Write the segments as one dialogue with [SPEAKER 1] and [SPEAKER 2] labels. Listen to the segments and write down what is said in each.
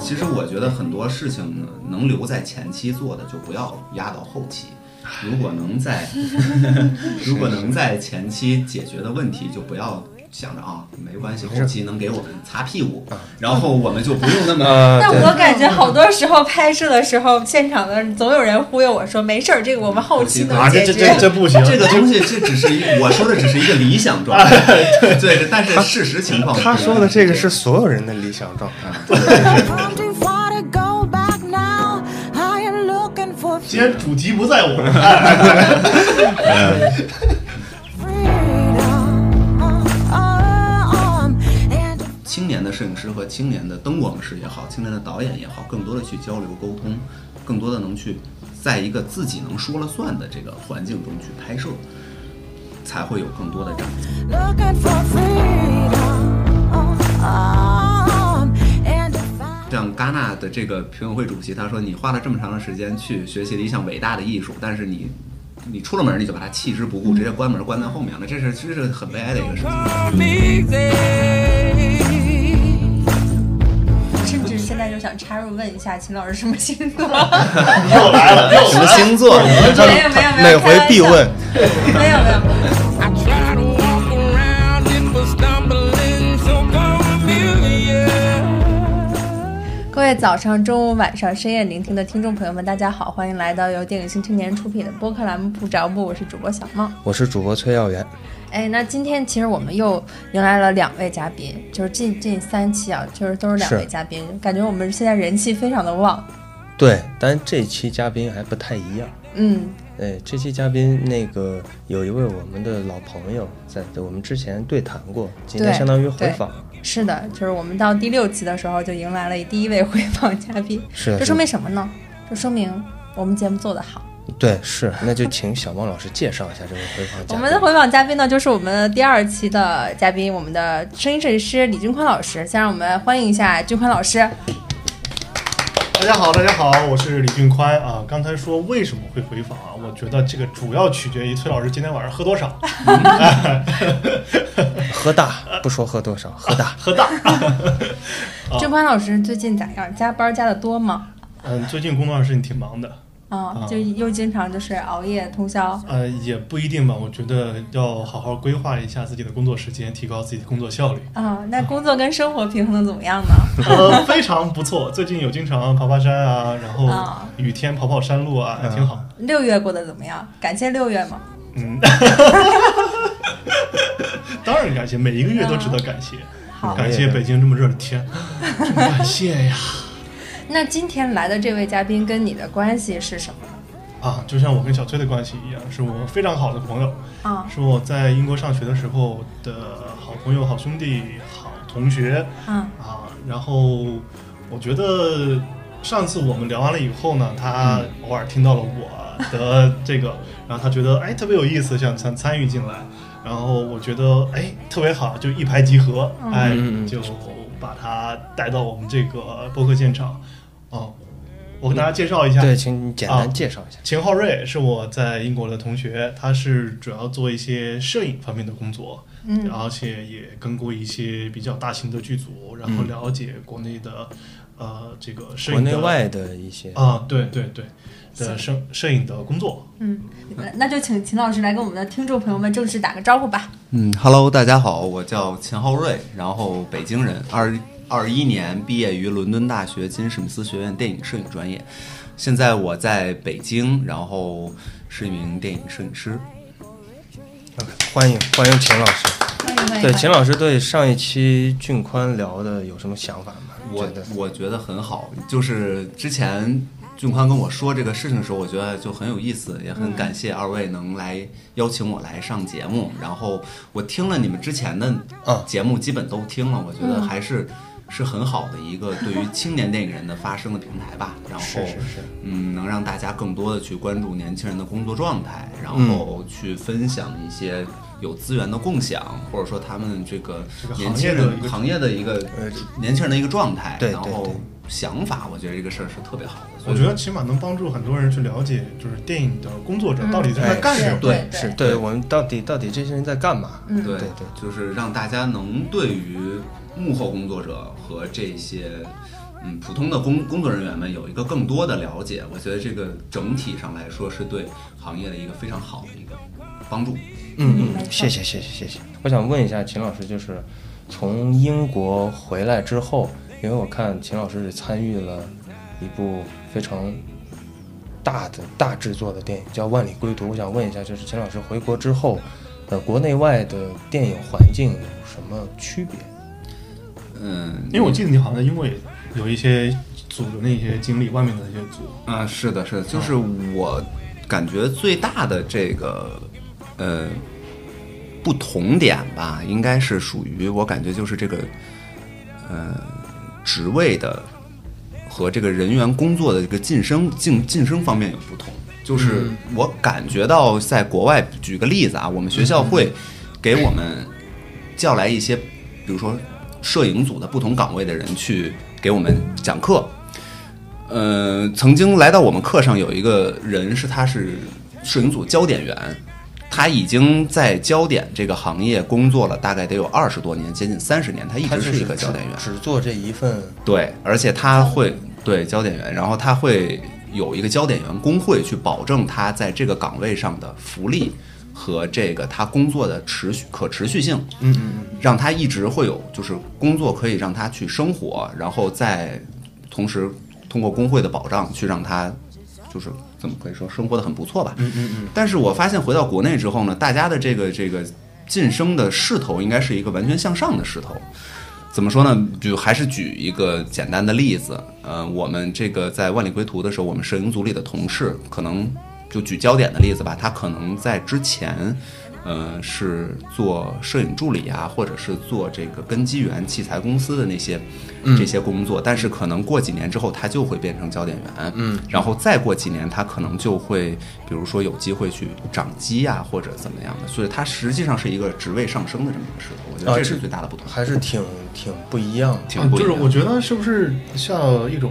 [SPEAKER 1] 其实我觉得很多事情呢，能留在前期做的，就不要压到后期。如果 能在，如果能在前期解决的问题，就不要想着啊，没关系，后期能给我们擦屁股，然后我们就不用那么。
[SPEAKER 2] 啊呃，
[SPEAKER 3] 但
[SPEAKER 2] 对
[SPEAKER 3] 我感觉好多时候拍摄的时候，现场的总有人忽悠我说没事儿，这个我们后期
[SPEAKER 2] 啊，
[SPEAKER 3] 能
[SPEAKER 2] 这
[SPEAKER 3] 解
[SPEAKER 2] 这
[SPEAKER 3] 决
[SPEAKER 2] 这。这不行，
[SPEAKER 1] 这个东西，这只是一，我说的只是一个理想状态，对，但是事实情况不一样。
[SPEAKER 2] 啊他说的这个是所有人的理想状态。
[SPEAKER 4] I'm too far to go back now. I am looking for
[SPEAKER 5] 既然主题不在我们那儿，
[SPEAKER 4] freedom. And
[SPEAKER 1] 青年的摄影师和青年的灯光师也好，青年的导演也好，更多的去交流沟通，更多的能去在一个自己能说了算的这个环境中去拍摄，才会有更多的长进。
[SPEAKER 4] looking for freedom. And if I
[SPEAKER 1] 像戛纳的这个评委会主席，他说：“你花了这么长的时间去学习了一项伟大的艺术，但是你，你出了门你就把它弃之不顾，直接关门关在后面了，这是这是很悲哀的一个事情。
[SPEAKER 4] come easy.
[SPEAKER 3] 甚至现在就想插入问一下秦老师什么星 座？
[SPEAKER 5] 你又来了，又
[SPEAKER 1] 什么
[SPEAKER 5] 来了。
[SPEAKER 1] 星座？
[SPEAKER 3] 没有没有没
[SPEAKER 2] 每
[SPEAKER 3] 有，
[SPEAKER 2] 回必问，
[SPEAKER 3] 没有没有。
[SPEAKER 6] I try to walk around it, but stumbling so confused.
[SPEAKER 3] 各位早上、中午、晚上、深夜聆听的听众朋友们，大家好，欢迎来到由电影新青年出品的播客栏目《不着不》，我是主播小梦。
[SPEAKER 2] 我是主播崔耀元，
[SPEAKER 3] 哎，那今天其实我们又迎来了两位嘉宾，就是近近三期啊，就是都是两
[SPEAKER 2] 是
[SPEAKER 3] 位嘉宾，感觉我们现在人气非常的旺。
[SPEAKER 7] 对，但这期嘉宾还不太一样。
[SPEAKER 3] 嗯，
[SPEAKER 7] 哎，这期嘉宾那个有一位我们的老朋友在，我们之前对谈过，今天
[SPEAKER 3] 对
[SPEAKER 7] 相当于回
[SPEAKER 3] 对
[SPEAKER 7] 访。
[SPEAKER 3] 是的，就是我们到第六期的时候就迎来了第一位回访嘉宾，
[SPEAKER 7] 是的，
[SPEAKER 3] 这
[SPEAKER 7] 是
[SPEAKER 3] 说
[SPEAKER 7] 的
[SPEAKER 3] 明什么呢？这说明我们节目做得好。
[SPEAKER 7] 对是，那就请小汪老师介绍一下这位回访嘉
[SPEAKER 3] 我
[SPEAKER 7] 宾。
[SPEAKER 3] 们的回访嘉宾呢，就是我们第二期的嘉宾，我们的声音设计师李俊宽老师。先让我们欢迎一下俊宽老师。
[SPEAKER 5] 大家好，大家好，我是李俊宽啊。刚才说为什么会回访啊？我觉得这个主要取决于崔老师今天晚上喝多少，
[SPEAKER 7] 喝大不说喝多少，喝大。
[SPEAKER 5] 啊喝大。
[SPEAKER 3] 俊宽老师最近咋样？加班加的多吗？
[SPEAKER 5] 嗯，最近工作上事情挺忙的，
[SPEAKER 3] 啊、
[SPEAKER 5] 啊
[SPEAKER 3] 就又经常就是熬夜通宵。
[SPEAKER 5] 呃，也不一定吧。我觉得要好好规划一下自己的工作时间，提高自己的工作效率。
[SPEAKER 3] 啊、那工作跟生活平衡的怎么样呢？
[SPEAKER 5] 呃，非常不错。最近有经常爬爬山啊，然后
[SPEAKER 3] 啊
[SPEAKER 5] 雨天跑跑山路啊，还挺好。
[SPEAKER 3] 六月过得怎么样？感谢六月吗？
[SPEAKER 5] 嗯，当然感谢，每一个月都值得感谢。
[SPEAKER 3] 好
[SPEAKER 5] 感谢北京这么热的天， 真感谢呀！
[SPEAKER 3] 那今天来的这位嘉宾跟你的关系是什么呢？
[SPEAKER 5] 啊，就像我跟小崔的关系一样，是我非常好的朋友，
[SPEAKER 3] 啊、
[SPEAKER 5] 是我在英国上学的时候的好朋友、好兄弟、好同学。
[SPEAKER 3] 啊、
[SPEAKER 5] 啊，然后我觉得上次我们聊完了以后呢，他偶尔听到了我的这个，然后他觉得哎特别有意思，想想参与进来，然后我觉得哎特别好，就一拍即合，哎就把他带到我们这个播客现场。哦，我跟大家介绍一下，
[SPEAKER 7] 对，请你简
[SPEAKER 5] 啊
[SPEAKER 7] 单介绍一下。
[SPEAKER 5] 秦昊瑞是我在英国的同学，他是主要做一些摄影方面的工作，嗯，而且也跟过一些比较大型的剧组，然后了解国内的，呃，这个
[SPEAKER 7] 嗯
[SPEAKER 5] 摄
[SPEAKER 7] 国
[SPEAKER 5] 影
[SPEAKER 7] 内
[SPEAKER 5] 的
[SPEAKER 7] 外的一些
[SPEAKER 5] 啊，对对对的摄摄影的工作。
[SPEAKER 3] 那嗯那就请秦老师来跟我们的听众朋友们正式打个招呼吧。
[SPEAKER 1] 嗯，Hello，大家好，我叫秦昊瑞，然后北京人，二二一年毕业于伦敦大学金史密斯学院电影摄影专业，现在我在北京，然后是一名电影摄影师。
[SPEAKER 7] 欢迎欢迎秦老师。
[SPEAKER 3] 欢迎欢迎。
[SPEAKER 7] 对，秦老师对上一期俊宽聊的有什么想法吗？
[SPEAKER 1] 我
[SPEAKER 7] 觉得
[SPEAKER 1] 我觉得很好，就是之前俊宽跟我说这个事情的时候，我觉得就很有意思，也很感谢二位能来邀请我来上节目。然后我听了你们之前的
[SPEAKER 7] 嗯
[SPEAKER 1] 节目，基本都听了，我觉得还是。是很好的一个对于青年电影人的发声的平台吧，然后
[SPEAKER 7] 是是是
[SPEAKER 1] 嗯，能让大家更多的去关注年轻人的工作状态，然后去分享一些有资源的共享，或者说他们这个
[SPEAKER 5] 这个行
[SPEAKER 1] 年轻
[SPEAKER 5] 业的
[SPEAKER 1] 人
[SPEAKER 5] 一个
[SPEAKER 1] 行业的一个
[SPEAKER 7] 呃
[SPEAKER 1] 年轻人的一个状态，
[SPEAKER 7] 对
[SPEAKER 1] 然
[SPEAKER 7] 对
[SPEAKER 1] 后
[SPEAKER 7] 对
[SPEAKER 1] 想法，我觉得这个事儿是特别好的。所
[SPEAKER 5] 我
[SPEAKER 1] 以
[SPEAKER 5] 觉得起码能帮助很多人去了解，就是电影的工作者到底在
[SPEAKER 7] 哎
[SPEAKER 5] 那干
[SPEAKER 7] 是
[SPEAKER 5] 什么。
[SPEAKER 3] 对
[SPEAKER 7] 是对我们到底到底这些人在干嘛？
[SPEAKER 3] 嗯
[SPEAKER 1] 对
[SPEAKER 7] 对对
[SPEAKER 1] 就是让大家能对于幕后工作者和这些嗯普通的工工作人员们有一个更多的了解，我觉得这个整体上来说是对行业的一个非常好的一个帮助。
[SPEAKER 7] 嗯
[SPEAKER 3] 没
[SPEAKER 7] 嗯，
[SPEAKER 3] 错
[SPEAKER 7] 谢谢谢谢谢谢。我想问一下秦老师，就是从英国回来之后，因为我看秦老师也参与了一部非常大的大制作的电影，叫《万里归途》。我想问一下，就是秦老师回国之后，呃，国内外的电影环境有什么区别？
[SPEAKER 1] 嗯，
[SPEAKER 5] 因为我记得你好像在英国也有一些组的那些经历，外面的那些组，
[SPEAKER 1] 啊，是的，是的，就是我感觉最大的这个呃不同点吧，应该是属于我感觉就是这个呃职位的和这个人员工作的这个晋升晋晋升方面有不同。就是
[SPEAKER 7] 嗯
[SPEAKER 1] 我感觉到在国外，举个例子啊，我们学校
[SPEAKER 7] 嗯
[SPEAKER 1] 会给我们叫来一些，比如说摄影组的不同岗位的人去给我们讲课，呃，曾经来到我们课上有一个人是他是摄影组焦点员，他已经在焦点这个行业工作了大概得有二十多年，接近三十年，他一
[SPEAKER 7] 他
[SPEAKER 1] 直
[SPEAKER 7] 就是
[SPEAKER 1] 一个
[SPEAKER 7] 只
[SPEAKER 1] 焦点员。
[SPEAKER 7] 只做这一份，
[SPEAKER 1] 对，而且他会对焦点员，然后他会有一个焦点员工会去保证他在这个岗位上的福利和这个他工作的持续可持续性，嗯嗯嗯，让他一直会有就是工作可以让他去生活，然后再同时通过工会的保障去让他就是怎么可以说生活的很不错吧，嗯嗯嗯。但是我发现回到国内之后呢，大家的这个这个晋升的势头应该是一个完全向上的势头，怎么说呢？就还是举一个简单的例子，呃，我们这个在万里归途的时候，我们摄影组里的同事，可能就举焦点的例子吧，他可能在之前，呃，是做摄影助理啊，或者是做这个跟机源器材公司的那些这些工作，但是可能过几年之后，他就会变成焦点员，嗯，然后再过几年，他可能就会，比如说有机会去长机啊，或者怎么样的，所以它实际上是一个职位上升的这么一个势头，我觉
[SPEAKER 7] 啊
[SPEAKER 1] 得这是
[SPEAKER 7] 这
[SPEAKER 1] 最大的不同。
[SPEAKER 7] 还是挺挺不一样的。
[SPEAKER 1] 挺不一
[SPEAKER 5] 嗯就是
[SPEAKER 1] 样的
[SPEAKER 5] 我觉得是不是像一种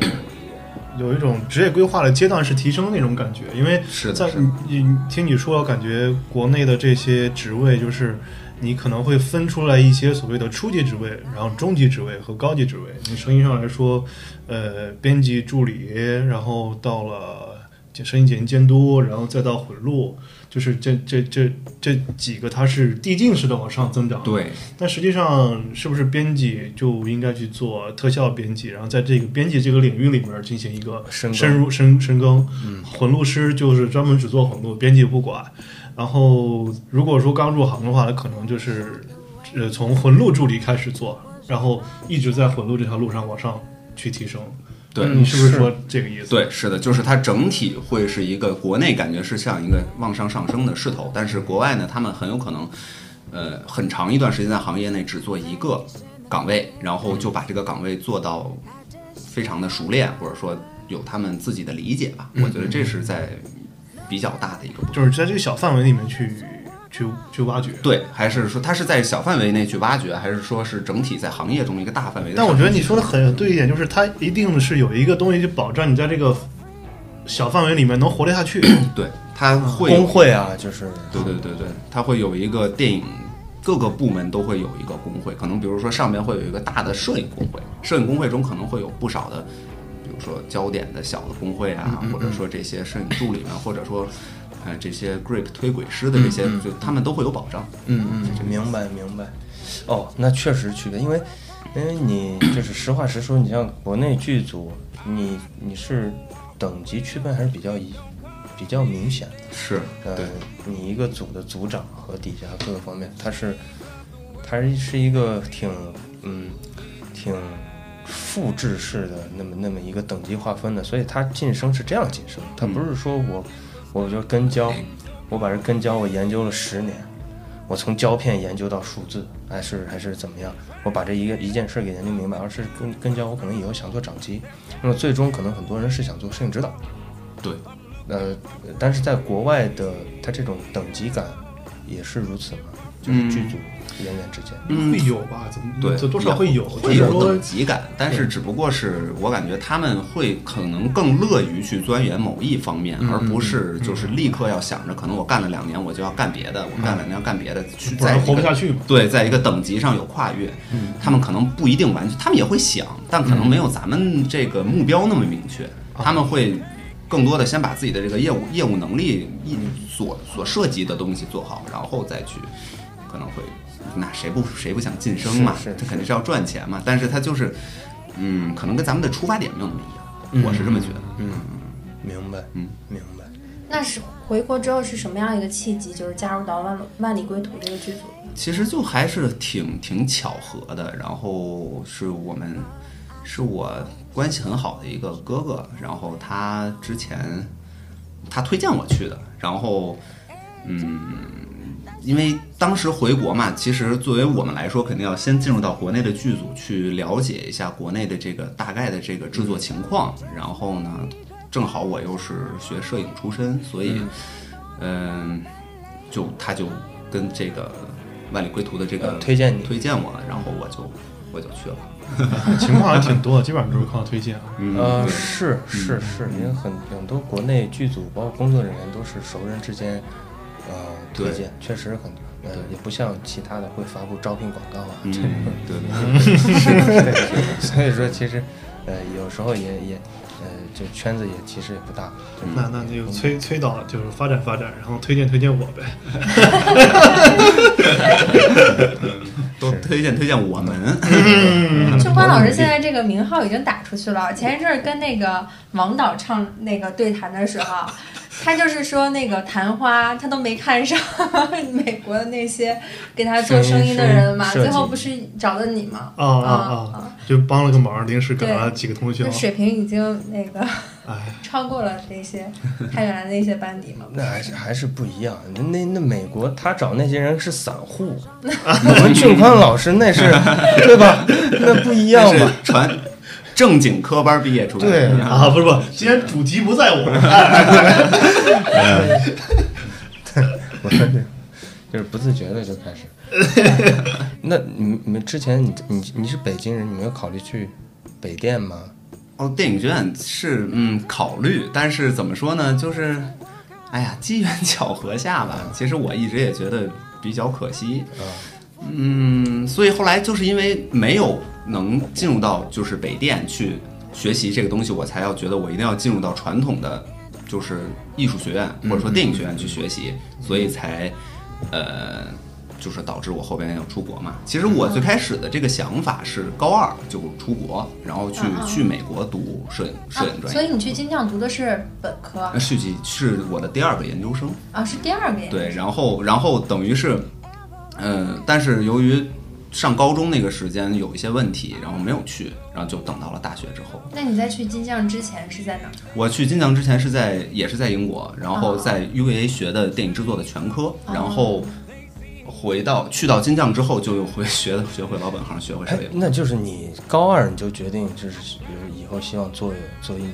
[SPEAKER 5] 有一种职业规划的阶段式提升那种感觉？因为
[SPEAKER 1] 是的
[SPEAKER 5] 在
[SPEAKER 1] 是的
[SPEAKER 5] 你你听你说，感觉国内的这些职位就是。你可能会分出来一些所谓的初级职位，然后中级职位和高级职位。你声音上来说，呃，编辑助理，然后到了声音剪辑监督，然后再到混录，就是这这这这几个，它是递进式的往上增长。
[SPEAKER 1] 对，
[SPEAKER 5] 但实际上，是不是编辑就应该去做特效编辑，然后在这个编辑这个领域里面进行一个
[SPEAKER 7] 深
[SPEAKER 5] 深
[SPEAKER 7] 耕
[SPEAKER 5] 入深深耕？嗯，混录师就是专门只做混录，编辑不管。然后如果说刚入行的话，那可能就是呃从混录助理开始做，然后一直在混录这条路上往上去提升。
[SPEAKER 1] 对
[SPEAKER 5] 你是不
[SPEAKER 7] 是
[SPEAKER 5] 是说这个意思？
[SPEAKER 1] 对，是的，就是它整体会是一个国内感觉是像一个往上上升的势头，但是国外呢，他们很有可能，呃，很长一段时间在行业内只做一个岗位，然后就把这个岗位做到非常的熟练，或者说有他们自己的理解
[SPEAKER 5] 嗯
[SPEAKER 1] 吧。我觉得这是在比较大的一个不同。
[SPEAKER 5] 就是在这个小范围里面去去去挖掘。
[SPEAKER 1] 对，还是说它是在小范围内去挖掘，还是说是整体在行业中一个大范围的上
[SPEAKER 5] 但
[SPEAKER 1] 升？
[SPEAKER 5] 我觉得你说的很对一点，就是它一定是有一个东西去保障你在这个小范围里面能活得嗯下 去。
[SPEAKER 1] 对，它会有
[SPEAKER 7] 工会啊，就是
[SPEAKER 1] 对对对对，它会有一个电影，各个部门都会有一个工会，可能比如说上面会有一个大的摄影工会，摄影工会中可能会有不少的，比如说焦点的小的工会啊，或者说这些摄影助理们，或者说。呃，这些 grip 推轨师的这些，就他们都会有保障。
[SPEAKER 7] 嗯嗯，明白明白。哦，那确实区别，因为因为你就是实话实说，你像国内剧组，你你是等级区分还是比较一比较明显的。
[SPEAKER 1] 是，
[SPEAKER 7] 呃
[SPEAKER 1] 对，，
[SPEAKER 7] 你一个组的组长和底下各个方面，他是他是一个挺嗯挺复制式的那么那么一个等级划分的，所以他晋升是这样晋升，他不是说我我就跟焦，我把这跟焦我研究了十年。我从胶片研究到数字，还是还是怎么样？我把这一个一件事儿给研究明白，而是跟跟焦，我可能以后想做掌机，那么最终可能很多人是想做摄影指导，
[SPEAKER 1] 对，
[SPEAKER 7] 呃，
[SPEAKER 1] 嗯
[SPEAKER 7] 但是在国外的它这种等级感也是如此嘛，就是剧组人员之间。
[SPEAKER 5] 会有吧？怎么
[SPEAKER 1] 对，
[SPEAKER 5] 多少会有，就
[SPEAKER 1] 会
[SPEAKER 5] 是
[SPEAKER 1] 有
[SPEAKER 5] 说
[SPEAKER 1] 等级感，但是只不过是我感觉他们会可能更乐于去钻研某一方面，
[SPEAKER 5] 嗯
[SPEAKER 1] 而不是就是立刻要想着，可能我干了两年我就要干别的，我干两年要干别的，去
[SPEAKER 5] 嗯不
[SPEAKER 1] 在
[SPEAKER 5] 然
[SPEAKER 1] 一个
[SPEAKER 5] 活不下去嘛。
[SPEAKER 1] 对，在一个等级上有跨越，
[SPEAKER 7] 嗯
[SPEAKER 1] 他们可能不一定完全，他们也会想，但可能没有咱们这个目标那么明确，
[SPEAKER 7] 嗯
[SPEAKER 1] 他们会更多的先把自己的这个业务业务能力一所所涉及的东西做好，然后再去可能会，那谁不谁不想晋升嘛？
[SPEAKER 7] 是是
[SPEAKER 1] 他肯定是要赚钱嘛，但是他就是，嗯，可能跟咱们的出发点没有那么一样，我是这么觉得。
[SPEAKER 7] 嗯，明白，嗯，明白。
[SPEAKER 8] 那是回国之后是什么样一个契机，就是加入到万万里归途这个剧组？
[SPEAKER 1] 其实就还是挺挺巧合的。然后是我们是我关系很好的一个哥哥，然后他之前他推荐我去的，然后嗯，因为当时回国嘛，其实作为我们来说，肯定要先进入到国内的剧组去了解一下国内的这个大概的这个制作情况，
[SPEAKER 7] 嗯
[SPEAKER 1] 然后呢。正好我又是学摄影出身，所以，嗯，就他就跟这个万里归途的这个
[SPEAKER 7] 呃推荐你
[SPEAKER 1] 推荐我，然后我就我就去了。
[SPEAKER 5] 情况还挺多，基本上都是靠推荐啊。
[SPEAKER 1] 嗯
[SPEAKER 7] 呃，
[SPEAKER 1] 对嗯
[SPEAKER 7] 是是是，因为很很多国内剧组包括工作人员都是熟人之间，呃，推
[SPEAKER 1] 对
[SPEAKER 7] 荐确实很，呃，也不像其他的会发布招聘广告啊，
[SPEAKER 1] 嗯
[SPEAKER 7] 这种，
[SPEAKER 1] 对对
[SPEAKER 7] 所以说其实，呃，有时候也也，呃，就圈子也其实也不大，嗯就
[SPEAKER 5] 那那就催催导就是发展发展，然后推荐推荐我呗。
[SPEAKER 1] 都推荐推荐我们。
[SPEAKER 7] 嗯
[SPEAKER 3] 正欢老师现在这个名号已经打出去了。前一阵儿跟那个王导唱那个对谈的时 候，他就是说那个昙花他都没看上 美国的那些给他做生意的人嘛，
[SPEAKER 7] 声音
[SPEAKER 3] 最
[SPEAKER 7] 设计哦
[SPEAKER 3] 后不是找的你吗？
[SPEAKER 5] 啊啊啊！就帮了个忙，临时赶了几个通宵
[SPEAKER 3] 这。水平已经那个
[SPEAKER 5] 哎，
[SPEAKER 3] 超过了那些他原来那些班底嘛。
[SPEAKER 7] 那还是还是不一样。那那那美国他找那些人是散户，我们俊宽老师那是对吧？那不一样
[SPEAKER 1] 但是
[SPEAKER 7] 嘛。
[SPEAKER 1] 传正经科班毕业出来
[SPEAKER 7] 对
[SPEAKER 1] 的
[SPEAKER 5] 啊，不是不是，今天主题不在我们看，
[SPEAKER 7] 我说这 就是不自觉的就开始。那你你们之前你你你是北京人，你没有考虑去北电吗？
[SPEAKER 1] 哦，电影学院是嗯考虑，但是怎么说呢，就是，哎呀，机缘巧合下吧。其实我一直也觉得比较可惜，嗯，所以后来就是因为没有能进入到就是北电去学习这个东西，我才要觉得我一定要进入到传统的就是艺术学院或者说电影学院去学习，所以才呃。就是导致我后边要出国嘛。其实我最开始的这个想法是高二就出国，然后去去美国读摄影摄影
[SPEAKER 3] 嗯啊
[SPEAKER 1] 专
[SPEAKER 3] 所以
[SPEAKER 1] 业。嗯
[SPEAKER 3] 你去金匠读的是本科
[SPEAKER 1] 那续集是我的第二个研究生，
[SPEAKER 3] 啊，是第二个呀。
[SPEAKER 1] 对，然后然后等于是，嗯，但是由于上高中那个时间有一些问题，然后没有去，然后就等到了大学之后。
[SPEAKER 3] 那你在去金匠之前是在哪儿？
[SPEAKER 1] 我去金匠之前是在也是在英国，然
[SPEAKER 7] 啊
[SPEAKER 1] 后在 UVA 学的电影制作的全科，
[SPEAKER 7] 哦
[SPEAKER 1] 然后回到去到金匠之后就又回 学学会老本行，学会摄
[SPEAKER 7] 哎，
[SPEAKER 1] 影。
[SPEAKER 7] 那就是你高二你就决定就是比如以后希望做做一名，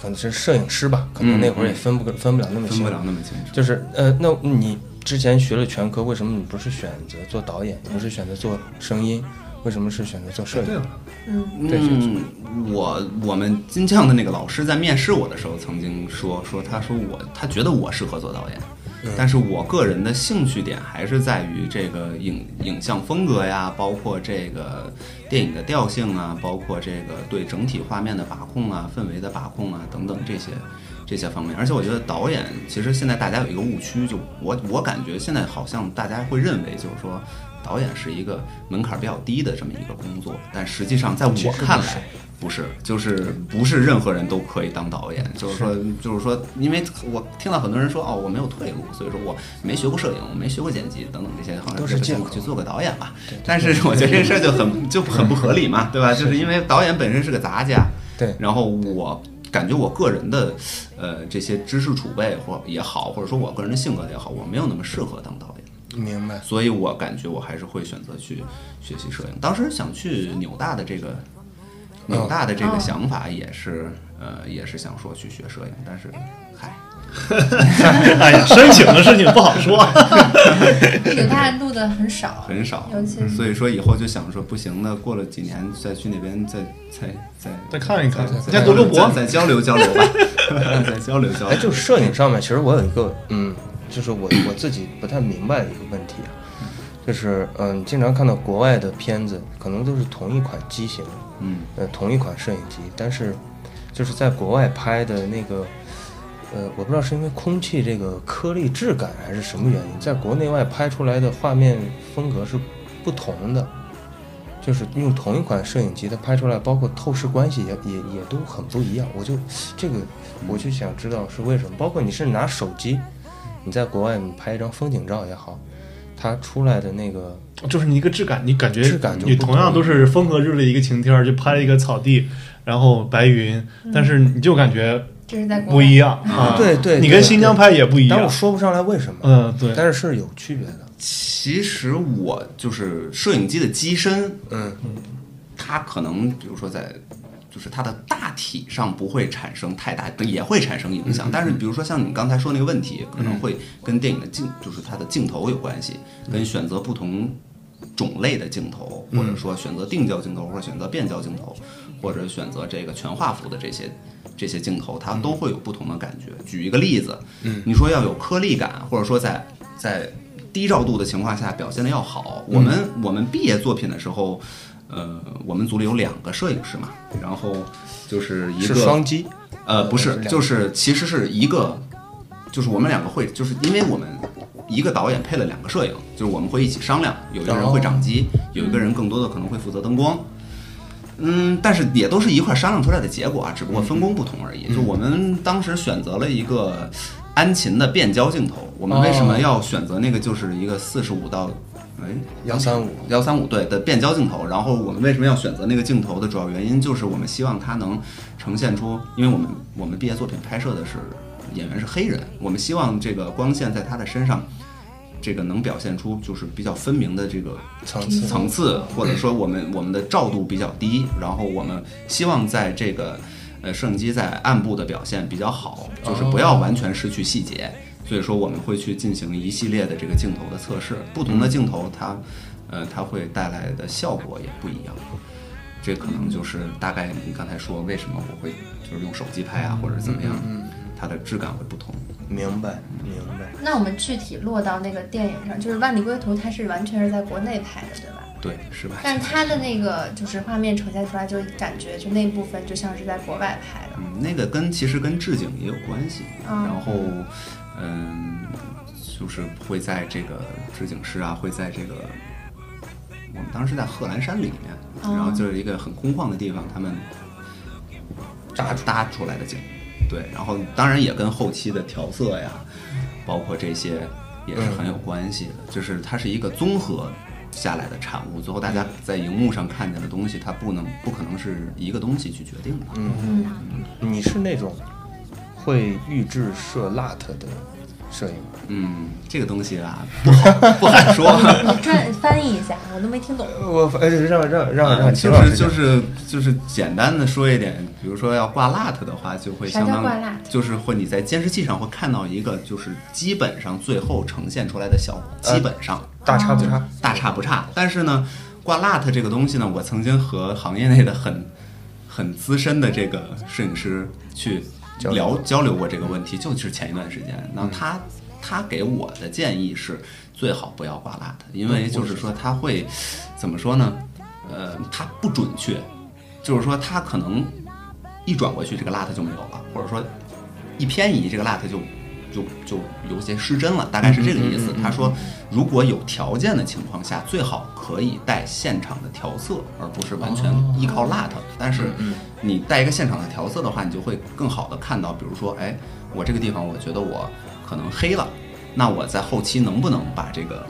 [SPEAKER 7] 可能是摄影师吧，可能那会儿也分不、分不了那么
[SPEAKER 1] 嗯分
[SPEAKER 7] 清
[SPEAKER 1] 不了那么清楚。
[SPEAKER 7] 就是呃，那你之前学了全科，为什么你不是选择做导演，不是选择做声音，为什么是选择做摄
[SPEAKER 5] 啊
[SPEAKER 7] 影？对是
[SPEAKER 1] 嗯，我我们金匠的那个老师在面试我的时候曾经说说，他说我他觉得我适合做导演，但是我个人的兴趣点还是在于这个影影像风格呀，包括这个电影的调性啊，包括这个对整体画面的把控啊、氛围的把控啊等等这些。这些方面，而且我觉得导演其实现在大家有一个误区，就我我感觉现在好像大家会认为就是说导演是一个门槛比较低的这么一个工作，但实际上在我看来不是，就是不是任何人都可以当导演，就是说就是说，因为我听到很多人说哦我没有退路，所以说我没学过摄影，我没学过剪辑等等这些，好像
[SPEAKER 7] 都
[SPEAKER 1] 觉
[SPEAKER 7] 是
[SPEAKER 1] 得
[SPEAKER 7] 借口
[SPEAKER 1] 我去做个导演吧，但是我觉得这事儿就很就很不合理嘛，对吧？就是因为导演本身是个杂家，
[SPEAKER 7] 对
[SPEAKER 1] 然后我感觉我个人的呃这些知识储备或也好，或者说我个人的性格也好，我没有那么适合当导演。
[SPEAKER 7] 明白。
[SPEAKER 1] 所以我感觉我还是会选择去学习摄影。当时想去纽大的这个
[SPEAKER 3] 嗯
[SPEAKER 1] 纽大的这个想法也是，呃，也是想说去学摄影，但是嗨，
[SPEAKER 5] 哎呀，申请的事情不好说。啊
[SPEAKER 3] 有大陆的很少，
[SPEAKER 1] 很少，
[SPEAKER 3] 尤其
[SPEAKER 1] 所以说以后就想说不行那过了几年再去那边再再再
[SPEAKER 5] 再看一看
[SPEAKER 1] 再
[SPEAKER 5] 再读读博
[SPEAKER 1] 再再交流交流吧， 再交流交
[SPEAKER 7] 哎，
[SPEAKER 1] 流。
[SPEAKER 7] 就摄影上面，其实我有一个，嗯，就是我我自己不太明白的一个问题啊，就是嗯，经常看到国外的片子，可能都是同一款机型，
[SPEAKER 1] 嗯，
[SPEAKER 7] 呃，同一款摄影机，但是就是在国外拍的那个，呃，我不知道是因为空气这个颗粒质感还是什么原因，在国内外拍出来的画面风格是不同的，就是用同一款摄影机，它拍出来包括透视关系也也也都很不一样。我就这个我就想知道是为什么，包括你是拿手机，你在国外你拍一张风景照也好，它出来的那个
[SPEAKER 5] 就是你一个质感，你感觉
[SPEAKER 7] 质感就不
[SPEAKER 5] 你同样都是风和日丽一个晴天儿，就拍了一个草地，然后白云，但是你就感觉
[SPEAKER 3] 这是在国
[SPEAKER 5] 不
[SPEAKER 3] 外
[SPEAKER 5] 一样啊。
[SPEAKER 7] 对对
[SPEAKER 5] 你
[SPEAKER 7] 对
[SPEAKER 5] 跟新疆拍也不一
[SPEAKER 7] 但
[SPEAKER 5] 样
[SPEAKER 7] 我。说不上来为什么，
[SPEAKER 5] 嗯，对。
[SPEAKER 7] 但是是有区别的，
[SPEAKER 1] 其实我就是摄影机的机身，
[SPEAKER 7] 嗯。
[SPEAKER 1] 它可能比如说在，就是它的大体上不会产生太大，也会产生影响。但是比如说像你刚才说那个问题，可能会跟电影的镜，就是它的镜头有关系，跟选择不同种类的镜头，或
[SPEAKER 7] 嗯
[SPEAKER 1] 者说选择定焦镜头，或者选择变焦镜头，或者选择这个全画幅的这些。这些镜头它都会有不同的感觉。
[SPEAKER 7] 嗯
[SPEAKER 1] 举一个例子，你说要有颗粒感，或者说在在低照度的情况下表现的要好。
[SPEAKER 7] 嗯
[SPEAKER 1] 我们、我们毕业作品的时候，呃，我们组里有两个摄影师嘛，然后就是一
[SPEAKER 7] 是
[SPEAKER 1] 个
[SPEAKER 7] 双击，
[SPEAKER 1] 呃不
[SPEAKER 7] 还是
[SPEAKER 1] 是，
[SPEAKER 7] 两个
[SPEAKER 1] 就是其实是一个，就是我们两个会，就是因为我们一个导演配了两个摄影，就是我们会一起商量，有一个人会掌机，有一个人更多的可能会负责灯光。嗯，但是也都是一块商量出来的结果啊，只不过分工不同而已。就我们当时选择了一个安琴的变焦镜头，我们为什么要选择那个？就是一个四十五到哎
[SPEAKER 7] 135
[SPEAKER 1] 幺三五对的变焦镜头。然后我们为什么要选择那个镜头的主要原因，就是我们希望它能呈现出，因为我们我们毕业作品拍摄的是演员是黑人，我们希望这个光线在他的身上。这个能表现出就是比较分明的这个
[SPEAKER 7] 层次
[SPEAKER 1] 层次，或者说我们我们的照度比较低，然后我们希望在这个呃摄影机在暗部的表现比较好，
[SPEAKER 7] 哦
[SPEAKER 1] 就是不要完全失去细节。所以说我们会去进行一系列的这个镜头的测试，不同的镜头它呃它会带来的效果也不一样。这可能就是大概你刚才说为什么我会就是用手机拍
[SPEAKER 7] 嗯
[SPEAKER 1] 啊，或者怎么样，它的质感会不同。
[SPEAKER 7] 明白明白。
[SPEAKER 3] 那我们具体落到那个电影上，就是《万里归途》，它是完全是在国内拍的，对吧？
[SPEAKER 1] 对，是吧？
[SPEAKER 3] 但是它的那个就是画面呈现出来，就感觉就那部分就像是在国外拍的。
[SPEAKER 1] 嗯，那个跟其实跟置景也有关系，
[SPEAKER 3] 嗯
[SPEAKER 1] 然后嗯，就是会在这个置景师啊，会在这个我们当时在贺兰山里面，然后就是一个很空旷的地方，他们搭搭出来的景，对，然后当然也跟后期的调色呀，包括这些也是很有关系的，就是它是一个综合。下来的产物，最后大家在荧幕上看见的东西，它不能不可能是一个东西去决定的。
[SPEAKER 3] 嗯
[SPEAKER 7] 你是那种会预制设 LUT 的摄影吗？
[SPEAKER 1] 嗯，这个东西啊，不好 不好说。
[SPEAKER 3] 你转嗯翻译一下，我都没听懂。
[SPEAKER 7] 我呃让让 让
[SPEAKER 1] 嗯
[SPEAKER 7] 让秦
[SPEAKER 1] 就
[SPEAKER 7] 老
[SPEAKER 1] 是
[SPEAKER 7] 师
[SPEAKER 1] 就
[SPEAKER 7] 讲
[SPEAKER 1] 是就是简单的说一点，比如说要挂 LAT 的话，就会相
[SPEAKER 3] 啥叫
[SPEAKER 1] 当
[SPEAKER 3] 挂 LAT
[SPEAKER 1] 就是会你在监视器上会看到一个，就是基本上最后呈现出来的效果，
[SPEAKER 7] 呃
[SPEAKER 1] 基本上
[SPEAKER 7] 大差不差，
[SPEAKER 1] 大差不差。但是呢，挂 LAT 这个东西呢，我曾经和行业内的很很资深的这个摄影师去聊交流嗯过这个问题，就是前一段时间，那他他给我的建议是最好不要挂 LAT，因为就是说他会怎么说呢？呃，它不准确，就是说它可能一转过去这个 LAT 就没有了，或者说一偏移这个 LAT 就就就有些失真了，大概是这个意
[SPEAKER 7] 嗯
[SPEAKER 1] 思。他说，如果有条件的情况下，最好可以带现场的调色，而不是完全依靠 LAT。但是
[SPEAKER 7] 嗯
[SPEAKER 1] 你带一个现场的调色的话，你就会更好的看到，比如说，哎，我这个地方我觉得我可能黑了，那我在后期能不能把这个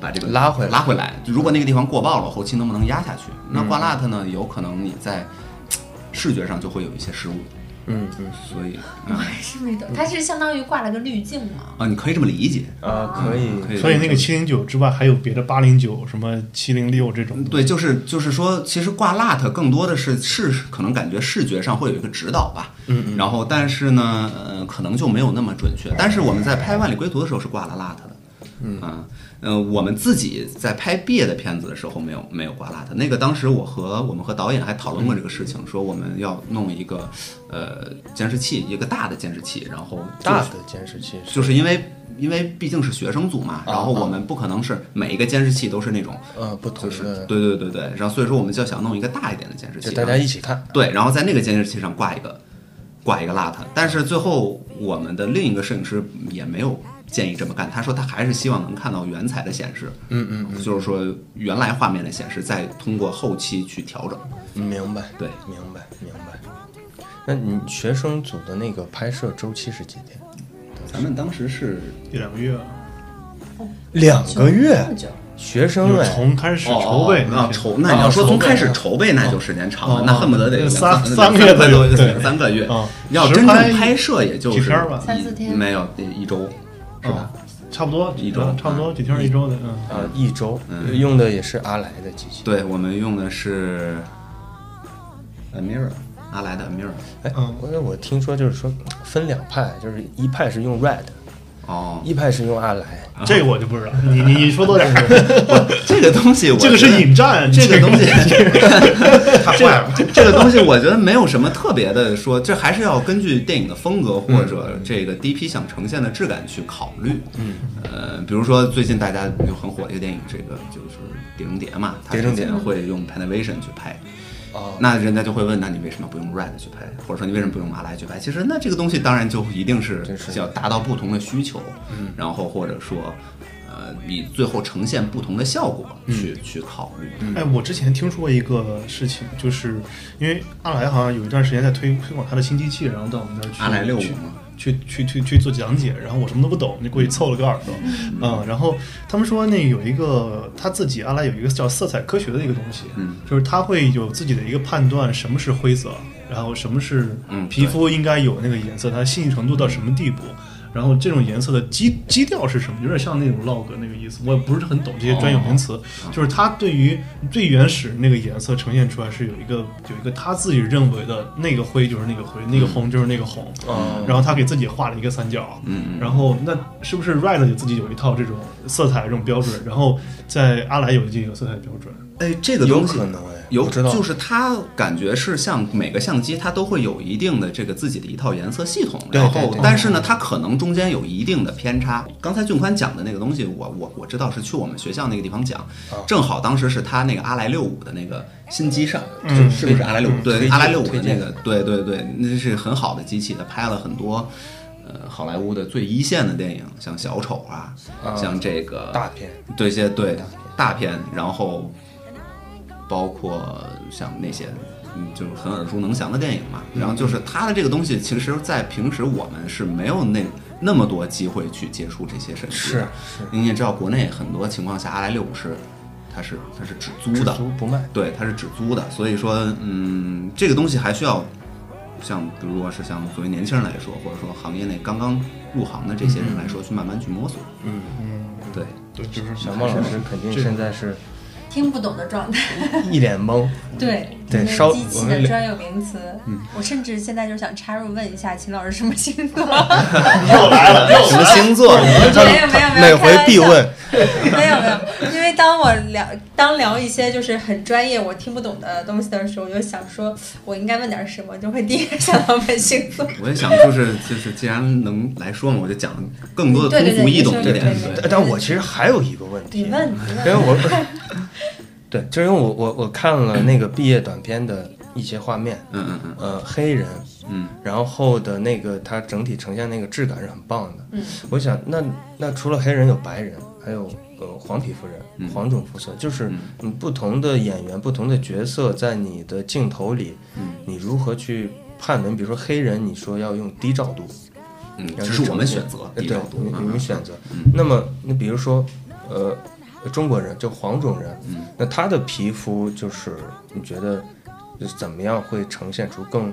[SPEAKER 1] 把这个
[SPEAKER 7] 拉回来嗯
[SPEAKER 1] 拉回来？如果那个地方过曝了，后期能不能压下去？那挂 LAT 呢，有可能你在嘖视觉上就会有一些失误。
[SPEAKER 7] 嗯嗯
[SPEAKER 1] 所以
[SPEAKER 3] 我还是没懂，它是相当于挂了个滤镜嘛？
[SPEAKER 1] 啊，你可以这么理解。
[SPEAKER 7] 啊，可以
[SPEAKER 1] 可以
[SPEAKER 5] 所以那个七零九之外，还有别的八零九、什么七零六这种。
[SPEAKER 1] 对，就是就是说，其实挂蜡它更多的是视，可能感觉视觉上会有一个指导吧。嗯嗯。然后，但是呢，呃，可能就没有那么准确。但是我们在拍《万里归途》的时候是挂了蜡的。嗯啊，呃，我们自己在拍别的片子的时候没有没有挂蜡的。那个当时我和我们和导演还讨论过这个事情，说我们要弄一个呃监视器，一个大的监视器，然后就是
[SPEAKER 7] 大的监视器是
[SPEAKER 1] 就是因为因为毕竟是学生组嘛，然后我们不可能是每一个监视器都是那种。
[SPEAKER 7] 呃不同的，
[SPEAKER 1] 对对对对，然后所以说我们就想弄一个大一点的监视器，
[SPEAKER 7] 就大家
[SPEAKER 1] 然后
[SPEAKER 7] 一起看，
[SPEAKER 1] 对，然后在那个监视器上挂一个挂一个邋遢，但是最后我们的另一个摄影师也没有建议这么干，他说他还是希望能看到原彩的显示，嗯嗯就是说原来画面的显示，再通过后期去调整，
[SPEAKER 7] 嗯明白
[SPEAKER 1] 对
[SPEAKER 7] 明白明白。那你学生组的那个拍摄周期是几天？
[SPEAKER 1] 咱们当时是
[SPEAKER 5] 一两个月啊，
[SPEAKER 7] 两个月
[SPEAKER 3] 这，么久，
[SPEAKER 7] 学生
[SPEAKER 5] 就是
[SPEAKER 7] 哎，
[SPEAKER 5] 从开始筹备
[SPEAKER 1] 哦啊
[SPEAKER 5] 那
[SPEAKER 1] 筹，那你哦要说从开始筹备，那就时间长了，那恨不得得两
[SPEAKER 5] 三
[SPEAKER 1] 三
[SPEAKER 5] 三个月
[SPEAKER 1] 三
[SPEAKER 5] 左
[SPEAKER 1] 多
[SPEAKER 5] 右对
[SPEAKER 1] 三个月
[SPEAKER 5] 嗯，
[SPEAKER 1] 要
[SPEAKER 5] 实
[SPEAKER 1] 真正
[SPEAKER 5] 拍
[SPEAKER 1] 拍摄也就
[SPEAKER 5] 几
[SPEAKER 1] 是
[SPEAKER 5] 天儿吧
[SPEAKER 1] 一
[SPEAKER 3] 三四天
[SPEAKER 1] 没有一一周，是吧？
[SPEAKER 5] 啊差不多啊
[SPEAKER 1] 一周
[SPEAKER 5] 差不多几天儿一周的，嗯，
[SPEAKER 7] 啊，一周
[SPEAKER 1] 嗯
[SPEAKER 7] 用的也是阿莱的机器，
[SPEAKER 1] 对，我们用的是 Amira 阿莱的 Amira。
[SPEAKER 7] 哎，
[SPEAKER 5] 嗯
[SPEAKER 7] 我我听说就是说分两派，就是一派是用 Red，
[SPEAKER 1] 哦，
[SPEAKER 7] 一派是用阿莱，
[SPEAKER 5] 这个我就不知道，你你你说多点儿，
[SPEAKER 1] 这个东西我
[SPEAKER 5] 这个
[SPEAKER 1] 觉得
[SPEAKER 5] 是引战，
[SPEAKER 1] 这个东西，
[SPEAKER 2] 太坏了。
[SPEAKER 1] 这个东西我觉得没有什么特别的说，这还是要根据电影的风格或者这个第一批想呈现的质感去考虑。嗯，呃，比如说最近大家就很火的一个电影，这个就是《碟中谍》嘛，它
[SPEAKER 7] 碟
[SPEAKER 1] 之
[SPEAKER 7] 中谍
[SPEAKER 1] 前会用 Panavision 去拍。
[SPEAKER 7] 哦
[SPEAKER 1] 那人家就会问，那你为什么不用 Red 去拍，或者说你为什么不用马来去拍？其实那这个东西当然就一定是
[SPEAKER 7] 是
[SPEAKER 1] 要达到不同的需求，嗯，然后或者说，呃，以最后呈现不同的效果去、去考虑。
[SPEAKER 5] 哎，我之前听说过一个事情，就是因为阿莱好像有一段时间在推推广他的新机器，然后到我们这儿去
[SPEAKER 1] 阿莱六五
[SPEAKER 5] 去
[SPEAKER 1] 嘛
[SPEAKER 5] 去去去去做讲解，然后我什么都不懂，就过去凑了个耳朵，嗯，然后他们说那有一个他自己阿莱有一个叫色彩科学的一个东西，
[SPEAKER 1] 嗯
[SPEAKER 5] 就是他会有自己的一个判断，什么是灰色，然后什么是
[SPEAKER 1] 嗯
[SPEAKER 5] 皮肤应该有那个颜色，它的细腻程度到什么地步。然后这种颜色的基基调是什么？有点像那种 log 那个意思，我也不是很懂这些专有名词。就是它对于最原始那个颜色呈现出来是有一个有一个他自己认为的那个灰就是那个灰，
[SPEAKER 1] 嗯
[SPEAKER 5] 那个红就是那个红。
[SPEAKER 7] 哦
[SPEAKER 5] 然后他给自己画了一个三角。
[SPEAKER 1] 嗯嗯
[SPEAKER 5] 然后那是不是 Red 就自己有一套这种色彩这种标准？然后在阿莱有自己有色彩标准。
[SPEAKER 1] 哎，这个
[SPEAKER 7] 有
[SPEAKER 1] 东西
[SPEAKER 7] 可能哎，
[SPEAKER 1] 有
[SPEAKER 7] 我知道
[SPEAKER 1] 就是它感觉是像每个相机，它都会有一定的这个自己的一套颜色系统，
[SPEAKER 7] 对
[SPEAKER 1] 然
[SPEAKER 7] 对
[SPEAKER 1] 后
[SPEAKER 7] 对
[SPEAKER 1] 但是呢，它可能中间有一定的偏差。刚才俊宽讲的那个东西，我我我知道是去我们学校那个地方讲，
[SPEAKER 7] 啊
[SPEAKER 1] 正好当时是他那个阿莱六五的那个新机上，
[SPEAKER 5] 嗯
[SPEAKER 1] 是是不是阿莱六五？对，
[SPEAKER 7] 推荐
[SPEAKER 1] 阿莱六五的
[SPEAKER 7] 推
[SPEAKER 1] 那
[SPEAKER 7] 荐
[SPEAKER 1] 个，对对对，那是很好的机器，它拍了很多。呃，好莱坞的最一线的电影，像小丑啊，
[SPEAKER 7] 啊
[SPEAKER 1] 像这个
[SPEAKER 7] 大片
[SPEAKER 1] 这些对大片，然后包括像那些嗯，就是很耳熟能详的电影嘛。
[SPEAKER 7] 嗯
[SPEAKER 1] 然后就是他的这个东西，其实，在平时我们是没有那那么多机会去接触这些神器的。
[SPEAKER 7] 是
[SPEAKER 1] 你也知道，国内很多情况下，阿莱六五是它是它是只租的，
[SPEAKER 7] 足不卖，
[SPEAKER 1] 对，它是只租的，所以说，嗯，这个东西还需要像，比如说是像作为年轻人来说，或者说行业内刚刚入行的这些人来说，去慢慢去摸索。
[SPEAKER 7] 嗯，
[SPEAKER 1] 对，
[SPEAKER 5] 对，就是
[SPEAKER 7] 小孟老师肯定现在是
[SPEAKER 3] 听不懂的状态。
[SPEAKER 7] 一脸懵，
[SPEAKER 3] 对
[SPEAKER 7] 对
[SPEAKER 3] 那
[SPEAKER 7] 稍
[SPEAKER 3] 个机器
[SPEAKER 7] 我们嗯
[SPEAKER 3] 的
[SPEAKER 7] 聊
[SPEAKER 3] 专有名词，我甚至现在就想插入问一下秦老师什么星 座？
[SPEAKER 5] 又 来了，又
[SPEAKER 2] 什么星座？
[SPEAKER 3] 没有没有没
[SPEAKER 2] 每
[SPEAKER 3] 有，开玩
[SPEAKER 2] 回
[SPEAKER 3] 笑
[SPEAKER 2] 必问。
[SPEAKER 3] 没有没有，因为当我聊当聊一些就是很专业我听不懂的东西的时候，我就想说我应该问点什么，就会第一个想到问星 座。
[SPEAKER 1] 我也想就是就是，既然能来说嘛，我就讲更多的
[SPEAKER 3] 对对
[SPEAKER 1] 通
[SPEAKER 3] 对
[SPEAKER 1] 俗易懂
[SPEAKER 3] 你
[SPEAKER 1] 一
[SPEAKER 3] 说
[SPEAKER 1] 点。
[SPEAKER 3] 对
[SPEAKER 1] 对
[SPEAKER 7] 但但我其实还有一个问题，
[SPEAKER 3] 你问你
[SPEAKER 7] 因为
[SPEAKER 3] 问，
[SPEAKER 7] 我，对，就是因为我我我看了那个毕业短片的一些画面，
[SPEAKER 1] 嗯嗯嗯
[SPEAKER 7] 呃，黑人，
[SPEAKER 1] 嗯，
[SPEAKER 7] 然后的那个它整体呈现那个质感是很棒的。
[SPEAKER 3] 嗯，
[SPEAKER 7] 我想那那除了黑人有白人，还有呃黄皮肤人、
[SPEAKER 1] 嗯
[SPEAKER 7] 黄种肤色，就是
[SPEAKER 1] 嗯
[SPEAKER 7] 你不同的演员、不同的角色在你的镜头里，
[SPEAKER 1] 嗯
[SPEAKER 7] 你如何去判断？比如说黑人，你说要用低照度，
[SPEAKER 1] 嗯，
[SPEAKER 7] 要
[SPEAKER 1] 只
[SPEAKER 7] 用
[SPEAKER 1] 是我们
[SPEAKER 7] 正
[SPEAKER 1] 选
[SPEAKER 7] 面
[SPEAKER 1] 择
[SPEAKER 7] 呃
[SPEAKER 1] 比
[SPEAKER 7] 对
[SPEAKER 1] 较，多
[SPEAKER 7] 你。你
[SPEAKER 1] 嗯
[SPEAKER 7] 们选择。
[SPEAKER 1] 嗯
[SPEAKER 7] 那么你比如说，呃，中国人就黄种人，
[SPEAKER 1] 嗯
[SPEAKER 7] 那他的皮肤就是你觉得就是怎么样会呈现出更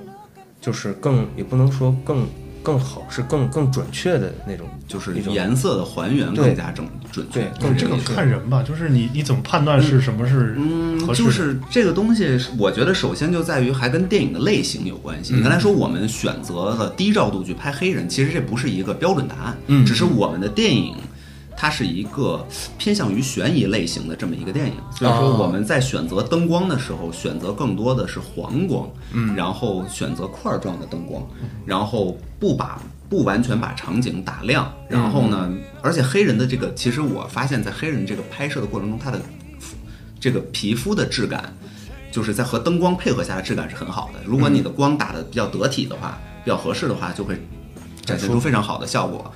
[SPEAKER 7] 就是更也不能说更更好，是更更准确的那种，
[SPEAKER 1] 就是
[SPEAKER 7] 一种
[SPEAKER 1] 颜色的还原
[SPEAKER 7] 对
[SPEAKER 1] 更加正准确
[SPEAKER 7] 对。更
[SPEAKER 5] 这个
[SPEAKER 7] 准确。
[SPEAKER 5] 看人吧，就是你你怎么判断是什么是
[SPEAKER 1] 嗯，
[SPEAKER 5] 合适的？
[SPEAKER 1] 就是这个东西是，我觉得首先就在于还跟电影的类型有关系。
[SPEAKER 7] 嗯
[SPEAKER 1] 你刚才说我们选择了低照度去拍黑人，其实这不是一个标准答案，
[SPEAKER 7] 嗯
[SPEAKER 1] 只是我们的电影。它是一个偏向于悬疑类型的这么一个电影，所以说
[SPEAKER 7] 哦
[SPEAKER 1] 我们在选择灯光的时候，选择更多的是黄光，嗯，然后选择块儿状的灯光，然后不把不完全把场景打亮，然后呢，而且黑人的这个，其实我发现在黑人这个拍摄的过程中，他的这个皮肤的质感，就是在和灯光配合下的质感是很好的。如果你的光打的比较得体的话，比较合适的话，就会展现出非常好的效果。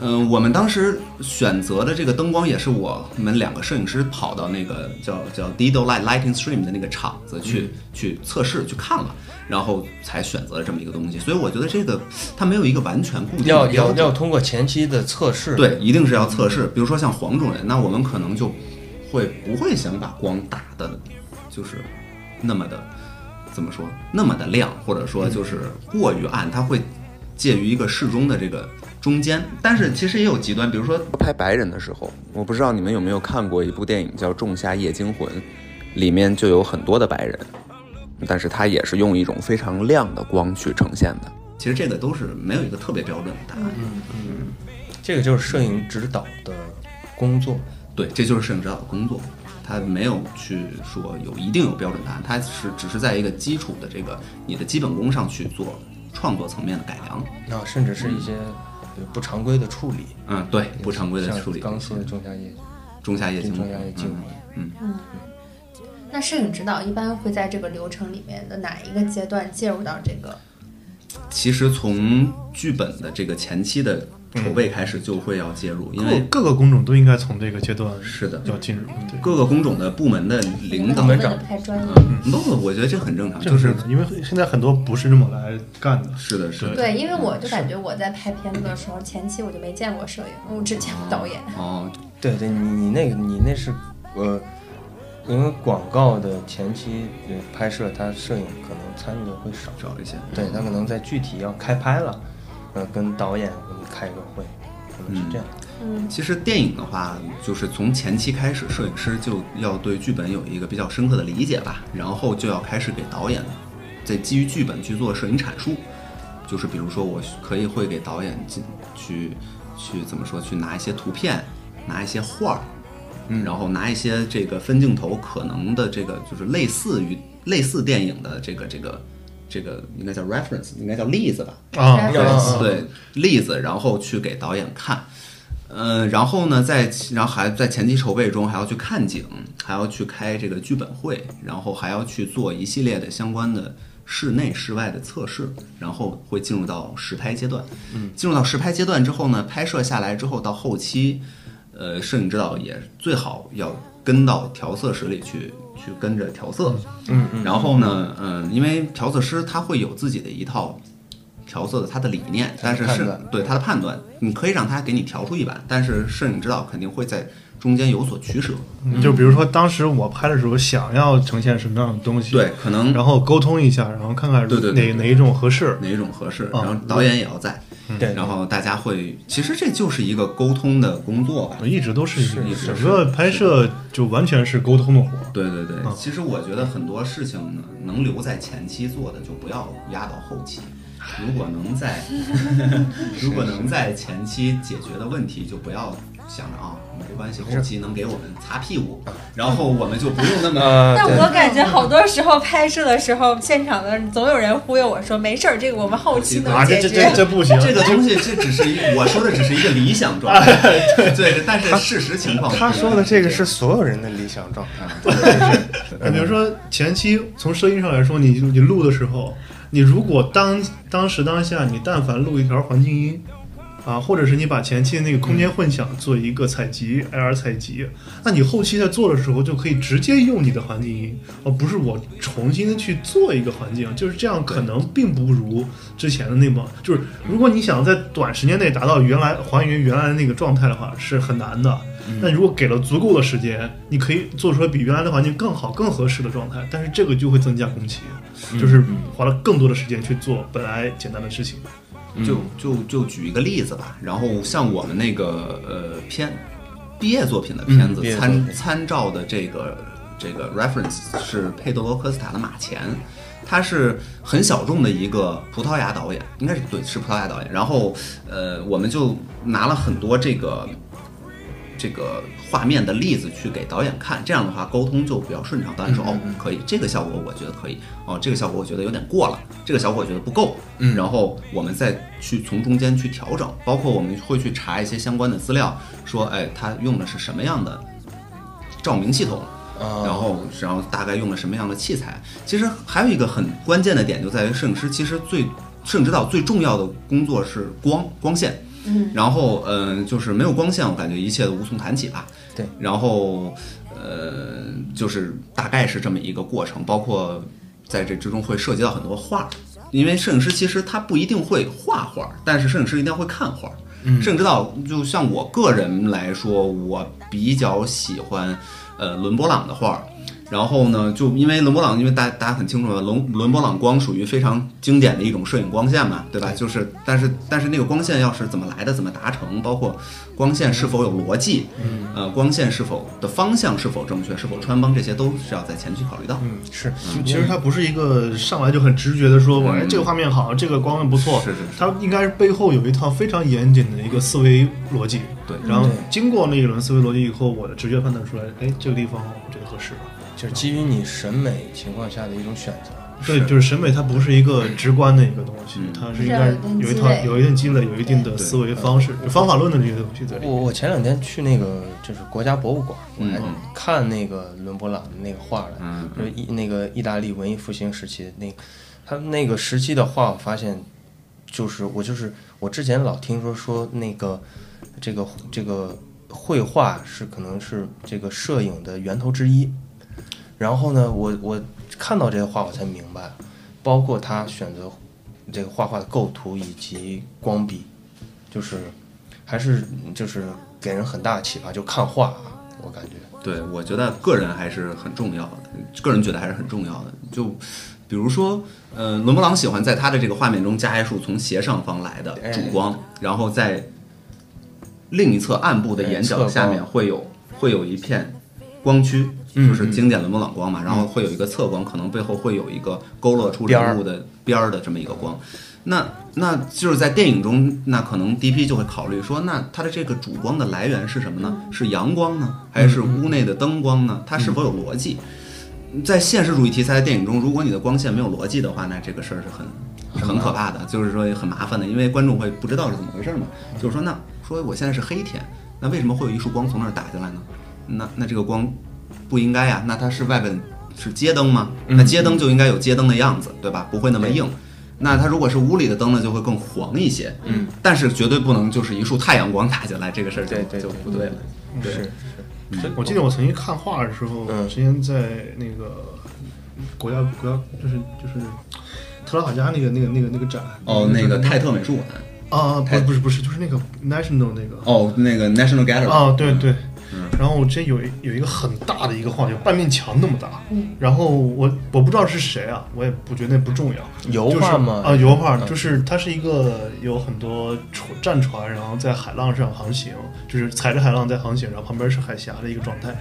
[SPEAKER 1] 嗯，我们当时选择的这个灯光也是我们两个摄影师跑到那个叫叫 Dido Light Lighting Stream 的那个厂子去、
[SPEAKER 7] 嗯
[SPEAKER 1] 去测试去看了，然后才选择了这么一个东西。所以我觉得这个它没有一个完全固定的
[SPEAKER 7] 要
[SPEAKER 1] 标
[SPEAKER 7] 要
[SPEAKER 1] 准
[SPEAKER 7] 要通过前期的测试，
[SPEAKER 1] 对，一定是要测试。比如说像黄种人，那我们可能就会不会想把光打的，就是那么的怎么说，那么的亮，或者说就是过于暗，它会介于一个适中的这个中间。但是其实也有极端，比如说拍白人的时候，我不知道你们有没有看过一部电影叫《仲夏夜惊魂》，里面就有很多的白人。但是它也是用一种非常亮的光去呈现的。其实这个都是没有一个特别标准的答案。
[SPEAKER 7] 这个就是摄影指导的工作。
[SPEAKER 1] 对，这就是摄影指导的工作，他没有去说有一定有标准答案，他是只是在一个基础的这个你的基本功上去做创作层面的改良。
[SPEAKER 7] 啊，甚至是一些比如不常规的处理，
[SPEAKER 1] 嗯，对，不常规的
[SPEAKER 7] 像
[SPEAKER 1] 处理。
[SPEAKER 7] 刚说的仲夏夜，
[SPEAKER 1] 仲夏夜惊
[SPEAKER 7] 仲夏夜惊
[SPEAKER 1] 魂
[SPEAKER 7] 魂，
[SPEAKER 1] 嗯，嗯
[SPEAKER 8] 那摄影指导一般会在这个流程里面的哪一个阶段介入到这个？
[SPEAKER 1] 其实从剧本的这个前期的筹备开始就会要介入，因
[SPEAKER 5] 各
[SPEAKER 1] 为
[SPEAKER 5] 各个工种都应该从这个阶段
[SPEAKER 1] 是的
[SPEAKER 5] 要进入，对，
[SPEAKER 1] 各个工种的部门的领导
[SPEAKER 7] 部，门
[SPEAKER 8] 为
[SPEAKER 7] 长
[SPEAKER 8] 了拍专业。
[SPEAKER 1] 嗯，不不，我觉得这很正常，
[SPEAKER 5] 这
[SPEAKER 1] 就是是
[SPEAKER 5] 的，因为现在很多不是这么来干的，
[SPEAKER 1] 是的，是的。
[SPEAKER 8] 对，因为我就感觉我在拍片子的时候，前期我就没见过摄影，我只见过导演。
[SPEAKER 1] 哦，
[SPEAKER 7] 对对，你你那个你那是呃，因为广告的前期呃拍摄，它摄影可能参与的会少，
[SPEAKER 1] 找一些，
[SPEAKER 7] 对他可能在具体要开拍了，呃，跟导演给你开个会，可能是这样。
[SPEAKER 3] 嗯
[SPEAKER 8] 嗯
[SPEAKER 1] 其实电影的话，就是从前期开始，摄影师就要对剧本有一个比较深刻的理解吧，然后就要开始给导演，再基于剧本去做摄影阐述。就是比如说，我可以会给导演进去去怎么说，去拿一些图片，拿一些画儿，嗯，然后拿一些这个分镜头可能的这个就是类似于类似电影的这个这个这个应该叫 reference，应该叫例子吧，
[SPEAKER 5] 啊，
[SPEAKER 7] 要
[SPEAKER 1] 对嗯对例子，然后去给导演看。嗯，然后呢，在然后还在前期筹备中还要去看景，还要去开这个剧本会，然后还要去做一系列的相关的室内、室外的测试，然后会进入到实拍阶段。嗯，进入到实拍阶段之后呢，拍摄下来之后到后期，呃，摄影指导也最好要跟到调色室里去，去跟着调色。嗯，然后呢，嗯，因为调色师他会有自己的一套调色的他的理念，但是
[SPEAKER 7] 判
[SPEAKER 1] 是
[SPEAKER 7] 断
[SPEAKER 1] 对他的判断，你可以让他给你调出一版，但是摄影指导肯定会在中间有所取舍。
[SPEAKER 5] 就比如说当时我拍的时候想要呈现什么样的东西，
[SPEAKER 1] 对，，可能
[SPEAKER 5] 然后沟通一下，然后看看
[SPEAKER 1] 对对
[SPEAKER 5] 哪
[SPEAKER 1] 对
[SPEAKER 5] 哪一种合适，
[SPEAKER 1] 哪一种合适，
[SPEAKER 5] 啊
[SPEAKER 1] 然后导演也要在，
[SPEAKER 7] 对，
[SPEAKER 1] 然后大家会，其实这就是一个沟通的工作吧。
[SPEAKER 5] 一直都是
[SPEAKER 1] 是是
[SPEAKER 5] 整个拍摄就完全是沟通的活儿。
[SPEAKER 1] 对对对
[SPEAKER 5] 啊，
[SPEAKER 1] 其实我觉得很多事情呢，能留在前期做的就不要压到后期。如果能在， 如果能在前期解决的问题，就不要想着啊，没关系，后期能给我们擦屁股，然后我们就不用嗯那么。
[SPEAKER 7] 呃，
[SPEAKER 3] 但
[SPEAKER 7] 对
[SPEAKER 3] 我感觉好多时候拍摄的时候，现场的总有人忽悠我说没事儿，这个我们后期
[SPEAKER 5] 啊，
[SPEAKER 3] 能
[SPEAKER 5] 这
[SPEAKER 3] 解
[SPEAKER 5] 这
[SPEAKER 3] 决
[SPEAKER 5] 这。这不行，
[SPEAKER 1] 这个东西，这只是一我说的，只是一个理想状态，对但是事实情况不一样，
[SPEAKER 7] 他说的这个是所有人的理想状态，
[SPEAKER 5] 哎比如说前期从声音上来说，你你录的时候，你如果当当时当下你但凡录一条环境音，啊，或者是你把前期那个空间混响做一个采集、IR 采集，那你后期在做的时候就可以直接用你的环境音，而不是我重新的去做一个环境，就是这样，可能并不如之前的那么，就是如果你想在短时间内达到原来还原原来的那个状态的话，是很难的。但如果给了足够的时间，你可以做出来比原来的环境更好、更合适的状态，但是这个就会增加工期，就是花了更多的时间去做本来简单的事情。
[SPEAKER 7] 嗯
[SPEAKER 1] 就就就举一个例子吧，然后像我们那个呃片毕业作品的片子，
[SPEAKER 7] 嗯毕业作
[SPEAKER 1] 参
[SPEAKER 7] 品
[SPEAKER 1] 参照的这个这个 reference 是佩德罗科斯塔的《马前》，他是很小众的一个葡萄牙导演，应该是对是葡萄牙导演。然后呃，我们就拿了很多这个这个画面的例子去给导演看，这样的话沟通就比较顺畅。导演说、哦，可以，这个效果我觉得可以，哦，这个效果我觉得有点过了，这个效果我觉得不够，嗯，然后我们再去从中间去调整，包括我们会去查一些相关的资料，说，哎，他用的是什么样的照明系统，
[SPEAKER 7] 哦
[SPEAKER 1] 然后然后大概用了什么样的器材。其实还有一个很关键的点就在于摄影师其实最摄影指导最重要的工作是光光线。嗯，然后嗯、呃就是没有光线，我感觉一切都无从谈起吧。
[SPEAKER 7] 对，
[SPEAKER 1] 然后呃，就是大概是这么一个过程，包括在这之中会涉及到很多画儿，因为摄影师其实他不一定会画画儿，但是摄影师一定会看画儿。摄影指导就像我个人来说，我比较喜欢呃伦勃朗的画儿。然后呢，就因为伦勃朗，因为大大家很清楚了，伦伦勃朗光属于非常经典的一种摄影光线嘛，对吧？就是，但是但是那个光线要是怎么来的，怎么达成，包括光线是否有逻辑，嗯，呃，光线是否的方向是否正确，是否穿帮，这些都是要在前期考虑到。
[SPEAKER 7] 嗯，是，
[SPEAKER 5] 其实它不是一个上来就很直觉的说，我、哎
[SPEAKER 1] 嗯
[SPEAKER 5] 这个画面好，这个光面不错，
[SPEAKER 1] 是是是
[SPEAKER 5] 它应该是背后有一套非常严谨的一个思维逻辑。
[SPEAKER 1] 对
[SPEAKER 5] 然后
[SPEAKER 7] 对
[SPEAKER 5] 经过那一轮思维逻辑以后，我的直觉判断出来，哎，这个地方我觉得合适。
[SPEAKER 7] 就是基于你审美情况下的一种选择。
[SPEAKER 5] 对，就是审美，它不是一个直观的一个东西，
[SPEAKER 1] 嗯
[SPEAKER 5] 它是应该有
[SPEAKER 8] 有
[SPEAKER 5] 一
[SPEAKER 8] 一定积
[SPEAKER 5] 套
[SPEAKER 8] 累
[SPEAKER 5] 有一定积累，有一定的思维方式、有方法论的这些东西在里
[SPEAKER 7] 我
[SPEAKER 5] 面。
[SPEAKER 7] 我前两天去那个就是国家博物馆，我还
[SPEAKER 1] 嗯嗯
[SPEAKER 7] 看那个伦勃朗的那个画了，
[SPEAKER 1] 嗯
[SPEAKER 7] 就是意那个意大利文艺复兴时期那个，他们那个时期的画，我发现就是我就是我之前老听说说那个这个这个绘画是可能是这个摄影的源头之一，然后呢，我我看到这些画我才明白，包括他选择这个画画的构图以及光笔，就是还是就是给人很大的启发，就看画啊，我感觉。
[SPEAKER 1] 对，我觉得个人还是很重要的，个人觉得还是很重要的。就比如说，呃，伦勃朗喜欢在他的这个画面中加一束从斜上方来的
[SPEAKER 7] 哎
[SPEAKER 1] 主光，然后在另一侧暗部的眼角下
[SPEAKER 7] 哎侧
[SPEAKER 1] 面
[SPEAKER 7] 光
[SPEAKER 1] 会有会有一片光区，
[SPEAKER 7] 嗯
[SPEAKER 1] 就是经典伦勃朗光嘛，然后会有一个侧光，可能背后会有一个勾勒出人物的边儿的这么一个光。那那就是在电影中，那可能 DP 就会考虑说，那它的这个主光的来源是什么呢？是阳光呢，还是屋内的灯光呢？它是否有逻辑？在现实主义题材的电影中，如果你的光线没有逻辑的话，那这个事儿是很很可怕的，就是说很麻烦的，因为观众会不知道是怎么回事嘛。就是说，那说我现在是黑天，那为什么会有一束光从那儿打进来呢？那那这个光不应该呀、那它是外边是街灯吗？那街灯就应该有街灯的样子，嗯对吧？不会那么硬。那它如果是屋里的灯呢，就会更黄一些。嗯，但是绝对不能就是一束太阳光打进来，这个事儿就
[SPEAKER 7] 对对
[SPEAKER 1] 就
[SPEAKER 7] 对
[SPEAKER 1] 不对了。对
[SPEAKER 7] 是
[SPEAKER 5] 对我记得我曾经看画的时候，
[SPEAKER 7] 嗯
[SPEAKER 5] 之前在那个国家国家就是就是特拉法加那个那个那个那个展
[SPEAKER 1] 哦，那个泰特美术馆，
[SPEAKER 5] 啊，不
[SPEAKER 1] 太
[SPEAKER 5] 是不是不是，就是那个 national 那个
[SPEAKER 1] 哦，那个 National Gallery，、
[SPEAKER 5] 啊，对对。然后我之前有一有一个很大的一个画，有半面墙那么大。然后我我不知道是谁啊，我也不觉得那不重要。
[SPEAKER 7] 油
[SPEAKER 5] 就是
[SPEAKER 7] 画吗
[SPEAKER 5] 啊，油画就是它是一个有很多船战船，然后在海浪上航行，就是踩着海浪在航行，然后旁边是海峡的一个状态。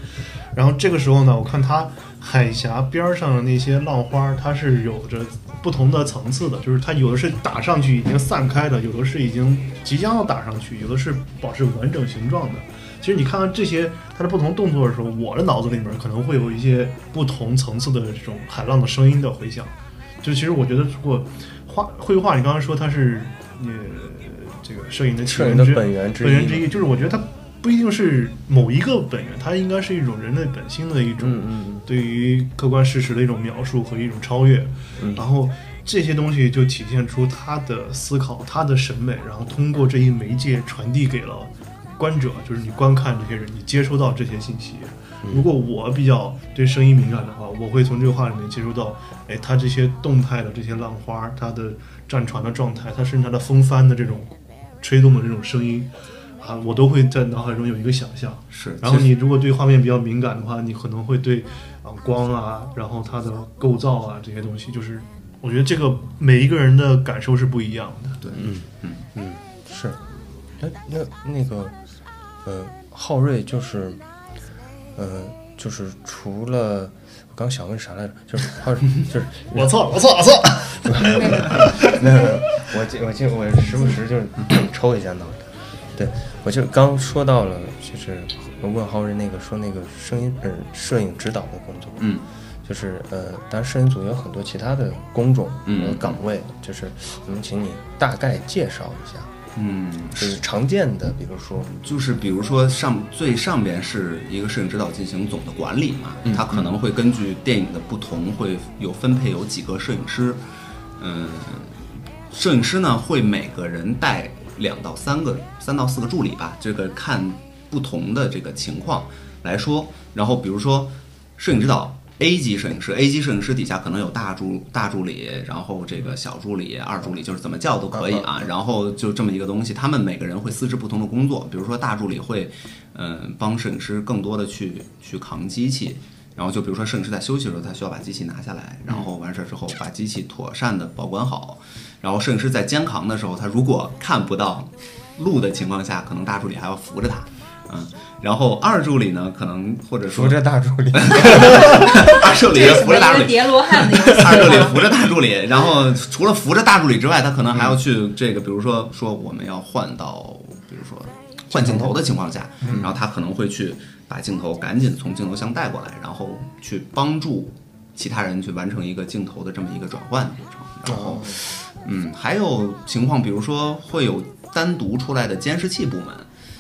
[SPEAKER 5] 然后这个时候呢，我看它海峡边儿上的那些浪花，它是有着不同的层次的，就是它有的是打上去已经散开的，有的是已经即将要打上去，有的是保持完整形状的。其实你看到这些它的不同动作的时候，我的脑子里面可能会有一些不同层次的这种海浪的声音的回响。就其实我觉得，如果画绘画，你刚刚说它是呃这个摄影的起
[SPEAKER 7] 摄影
[SPEAKER 5] 源
[SPEAKER 7] 的
[SPEAKER 5] 之
[SPEAKER 7] 本源之一
[SPEAKER 5] 本源之一，
[SPEAKER 7] 嘛
[SPEAKER 5] 就是我觉得它不一定是某一个本源，它应该是一种人类本性的一种
[SPEAKER 7] 嗯嗯嗯嗯
[SPEAKER 5] 对于客观事实的一种描述和一种超越。然后这些东西就体现出他的思考、他的审美，然后通过这一媒介传递给了观者，就是你观看这些人，你接收到这些信息。
[SPEAKER 7] 嗯
[SPEAKER 5] 如果我比较对声音敏感的话，我会从这个画里面接收到，哎，它这些动态的这些浪花，它的战船的状态，它甚至它的风帆的这种吹动的这种声音，啊，我都会在脑海中有一个想象。
[SPEAKER 1] 是，
[SPEAKER 5] 然后
[SPEAKER 1] 其
[SPEAKER 5] 你
[SPEAKER 1] 实
[SPEAKER 5] 如果对画面比较敏感的话，你可能会对啊、光啊，然后它的构造啊这些东西，就是我觉得这个每一个人的感受是不一样的。
[SPEAKER 1] 对，
[SPEAKER 7] 是，那那那个，呃，浩瑞就是，呃，就是除了我刚想问啥来着，就是浩瑞就是
[SPEAKER 5] 我错，我错，我错。
[SPEAKER 7] 没有没有，我就我就我时不时就是 抽一下脑袋。对，我就刚说到了，就是我问浩瑞那个说那个声音呃摄影指导的工作，
[SPEAKER 1] 嗯，
[SPEAKER 7] 就是呃，当然摄影组也有很多其他的工种
[SPEAKER 1] 嗯
[SPEAKER 7] 和岗位，就是能请你大概介绍一下，
[SPEAKER 1] 嗯，
[SPEAKER 7] 就是常见的，比如说
[SPEAKER 1] 就是比如说上最上边是一个摄影指导进行总的管理嘛，
[SPEAKER 7] 嗯
[SPEAKER 1] 他可能会根据电影的不同，会有分配有几个摄影师，嗯，摄影师呢会每个人带两到三个、三到四个助理吧，这个看不同的这个情况来说。然后比如说，摄影指导 A 级摄影师，A 级摄影师底下可能有大助大助理，然后这个小助理、二助理，就是怎么叫都可以啊。然后就这么一个东西，他们每个人会司职不同的工作。比如说大助理会，嗯、帮摄影师更多的去去扛机器。然后就比如说摄影师在休息的时候，他需要把机器拿下来，然后完事儿之后把机器妥善的保管好。然后摄影师在肩扛的时候，他如果看不到路的情况下，可能大助理还要扶着他，嗯，然后二助理呢，可能或者说
[SPEAKER 7] 扶着大助理，
[SPEAKER 1] 二助理也扶着大
[SPEAKER 3] 一
[SPEAKER 1] 助
[SPEAKER 3] 个
[SPEAKER 1] 理，
[SPEAKER 3] 叠罗汉的游戏
[SPEAKER 1] 二助理
[SPEAKER 3] 吗
[SPEAKER 1] 扶着大助理，然后除了扶着大助理之外，他可能还
[SPEAKER 7] 嗯
[SPEAKER 1] 要去这个，比如说说我们要换到，比如说换镜头的情况下，
[SPEAKER 7] 嗯
[SPEAKER 1] 然后他可能会去把镜头赶紧从镜头箱带过来，然后去帮助其他人去完成一个镜头的这么一个转换的过程。然后，嗯，还有情况，比如说会有单独出来的监视器部门，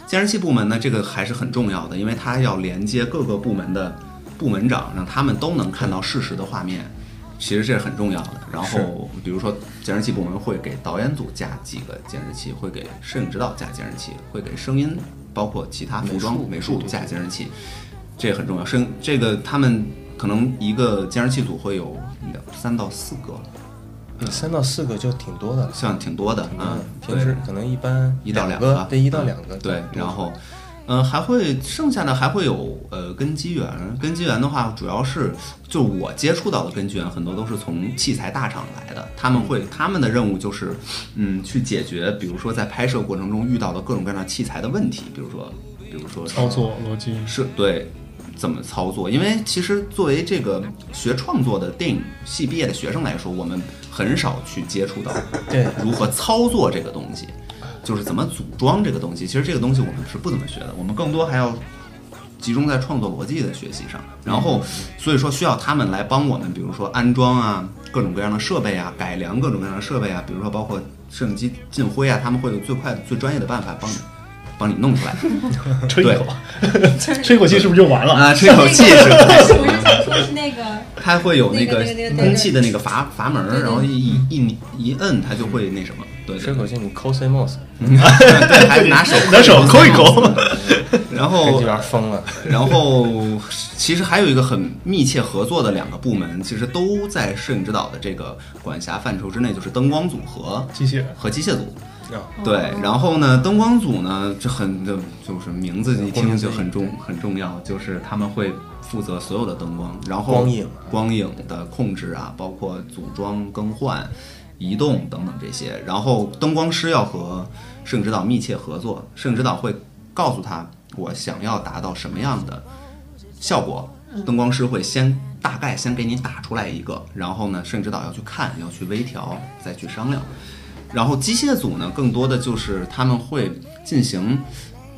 [SPEAKER 1] 监视器部门呢，这个还是很重要的，因为它要连接各个部门的部门长，让他们都能看到事实的画面。其实这是很重要的。然后，比如说监视器部门会给导演组加几个监视器，会给摄影指导加监视器，会给声音，包括其他服装、啊美术加监视器，这也很重要。声这个他们可能一个监视器组会有两三到四个，
[SPEAKER 7] 三到四个就挺多的了。
[SPEAKER 1] 算挺多的。嗯，
[SPEAKER 7] 平时
[SPEAKER 1] 啊对
[SPEAKER 7] 可能一般
[SPEAKER 1] 一到两
[SPEAKER 7] 个
[SPEAKER 1] 个，，
[SPEAKER 7] 对，一到两个，
[SPEAKER 1] 嗯对，然后，嗯、还会剩下的还会有呃根基源，根基源的话，主要是就我接触到的根基源很多都是从器材大厂来的，他们会、他们的任务就是，嗯，去解决比如说在拍摄过程中遇到的各种各样的器材的问题，比如说，比如说
[SPEAKER 5] 操作逻辑
[SPEAKER 1] 是对怎么操作，因为其实作为这个学创作的电影系毕业的学生来说，我们很少去接触到
[SPEAKER 7] 对
[SPEAKER 1] 如何操作这个东西，就是怎么组装这个东西。其实这个东西我们是不怎么学的，我们更多还要集中在创作逻辑的学习上。然后，所以说需要他们来帮我们，比如说安装啊，各种各样的设备啊，改良各种各样的设备啊，比如说包括摄影机进灰啊，他们会有最快最专业的办法帮你帮你弄出来。
[SPEAKER 5] 吹一口，
[SPEAKER 3] 就是
[SPEAKER 5] 吹一口气是不是就完了？
[SPEAKER 1] 啊， 吹口气是吧？
[SPEAKER 3] 是不是想说是那个
[SPEAKER 1] 它会有那个
[SPEAKER 3] 那个那个那个
[SPEAKER 1] 空气的那个阀阀门
[SPEAKER 3] 对
[SPEAKER 1] 儿，
[SPEAKER 3] 对
[SPEAKER 1] 然后一一一一摁，它就会那什么。对，对
[SPEAKER 7] 吹口气你抠 C mos，
[SPEAKER 1] 对，还拿 手
[SPEAKER 5] 拿手抠一 抠。
[SPEAKER 1] 然
[SPEAKER 7] 这
[SPEAKER 1] 后
[SPEAKER 7] 就，要疯了。
[SPEAKER 1] 然后，其实还有一个很密切合作的两个部门，其实都在摄影指导的这个管辖范畴之内，就是灯光组和
[SPEAKER 5] 机械
[SPEAKER 1] 和机械组。
[SPEAKER 7] 啊
[SPEAKER 1] 对，然后呢，灯光组呢，这很就就是名字一听就很重很重要，就是他们会负责所有的灯光，然后
[SPEAKER 7] 光影啊
[SPEAKER 1] 光影的控制啊，包括组装、更换、移动等等这些。然后灯光师要和摄影指导密切合作，摄影指导会告诉他我想要达到什么样的效果，灯光师会先大概先给你打出来一个，然后呢，摄影指导要去看，要去微调，再去商量。然后机械组呢，更多的就是他们会进行，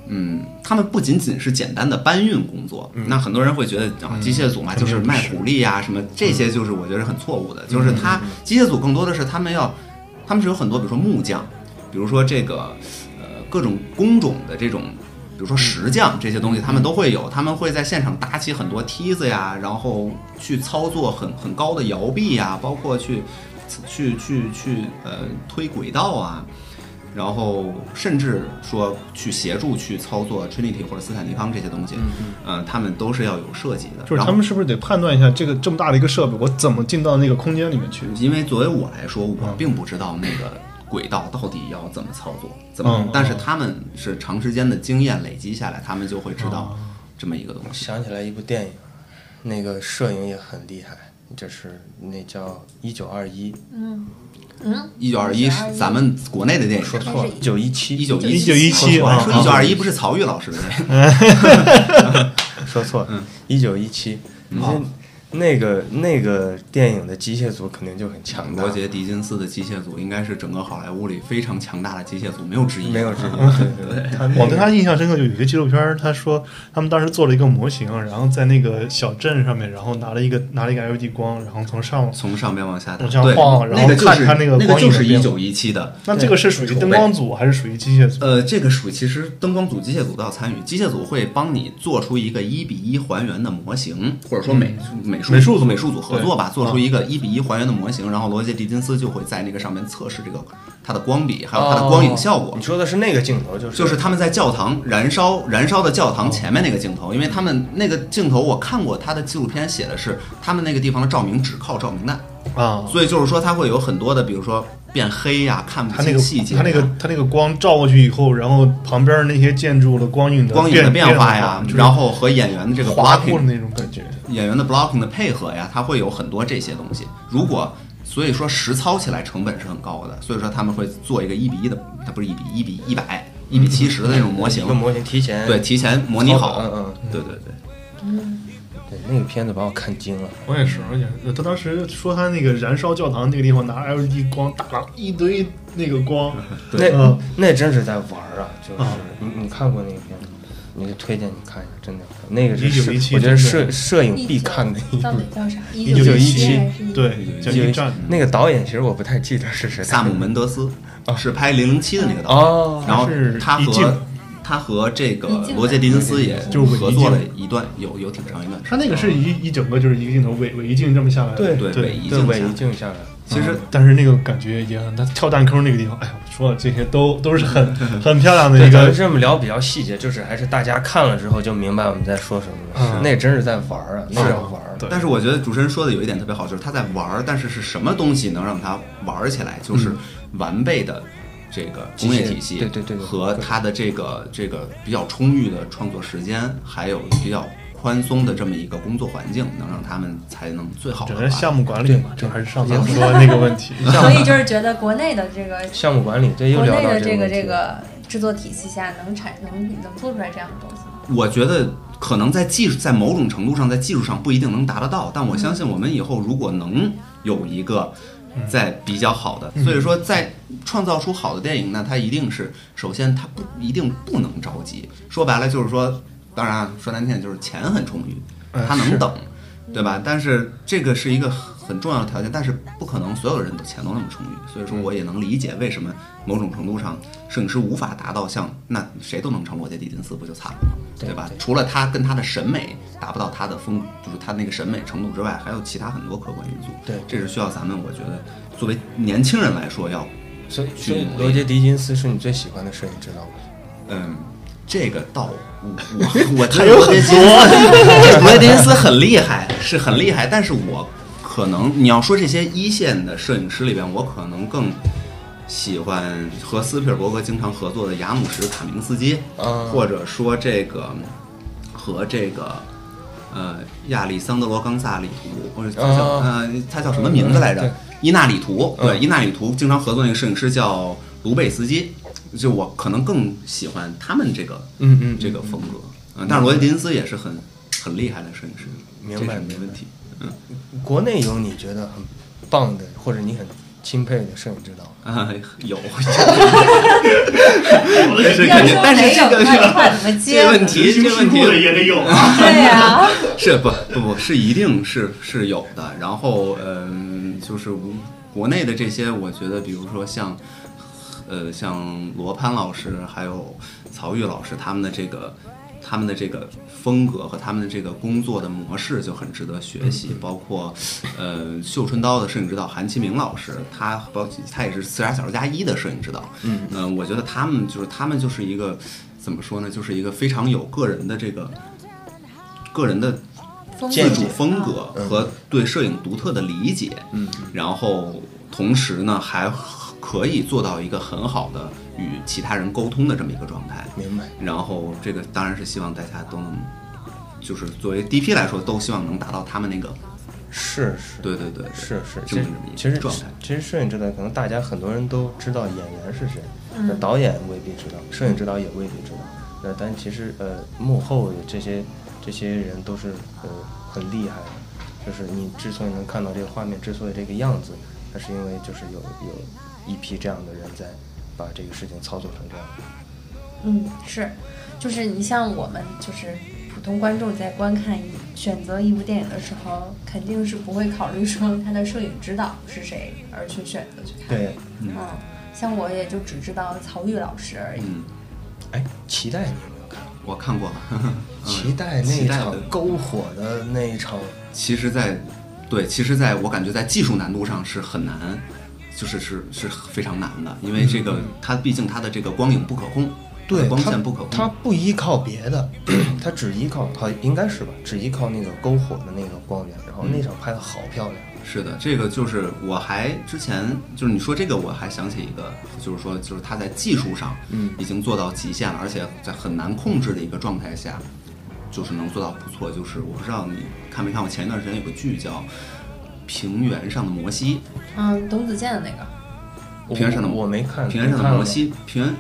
[SPEAKER 1] 嗯，他们不仅仅是简单的搬运工作。那很多人会觉得啊，机械组嘛，就是卖苦力啊什么，这些就是我觉得是很错误的。就是他机械组更多的是他们要，他们是有很多，比如说木匠，比如说这个呃各种工种的这种。比如说石匠这些东西，他们都
[SPEAKER 9] 嗯
[SPEAKER 1] 会有，他们会在现场搭起很多梯子呀，然后去操作很很高的摇臂呀，包括去去去去呃推轨道啊，然后甚至说去协助去操作 Trinity 或者斯坦尼康这些东西，嗯、呃，他们都是要有设计的。
[SPEAKER 9] 就是他
[SPEAKER 1] 然后
[SPEAKER 9] 们是不是得判断一下这个这么大的一个设备，我怎么进到那个空间里面去？
[SPEAKER 1] 因为作为我来说，我并不知道那个轨道到底要怎么操作，怎么，
[SPEAKER 9] 嗯
[SPEAKER 1] 但是他们是长时间的经验累积下来，他们就会知道这么一个东西。
[SPEAKER 7] 想起来一部电影，那个摄影也很厉害，就是那叫《一九二一》，
[SPEAKER 1] 一九二一是咱们国内的电影，
[SPEAKER 7] 说错了，一九一七，
[SPEAKER 1] 一九
[SPEAKER 9] 一九一七
[SPEAKER 1] 说
[SPEAKER 9] 啊，
[SPEAKER 1] 一九二一不是曹禺老师的电影，
[SPEAKER 7] 说错
[SPEAKER 1] 嗯
[SPEAKER 7] 了，一九一七，那那个那个电影的机械组肯定就很强大
[SPEAKER 1] 罗，杰·狄金斯的机械组应该是整个好莱坞里非常强大的机械组，没有之一。
[SPEAKER 7] 没 有之一，对对对，他那
[SPEAKER 5] 我对
[SPEAKER 7] 个
[SPEAKER 5] 他印象深刻，就有一个纪录片儿，他说他们当时做了一个模型，然后在那个小镇上面，然后拿了一个拿了一个 LED 光，然后从上，
[SPEAKER 1] 从上边往下打，
[SPEAKER 5] 往下
[SPEAKER 1] 对，
[SPEAKER 5] 晃然后
[SPEAKER 1] 那个就
[SPEAKER 5] 看
[SPEAKER 1] 是
[SPEAKER 5] 它那个
[SPEAKER 1] 那个
[SPEAKER 5] 光影
[SPEAKER 1] 就是
[SPEAKER 5] 的
[SPEAKER 1] 一
[SPEAKER 5] 变化
[SPEAKER 1] 九一七的。
[SPEAKER 5] 那这个是属于灯光组还是属于机械组？
[SPEAKER 1] 呃，这个属于其实灯光组、机械组都要参与，机械组会帮你做出一个一比一还原的模型，或者说美美术
[SPEAKER 5] 嗯美术组嗯
[SPEAKER 1] 美术组合作吧，做出一个一比一还原的模型，然后罗杰·狄金斯就会在那个上面测试这个它的光比，还有它的光
[SPEAKER 5] 哦
[SPEAKER 1] 影效果。
[SPEAKER 7] 哦你说的是那个镜头，就是
[SPEAKER 1] 就是他们在教堂燃烧燃烧的教
[SPEAKER 5] 哦
[SPEAKER 1] 堂前面那个镜头，因为他们那个镜头我看过他的纪录片写的是他们那个地方的照明只靠照明弹，
[SPEAKER 5] 啊，
[SPEAKER 1] 所以就是说它会有很多的，比如说变黑呀、看不
[SPEAKER 5] 它那
[SPEAKER 1] 清
[SPEAKER 5] 个
[SPEAKER 1] 细节、呀
[SPEAKER 5] 它那个它那个光照过去以后，然后旁边那些建筑的光影的
[SPEAKER 1] 光影的变化呀，
[SPEAKER 5] 就是
[SPEAKER 1] 然后和演员的这个
[SPEAKER 5] 划过的
[SPEAKER 1] blocking
[SPEAKER 5] 那种感觉。
[SPEAKER 1] 演员的 blocking 的配合呀，它会有很多这些东西。如果所以说实操起来成本是很高的，所以说他们会做一个一比一的，它不是一比一比一百一比七十的那种模型嗯
[SPEAKER 5] 嗯
[SPEAKER 7] 一个，模型提前
[SPEAKER 1] 对，提前模拟好，
[SPEAKER 7] 嗯嗯，
[SPEAKER 1] 对对对。
[SPEAKER 7] 对那个片子把我看惊了，
[SPEAKER 5] 我也是，而且他当时说他那个燃烧教堂那个地方拿 LED 光打了一堆那个光，
[SPEAKER 1] 对
[SPEAKER 7] 那
[SPEAKER 5] 嗯
[SPEAKER 7] 那真是在玩儿啊！就是、
[SPEAKER 5] 啊
[SPEAKER 7] 你你看过那个片子吗？你推荐你看一下，真的，那个是
[SPEAKER 5] 1917
[SPEAKER 7] 摄
[SPEAKER 5] 真
[SPEAKER 7] 我觉得
[SPEAKER 5] 的
[SPEAKER 7] 摄摄影必看的一
[SPEAKER 3] 到
[SPEAKER 7] 部
[SPEAKER 3] 底。叫啥？一
[SPEAKER 5] 九
[SPEAKER 3] 九
[SPEAKER 5] 一
[SPEAKER 7] 七
[SPEAKER 3] 还是一
[SPEAKER 5] 对，叫
[SPEAKER 7] 1917
[SPEAKER 5] 一战，
[SPEAKER 7] 那个导演其实我不太记得是谁，
[SPEAKER 1] 萨姆门德斯是拍《零零七》的那个导演，
[SPEAKER 7] 哦，
[SPEAKER 1] 然后他
[SPEAKER 5] 他哦是一镜
[SPEAKER 1] 和他和这个
[SPEAKER 3] 一镜
[SPEAKER 1] 罗杰·狄金斯也
[SPEAKER 5] 就是伪
[SPEAKER 1] 合
[SPEAKER 5] 一
[SPEAKER 1] 作
[SPEAKER 5] 镜
[SPEAKER 1] 了一段，有有挺长一段时
[SPEAKER 5] 他
[SPEAKER 1] 间。
[SPEAKER 5] 那个是一一整个就是一个镜头尾尾一镜这么下来的，
[SPEAKER 7] 对
[SPEAKER 1] 对
[SPEAKER 5] 对
[SPEAKER 1] 伪一
[SPEAKER 7] 对
[SPEAKER 1] 镜
[SPEAKER 7] 伪
[SPEAKER 1] 下
[SPEAKER 7] 一镜下来，
[SPEAKER 1] 其实
[SPEAKER 5] 嗯但是那个感觉也很，他跳弹坑那个地方，哎呀，我说了这些都都是很很漂亮的
[SPEAKER 7] 对，
[SPEAKER 5] 一
[SPEAKER 7] 咱们
[SPEAKER 5] 个，嗯
[SPEAKER 7] 这么聊比较细节，就是还是大家看了之后就明白我们在说什么了。
[SPEAKER 5] 嗯
[SPEAKER 7] 那真是在玩儿啊，那
[SPEAKER 5] 是
[SPEAKER 7] 叫
[SPEAKER 5] 啊
[SPEAKER 7] 玩儿。
[SPEAKER 5] 对
[SPEAKER 1] 但是我觉得主持人说的有一点特别好，就是他在玩儿，但是是什么东西能让他玩儿起来？就是
[SPEAKER 5] 嗯
[SPEAKER 1] 完备的这个工业体系，
[SPEAKER 7] 机械对对对对
[SPEAKER 1] 和他的这个这个比较充裕的创作时间，还有比较宽松的这么一个工作环境，能让他们才能最好
[SPEAKER 5] 整
[SPEAKER 1] 的
[SPEAKER 5] 个项目管理嘛，这还是上次
[SPEAKER 7] 对
[SPEAKER 5] 说那个问题，
[SPEAKER 3] 所以就是觉得国内的这个
[SPEAKER 7] 项目管理，这又
[SPEAKER 3] 国
[SPEAKER 7] 聊
[SPEAKER 3] 内
[SPEAKER 7] 到
[SPEAKER 3] 的
[SPEAKER 7] 这
[SPEAKER 3] 这
[SPEAKER 7] 个
[SPEAKER 3] 个
[SPEAKER 7] 问题
[SPEAKER 3] 这个制作体系下能产能能做出来这样的东西吗？
[SPEAKER 1] 我觉得可能在技术，在某种程度上，在技术上不一定能达得到，但我相信我们以后如果能有一个在比较好的，所以说在创造出好的电影，那它一定是首先它不一定不能着急，说白了就是说，当然啊说难听点就是钱很充裕，
[SPEAKER 5] 嗯
[SPEAKER 1] 它能
[SPEAKER 5] 是
[SPEAKER 1] 等，对吧？但是这个是一个很重要的条件，但是不可能所有人都钱都那么充裕，所以说我也能理解为什么某种程度上摄影师无法达到像那谁都能成罗杰·狄金斯不就惨了吗？对吧？除了他跟他的审美达不到他的风，就是他那个审美程度之外，还有其他很多客观因素。
[SPEAKER 7] 对
[SPEAKER 1] 这是需要咱们我觉得作为年轻人来说要
[SPEAKER 7] 所以，
[SPEAKER 1] 去
[SPEAKER 7] 所以
[SPEAKER 1] 努力
[SPEAKER 7] 罗杰·狄金斯是你最喜欢的摄影指导吗？
[SPEAKER 1] 嗯，这个到我我 我还有很多，罗杰·狄金斯很厉害，是很厉害，但是我可能你要说这些一线的摄影师里边，我可能更喜欢和斯皮尔伯格经常合作的雅姆什、卡明斯基，
[SPEAKER 7] 啊
[SPEAKER 1] 或者说这个和这个。呃，亚历桑德罗·冈萨里图，或者他叫、
[SPEAKER 7] 啊
[SPEAKER 1] 呃，他叫什么名字来着？
[SPEAKER 7] 嗯对
[SPEAKER 1] 伊纳里图，对，
[SPEAKER 7] 嗯
[SPEAKER 1] 伊纳里图经常合作那个摄影师叫卢贝斯基，就我可能更喜欢他们这个
[SPEAKER 7] 嗯嗯
[SPEAKER 1] 这个风格，嗯，但是罗杰·狄金斯也是很很厉害的摄影师，
[SPEAKER 7] 明
[SPEAKER 1] 这
[SPEAKER 7] 白
[SPEAKER 1] 是没
[SPEAKER 7] 明白
[SPEAKER 1] 问题。
[SPEAKER 7] 国内有你觉得很棒的，或者你很钦佩的摄影指导
[SPEAKER 1] 啊，
[SPEAKER 7] 吗？
[SPEAKER 1] 有，
[SPEAKER 5] 这
[SPEAKER 3] 要
[SPEAKER 5] 肯
[SPEAKER 1] 定
[SPEAKER 3] 说
[SPEAKER 1] 但是
[SPEAKER 3] 没
[SPEAKER 1] 这
[SPEAKER 3] 有
[SPEAKER 1] 个
[SPEAKER 3] 那
[SPEAKER 1] 是
[SPEAKER 3] 你话怎么
[SPEAKER 1] 这
[SPEAKER 3] 接
[SPEAKER 1] 个
[SPEAKER 3] 呢？
[SPEAKER 1] 问题，这个问题
[SPEAKER 5] 也得有啊，
[SPEAKER 3] 对呀，
[SPEAKER 1] 是不不不是一定是是有的。然后嗯、就是无国内的这些，我觉得比如说像呃像罗攀老师，还有曹禺老师他们的这个。他他们的这个风格和他们的这个工作的模式就很值得学习。包括呃，绣春刀的摄影指导韩其明老师，他包他也是《刺杀小说家一》的摄影指导。嗯我觉得他们就是他们就是一个怎么说呢，就是一个非常有个人的这个个人的自主风
[SPEAKER 7] 啊
[SPEAKER 1] 格
[SPEAKER 7] 嗯
[SPEAKER 1] 和对摄影独特的理解，嗯，然后同时呢还可以做到一个很好的与其他人沟通的这么一个状态，
[SPEAKER 7] 明白。
[SPEAKER 1] 然后这个当然是希望大家都能，就是作为 DP 来说，都希望能达到他们那个，
[SPEAKER 7] 是是，
[SPEAKER 1] 对对对，对
[SPEAKER 7] 是是，
[SPEAKER 1] 这
[SPEAKER 7] 其
[SPEAKER 1] 么这
[SPEAKER 7] 实
[SPEAKER 1] 么一个
[SPEAKER 7] 其实
[SPEAKER 1] 状态
[SPEAKER 7] 其实摄影指导可能大家很多人都知道演员是谁，那导演未必知道，摄影指导也未必知道。那但其实呃幕后的这些这些人都是呃很厉害的，就是你之所以能看到这个画面，之所以这个样子，那是因为就是有有一批这样的人在把这个事情操作成这样。
[SPEAKER 8] 嗯，是，就是你像我们就是普通观众在观看一选择一部电影的时候，肯定是不会考虑说他的摄影指导是谁而去选择去看。，
[SPEAKER 1] 啊
[SPEAKER 7] 对，
[SPEAKER 8] 嗯，像我也就只知道曹郁老师而已。
[SPEAKER 1] 嗯，
[SPEAKER 7] 哎，期待你有没有看？
[SPEAKER 1] 我看 过，嗯
[SPEAKER 7] 期待
[SPEAKER 1] 期
[SPEAKER 7] 那
[SPEAKER 1] 待
[SPEAKER 7] 场
[SPEAKER 1] 的
[SPEAKER 7] 篝火的那一场，
[SPEAKER 1] 其实在，对，其实在我感觉在技术难度上是很难，就是是是非常难的，因为这个它毕竟它的这个光影不可控，它的
[SPEAKER 7] 嗯对，
[SPEAKER 1] 光
[SPEAKER 7] 它
[SPEAKER 1] 线不可控，
[SPEAKER 7] 它不依靠别的， 它只依靠好应该是吧，只依靠那个篝火的那个光源，然后那场拍的好漂亮。
[SPEAKER 1] 是的，这个就是我还之前就是你说这个，我还想起一个，就是说就是他在技术上，
[SPEAKER 7] 嗯
[SPEAKER 1] 已经做到极限了，而且在很难控制的一个状态下，就是能做到不错。就是我不知道你看没看过，前一段时间有个剧叫《平原上的摩西
[SPEAKER 8] 嗯，董子健的那个，
[SPEAKER 1] 嗯平原上的
[SPEAKER 7] 我我没看，》，
[SPEAKER 1] 平原上的
[SPEAKER 7] 你看了
[SPEAKER 1] 摩
[SPEAKER 7] 吗，
[SPEAKER 1] 西，平原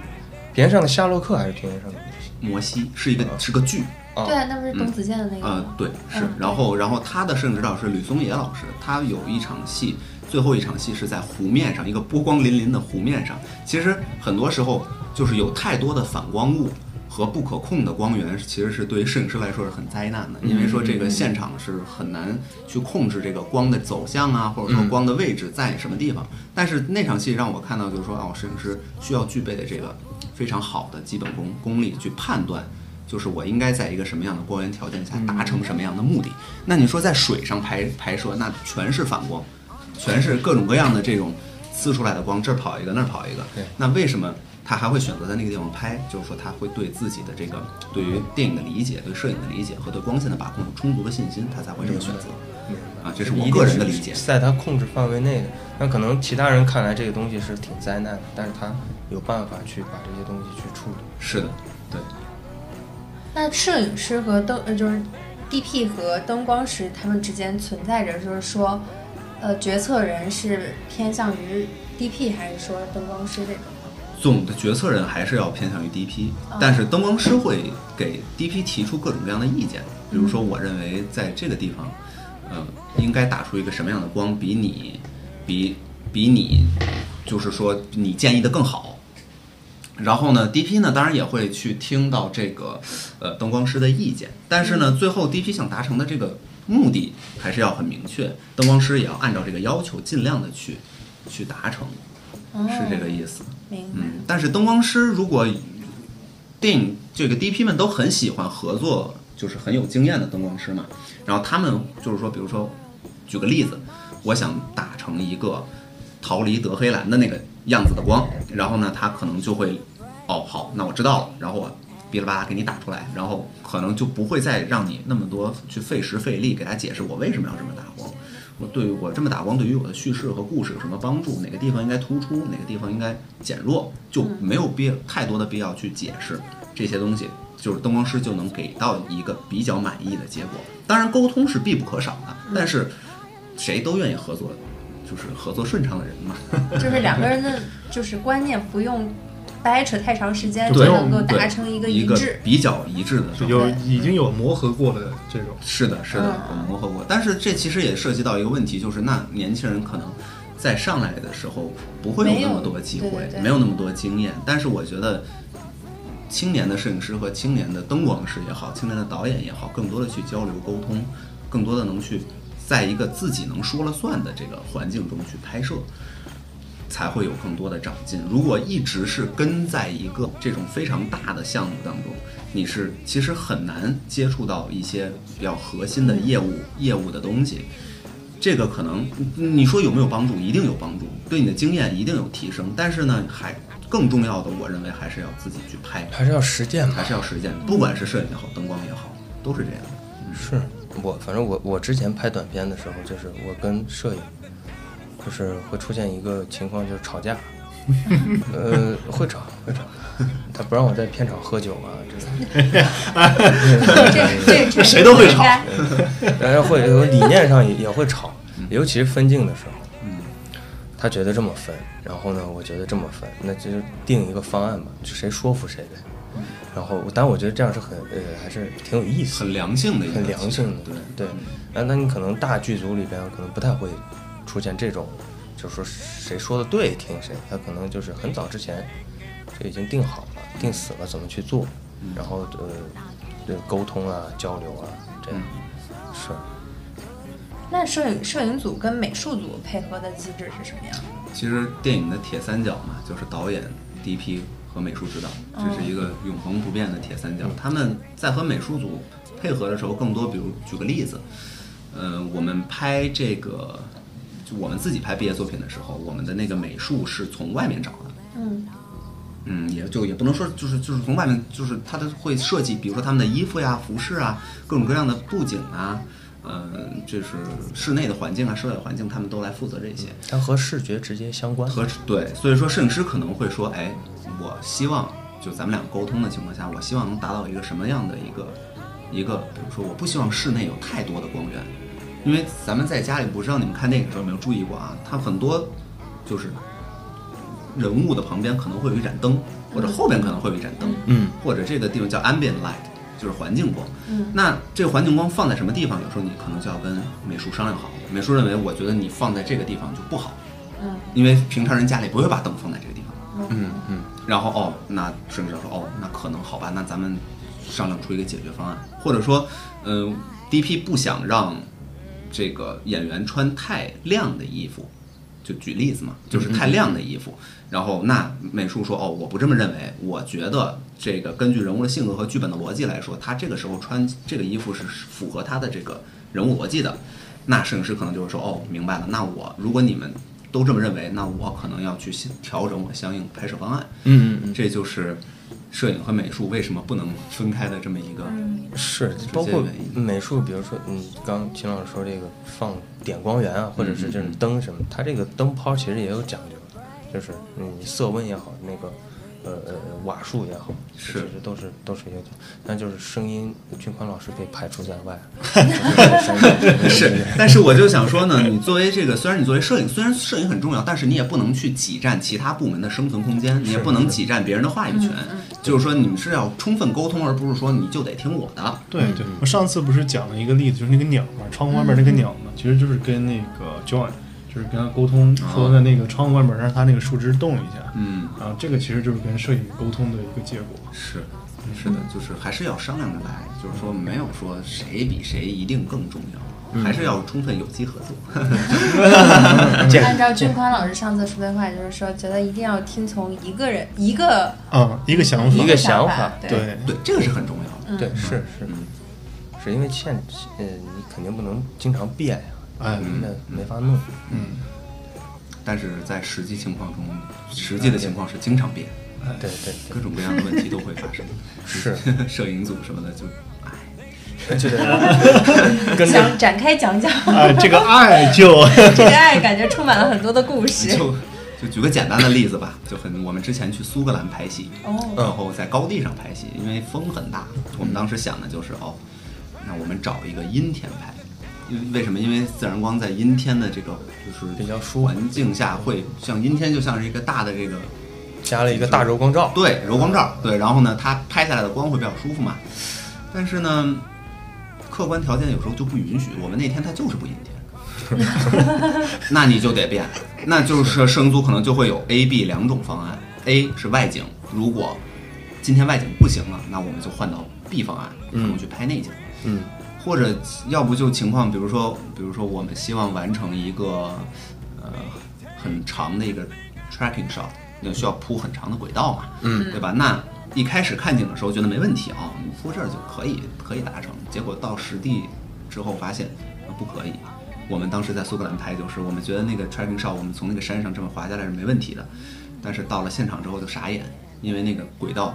[SPEAKER 7] 平原上的夏洛克还是平原上的摩西？
[SPEAKER 1] 摩西是一个
[SPEAKER 7] 啊
[SPEAKER 1] 是个剧，
[SPEAKER 7] 啊
[SPEAKER 8] 对啊，那不是董子健的那个
[SPEAKER 1] 呃
[SPEAKER 8] 吗？，
[SPEAKER 1] 对，是
[SPEAKER 8] 嗯。
[SPEAKER 1] 然后，然后他的摄影指导是吕松野老师，他有一场戏，最后一场戏是在湖面上，一个波光粼粼的湖面上。其实很多时候就是有太多的反光物和不可控的光源，其实是对于摄影师来说是很灾难的，因为说这个现场是很难去控制这个光的走向啊，或者说光的位置在什么地方。但是那场戏让我看到，就是说哦，摄影师需要具备的这个非常好的基本功功力去判断。就是我应该在一个什么样的光源条件下达成什么样的目的。那你说在水上拍拍摄，那全是反光，全是各种各样的这种呲出来的光，这儿跑一个那儿跑一个
[SPEAKER 7] 对。
[SPEAKER 1] 那为什么他还会选择在那个地方拍？就是说他会对自己的这个对于电影的理解、对摄影的理解和对光线的把控有充足的信心，他才会这么选择。
[SPEAKER 7] 明白
[SPEAKER 1] 啊这是我个人的理解
[SPEAKER 7] 一定是在他控制范围内的。那可能其他人看来这个东西是挺灾难的，但是他有办法去把这些东西去处理。
[SPEAKER 1] 是的，对。
[SPEAKER 8] 那摄影师和灯呃就是 DP 和灯光师他们之间存在着，就是说，呃，决策人是偏向于 DP 还是说灯光师这种？
[SPEAKER 1] 总的决策人还是要偏向于 DP，、但是灯光师会给 DP 提出各种各样的意见，比如说我认为在这个地方，呃，应该打出一个什么样的光比你，比比你，就是说你建议的更好。然后呢，DP 呢当然也会去听到这个呃灯光师的意见，但是呢，最后 DP 想达成的这个目的还是要很明确，灯光师也要按照这个要求尽量的去去达成，是这个意思。
[SPEAKER 8] 明白。
[SPEAKER 1] 嗯，但是灯光师如果电影这个 DP 们都很喜欢合作，就是很有经验的灯光师嘛，然后他们就是说，比如说，举个例子，我想打成一个逃离德黑兰的那个样子的光，然后呢，他可能就会，哦，好，那我知道了，然后我。哔哩吧啦给你打出来，然后可能就不会再让你那么多去费时费力给他解释我为什么要这么打光，我对于我这么打光对于我的叙事和故事有什么帮助？哪个地方应该突出，哪个地方应该减弱，就没有必要太多的必要去解释这些东西，就是灯光师就能给到一个比较满意的结果。当然，沟通是必不可少的，但是谁都愿意合作，就是合作顺畅的人嘛。
[SPEAKER 8] 就是两个人的就是观念不用掰扯太长时间，就
[SPEAKER 1] 对
[SPEAKER 8] 能够达
[SPEAKER 1] 对
[SPEAKER 8] 成一个
[SPEAKER 1] 一
[SPEAKER 8] 一
[SPEAKER 1] 个
[SPEAKER 8] 致。
[SPEAKER 1] 比较一致的状态
[SPEAKER 9] 有已经有磨合过的这种，
[SPEAKER 1] 是的，是
[SPEAKER 8] 嗯
[SPEAKER 1] 的，我磨合过。但是这其实也涉及到一个问题，就是那年轻人可能在上来的时候不会
[SPEAKER 8] 没
[SPEAKER 1] 有
[SPEAKER 8] 有
[SPEAKER 1] 那么多机会，
[SPEAKER 8] 对对对
[SPEAKER 1] 没有那么多经验。但是我觉得，青年的摄影师和青年的灯光师也好，青年的导演也好，更多的去交流沟通，更多的能去在一个自己能说了算的这个环境中去拍摄。才会有更多的长进。如果一直是跟在一个这种非常大的项目当中，你是其实很难接触到一些比较核心的业务、业务的东西。这个可能嗯你说有没有帮助？一定有帮助，对你的经验一定有提升。但是呢，还更重要的，我认为还是要自己去拍，
[SPEAKER 7] 还是要实践嘛
[SPEAKER 1] 还。是要实践，不管是摄影也好，灯光也好，都是这样。
[SPEAKER 7] 是我，反正我我之前拍短片的时候，就是我跟摄影，就是会出现一个情况，就是吵架，呃，会吵会吵，他不让我在片场喝酒啊，这
[SPEAKER 3] 这这
[SPEAKER 5] 谁都会吵
[SPEAKER 3] 应该
[SPEAKER 7] 种，然后会有理念上也也会吵，尤其是分镜的时候，嗯，他觉得这么分，然后呢，我觉得这么分，那就定一个方案吧，就谁说服谁呗。然后，但我觉得这样是很呃，还是挺有意思的，
[SPEAKER 1] 很良性的一个，
[SPEAKER 7] 很良性的，
[SPEAKER 1] 对
[SPEAKER 7] 对。那那你可能大剧组里边可能不太会出现这种，就是说谁说的对听谁，他可能就是很早之前就已经定好了，定死了怎么去做，
[SPEAKER 1] 嗯
[SPEAKER 7] 然后呃对沟通啊交流啊这样
[SPEAKER 1] 嗯
[SPEAKER 7] 是。
[SPEAKER 3] 那摄影摄影组跟美术组配合的机制是什么样？
[SPEAKER 1] 其实电影的铁三角嘛，就是导演、DP 和美术指导，这是一个永恒不变的铁三角。他们在和美术组配合的时候，更多，比如举个例子，呃，我们拍这个，就我们自己拍毕业作品的时候，我们的那个美术是从外面找的，
[SPEAKER 3] 嗯
[SPEAKER 1] 嗯，也就也不能说就是就是从外面就是他的会设计，比如说他们的衣服呀、服饰啊、各种各样的布景啊，嗯、就是室内的环境啊、室外环境，他们都来负责这些。
[SPEAKER 7] 它和视觉直接相关，
[SPEAKER 1] 和对，所以说摄影师可能会说，哎，我希望就咱们俩沟通的情况下，我希望能达到一个什么样的一个一个，比如说我不希望室内有太多的光源，因为咱们在家里，不知道你们看电影的时候有没有注意过啊，它很多就是人物的旁边可能会有一盏灯，或者后边可能会有一盏灯，
[SPEAKER 7] 嗯，
[SPEAKER 1] 或者这个地方叫 ambient light，就是环境光。
[SPEAKER 3] 嗯
[SPEAKER 1] 那这个环境光放在什么地方，有时候你可能就要跟美术商量好。美术认为，我觉得你放在这个地方就不好，
[SPEAKER 3] 嗯，
[SPEAKER 1] 因为平常人家里不会把灯放在这个地方。
[SPEAKER 7] 嗯嗯，
[SPEAKER 1] 然后哦，那摄影师说哦，那可能好吧，那咱们商量出一个解决方案，或者说，嗯、d p 不想让这个演员穿太亮的衣服，就举例子嘛，就是太亮的衣服。然后那美术说哦，我不这么认为，我觉得这个根据人物的性格和剧本的逻辑来说，他这个时候穿这个衣服是符合他的这个人物逻辑的。那摄影师可能就会说哦，明白了，那我如果你们都这么认为，那我可能要去调整我相应拍摄方案。
[SPEAKER 7] 嗯嗯
[SPEAKER 1] 这就是摄影和美术为什么不能分开的这么一个。
[SPEAKER 7] 嗯，是
[SPEAKER 1] 接
[SPEAKER 7] 包括
[SPEAKER 1] 原因
[SPEAKER 7] 美术，比如说你刚秦老师说这个放点光源啊，或者是这
[SPEAKER 1] 嗯
[SPEAKER 7] 种灯什么，它这个灯泡其实也有讲究的，就是嗯你色温也好，那个呃呃呃瓦数也好，
[SPEAKER 1] 是
[SPEAKER 7] 其实都是都是有讲，但就是声音，俊宽老师被排除在 外，就是
[SPEAKER 1] 是，但是我就想说呢，你作为这个，虽然你作为摄影，虽然摄影很重要，但是你也不能去挤占其他部门的生存空间，你也不能挤占别人的话语权。就是说，你们是要充分沟通，而不是说你就得听我的。
[SPEAKER 5] 对对，嗯我上次不是讲了一个例子，就是那个鸟嘛，窗户外面那个鸟嘛，其实就是跟那个 John，就是跟他沟通说的那个窗户外面让他那个树枝动一下，
[SPEAKER 1] 嗯，
[SPEAKER 5] 然后这个其实就是跟摄影沟通的一个结果。
[SPEAKER 1] 是，是的，就是还是要商量着来，就是说没有说谁比谁一定更重要，还是要充分有机合作。
[SPEAKER 7] 嗯
[SPEAKER 3] 按照俊宽老师上次说的话，就是说觉得一定要听从一个人一个
[SPEAKER 5] 嗯，一个想
[SPEAKER 7] 一
[SPEAKER 5] 法，
[SPEAKER 7] 个
[SPEAKER 3] 想
[SPEAKER 7] 想
[SPEAKER 3] 法
[SPEAKER 7] 法，
[SPEAKER 3] 对
[SPEAKER 5] 对，
[SPEAKER 1] 对，这个是很重要的。
[SPEAKER 7] 对，是是
[SPEAKER 1] 嗯
[SPEAKER 7] 是因为现呃你肯定不能经常变呀，
[SPEAKER 5] 哎，
[SPEAKER 7] 那没法弄，
[SPEAKER 5] 嗯，
[SPEAKER 1] 但是在实际情况中，实际的情况是经常变，
[SPEAKER 7] 对对
[SPEAKER 1] 各种各样的问题都会发生。
[SPEAKER 7] 对，是
[SPEAKER 1] 摄影组什么的就，哎
[SPEAKER 7] 就得跟着
[SPEAKER 3] 想展开讲讲，
[SPEAKER 5] 哎， 这个爱就
[SPEAKER 3] 这个爱感觉充满了很多的故事。
[SPEAKER 1] 就就举个简单的例子吧，就很我们之前去苏格兰拍戏，
[SPEAKER 7] 嗯
[SPEAKER 3] 哦，
[SPEAKER 1] 然后在高地上拍戏，因为风很大，我们当时想的就是哦，那我们找一个阴天拍。因为为什么？因为自然光在阴天的这个就是
[SPEAKER 7] 比较舒服
[SPEAKER 1] 环境下，会像阴天就像是一个大的这个
[SPEAKER 7] 加了一个大柔光罩，
[SPEAKER 1] 对，柔光罩，对，然后呢，它拍下来的光会比较舒服嘛。但是呢，客观条件有时候就不允许，我们那天它就是不阴天。 那你就得变，那就是摄影组可能就会有 A、B 两种方案。A 是外景，如果今天外景不行了，那我们就换到 B 方案，可能去拍内景。
[SPEAKER 7] 嗯，
[SPEAKER 1] 或者要不就情况，比如说，比如说我们希望完成一个呃很长的一个 tracking shot，那需要铺很长的轨道嘛，嗯，对吧？那一开始看景的时候觉得没问题啊，我们铺这儿就可以可以达成，结果到实地之后发现、呃不可以。我们当时在苏格兰拍，就是我们觉得那个 tracking shot，我们从那个山上这么滑下来是没问题的，但是到了现场之后就傻眼，因为那个轨道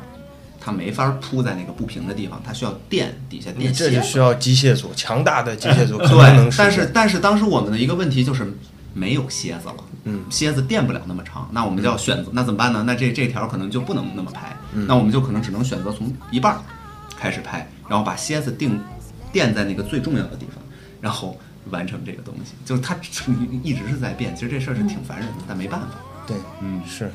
[SPEAKER 1] 它没法铺在那个不平的地方，它需要垫底下垫
[SPEAKER 7] 这
[SPEAKER 1] 鞋
[SPEAKER 7] 就需要机械组，强大的机械组可能能
[SPEAKER 1] 对
[SPEAKER 7] 实，现
[SPEAKER 1] 但是但是当时我们的一个问题就是没有蝎子了，嗯，蝎子垫不了那么长，那我
[SPEAKER 7] 嗯
[SPEAKER 1] 们就要选择，那怎么办呢？那这这条可能就不能那么拍，那我们就可能只能选择从一半儿开始拍，然后把蝎子定垫在那个最重要的地方，然后完成这个东西，就是它 一直是在变，其实这事儿是挺烦人的，但没办法，
[SPEAKER 7] 对，
[SPEAKER 1] 嗯
[SPEAKER 7] 是。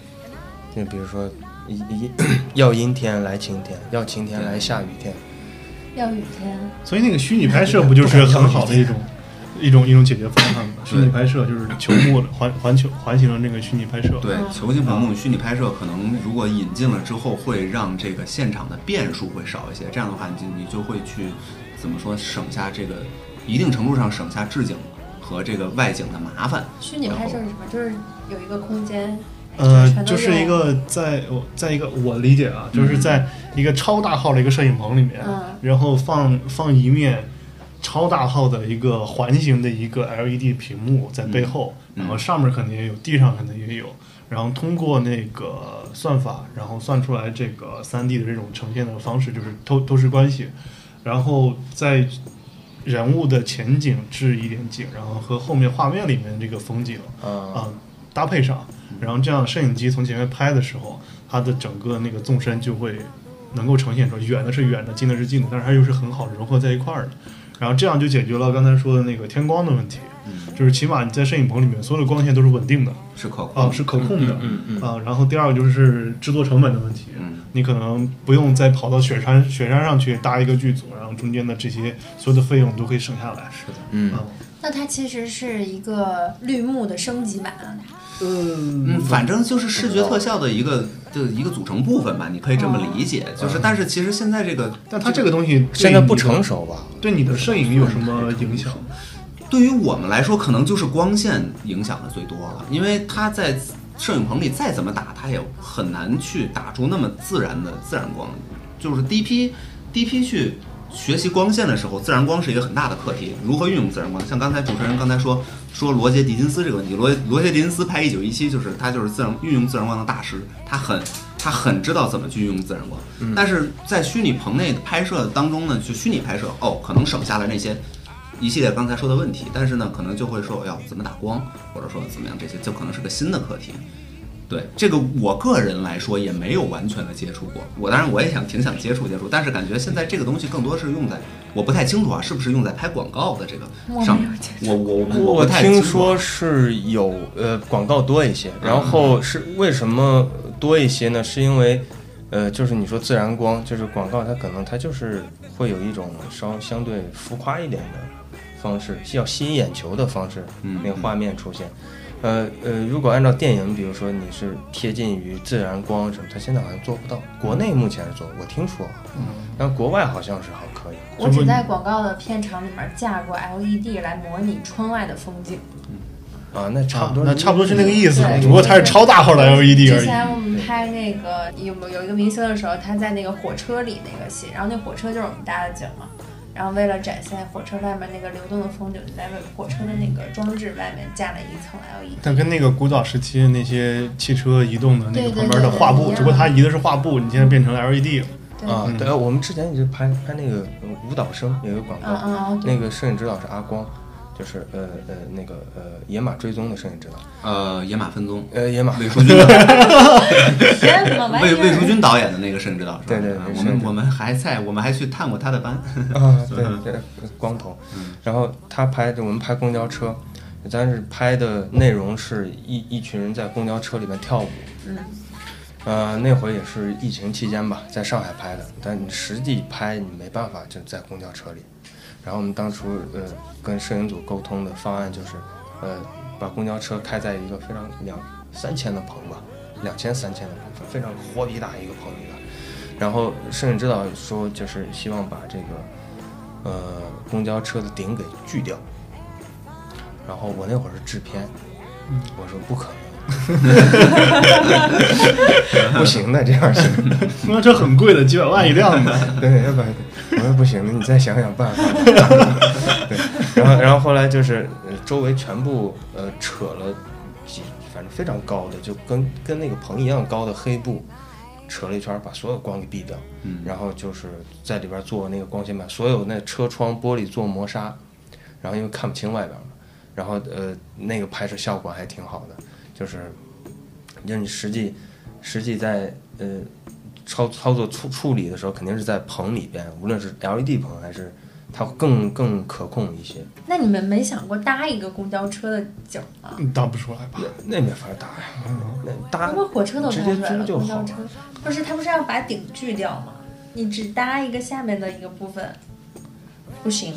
[SPEAKER 7] 就比如说，一 一要阴天来晴天，要晴天来下雨天，
[SPEAKER 3] 要雨天，
[SPEAKER 5] 所以那个虚拟拍摄不就是很好的一种一种一种解决方案吗？虚拟拍摄就是球幕的环环球环形的那个虚拟拍摄，
[SPEAKER 1] 对，球形屏幕虚拟拍摄可能如果引进了之后，会让这个现场的变数会少一些。这样的话，你就你就会去怎么说，省下这个一定程度上省下置景和这个外景的麻烦。
[SPEAKER 3] 虚拟拍摄是什么？就是有一个空间，
[SPEAKER 5] 呃，
[SPEAKER 3] 全都
[SPEAKER 5] 就是一
[SPEAKER 3] 用
[SPEAKER 5] 个在我在一个我理解啊，就是在一个超大号的一个摄影棚里面，
[SPEAKER 3] 嗯
[SPEAKER 5] 然后放放一面超大号的一个环形的一个 LED 屏幕在背后，
[SPEAKER 1] 嗯
[SPEAKER 5] 然后上面可能也有，地上可能也有，然后通过那个算法，然后算出来这个3 D 的这种呈现的方式，就是透透视关系，然后在人物的前景置一点景，然后和后面画面里面这个风景啊、
[SPEAKER 7] 啊
[SPEAKER 5] 搭配上，然后这样摄影机从前面拍的时候，它的整个那个纵深就会能够呈现出来远的是远的，近的是近的，但是它又是很好融合在一块儿的。然后这样就解决了刚才说的那个天光的问题，就是起码你在摄影棚里面所有的光线都是稳定的
[SPEAKER 1] 是可控
[SPEAKER 5] 啊，
[SPEAKER 1] 的
[SPEAKER 5] 是可控的啊、
[SPEAKER 7] 嗯嗯
[SPEAKER 5] 然后第二个就是制作成本的问题，
[SPEAKER 1] 嗯
[SPEAKER 5] 你可能不用再跑到雪山雪山上去搭一个剧组，然后中间的这些所有的费用都可以省下来。是的，
[SPEAKER 7] 嗯
[SPEAKER 5] 啊，
[SPEAKER 3] 那它其实是一个绿幕的升级版。
[SPEAKER 1] 嗯，反正就是视觉特效的一个的一个组成部分吧，你可以这么理解。就是，但是其实现在这个
[SPEAKER 5] 嗯但它这个东西对
[SPEAKER 7] 现在不
[SPEAKER 5] 你的
[SPEAKER 7] 成熟吧？
[SPEAKER 5] 对你的摄影有什么影响？
[SPEAKER 1] 对于我们来说，可能就是光线影响的最多了，因为它在摄影棚里再怎么打，它也很难去打出那么自然的自然光。就是 DP DP 去学习光线的时候，自然光是一个很大的课题，如何运用自然光？像刚才主持人刚才说说罗杰·狄金斯这个问题，罗罗杰·狄金斯拍《一九一七》，就是他就是自然运用自然光的大师，他很他很知道怎么去运用自然光，但是在虚拟棚内拍摄当中呢，就虚拟拍摄哦，可能省下了那些一系列刚才说的问题，但是呢，可能就会说要怎么打光，或者说怎么样这些，就可能是个新的课题。对这个，我个人来说也没有完全的接触过。我当然我也想挺想接触接触，但是感觉现在这个东西更多是用在，我不太清楚啊，是不是用在拍广告的这个上面？我我我
[SPEAKER 7] 我
[SPEAKER 1] 不太清
[SPEAKER 7] 听
[SPEAKER 1] 楚啊
[SPEAKER 7] 说是有呃广告多一些，然后是为什么多一些呢？是因为呃，就是你说自然光，就是广告，它可能它就是会有一种稍相对浮夸一点的方式，要吸引眼球的方式，
[SPEAKER 1] 嗯
[SPEAKER 7] 那个画面出现。呃呃，如果按照电影，比如说你是贴近于自然光什么，它现在好像做不到，国内目前是做，我听说，嗯，但国外好像是好可以。
[SPEAKER 3] 我
[SPEAKER 5] 嗯
[SPEAKER 3] 只在广告的片场里面架过 LED 来模拟窗外的风景。
[SPEAKER 7] 啊，那差不多，
[SPEAKER 5] 那差不多是那个意思
[SPEAKER 3] 对，
[SPEAKER 5] 只不过它是超大号的 LED 而
[SPEAKER 3] 之
[SPEAKER 5] 已。
[SPEAKER 3] 前我们拍那个有有一个明星的时候，他在那个火车里那个戏，然后那火车就是我们搭的景嘛。然后嗯为了展现火车外面那个流动的风景，在为火车的那个装置外面架了一层 E LED。
[SPEAKER 5] 但跟那个古早时期那些汽车移动的那个
[SPEAKER 3] 对对
[SPEAKER 5] 旁边的
[SPEAKER 3] 对
[SPEAKER 5] 画
[SPEAKER 3] 一
[SPEAKER 5] 布，
[SPEAKER 3] 样
[SPEAKER 5] 只不过它移的是画布，你现在变成了 LED 了。
[SPEAKER 3] 对，
[SPEAKER 7] 啊，
[SPEAKER 5] 嗯
[SPEAKER 7] 对，我们之前一直拍拍那个呃舞蹈生有一个广告，
[SPEAKER 3] 嗯嗯嗯对
[SPEAKER 7] 那个摄影指导是阿光，就是呃呃那个呃野马追踪的摄影指导，
[SPEAKER 1] 呃，野马分鬃，
[SPEAKER 7] 呃野马
[SPEAKER 1] 魏淑君导演
[SPEAKER 3] 什么玩 意
[SPEAKER 1] 魏魏淑
[SPEAKER 3] 儿？
[SPEAKER 1] 君导演的那个摄影指导是吧？
[SPEAKER 7] 对对对
[SPEAKER 1] 啊
[SPEAKER 7] 是
[SPEAKER 1] 我们我们还在我们还去探过他的班，
[SPEAKER 7] 啊，对对，光头。然后他拍，我们拍公交车，但是拍的内容是一一群人在公交车里面跳舞。嗯。呃，那会儿也是疫情期间吧，在上海拍的，但你实际拍你没办法，就在公交车里。然后我们当初呃跟摄影组沟通的方案就是，呃，把公交车开在一个非常两三千的棚吧，两千三千的棚，非常豁皮大一个棚里边。然后摄影指导说，就是希望把这个呃公交车的顶给锯掉。然后我那会儿是制片，我说不可能， 不行的，这样行。
[SPEAKER 5] 那这很贵的，几百万一辆的。
[SPEAKER 7] 对，要不然我说不行了，你再想想办法。 对，然后然后后来就是呃周围全部呃扯了几，反正非常高的，就跟跟那个棚一样高的黑布，扯了一圈儿，把所有光给避掉。
[SPEAKER 1] 嗯，
[SPEAKER 7] 然后就是在里边做那个光纤板，所有那车窗玻璃做磨砂，然后因为看不清外边嘛，然后呃那个拍摄效果还挺好的，就是就是你实际实际在呃操操作处处理的时候，肯定是在棚里边，无论是 LED 棚还是它更更可控一些，
[SPEAKER 3] 那你们没想过搭一个公交车的景儿吗？
[SPEAKER 5] 你搭不出来吧？
[SPEAKER 7] 那那没法搭呀，那搭
[SPEAKER 3] 要不火车都
[SPEAKER 7] 直
[SPEAKER 3] 搭
[SPEAKER 7] 接
[SPEAKER 3] 出来
[SPEAKER 7] 租
[SPEAKER 3] 了，
[SPEAKER 7] 就
[SPEAKER 3] 公
[SPEAKER 7] 好
[SPEAKER 3] 交
[SPEAKER 7] 了
[SPEAKER 3] 车。不是，它不是要把顶锯掉吗？你只搭一个下面的一个部分，不行。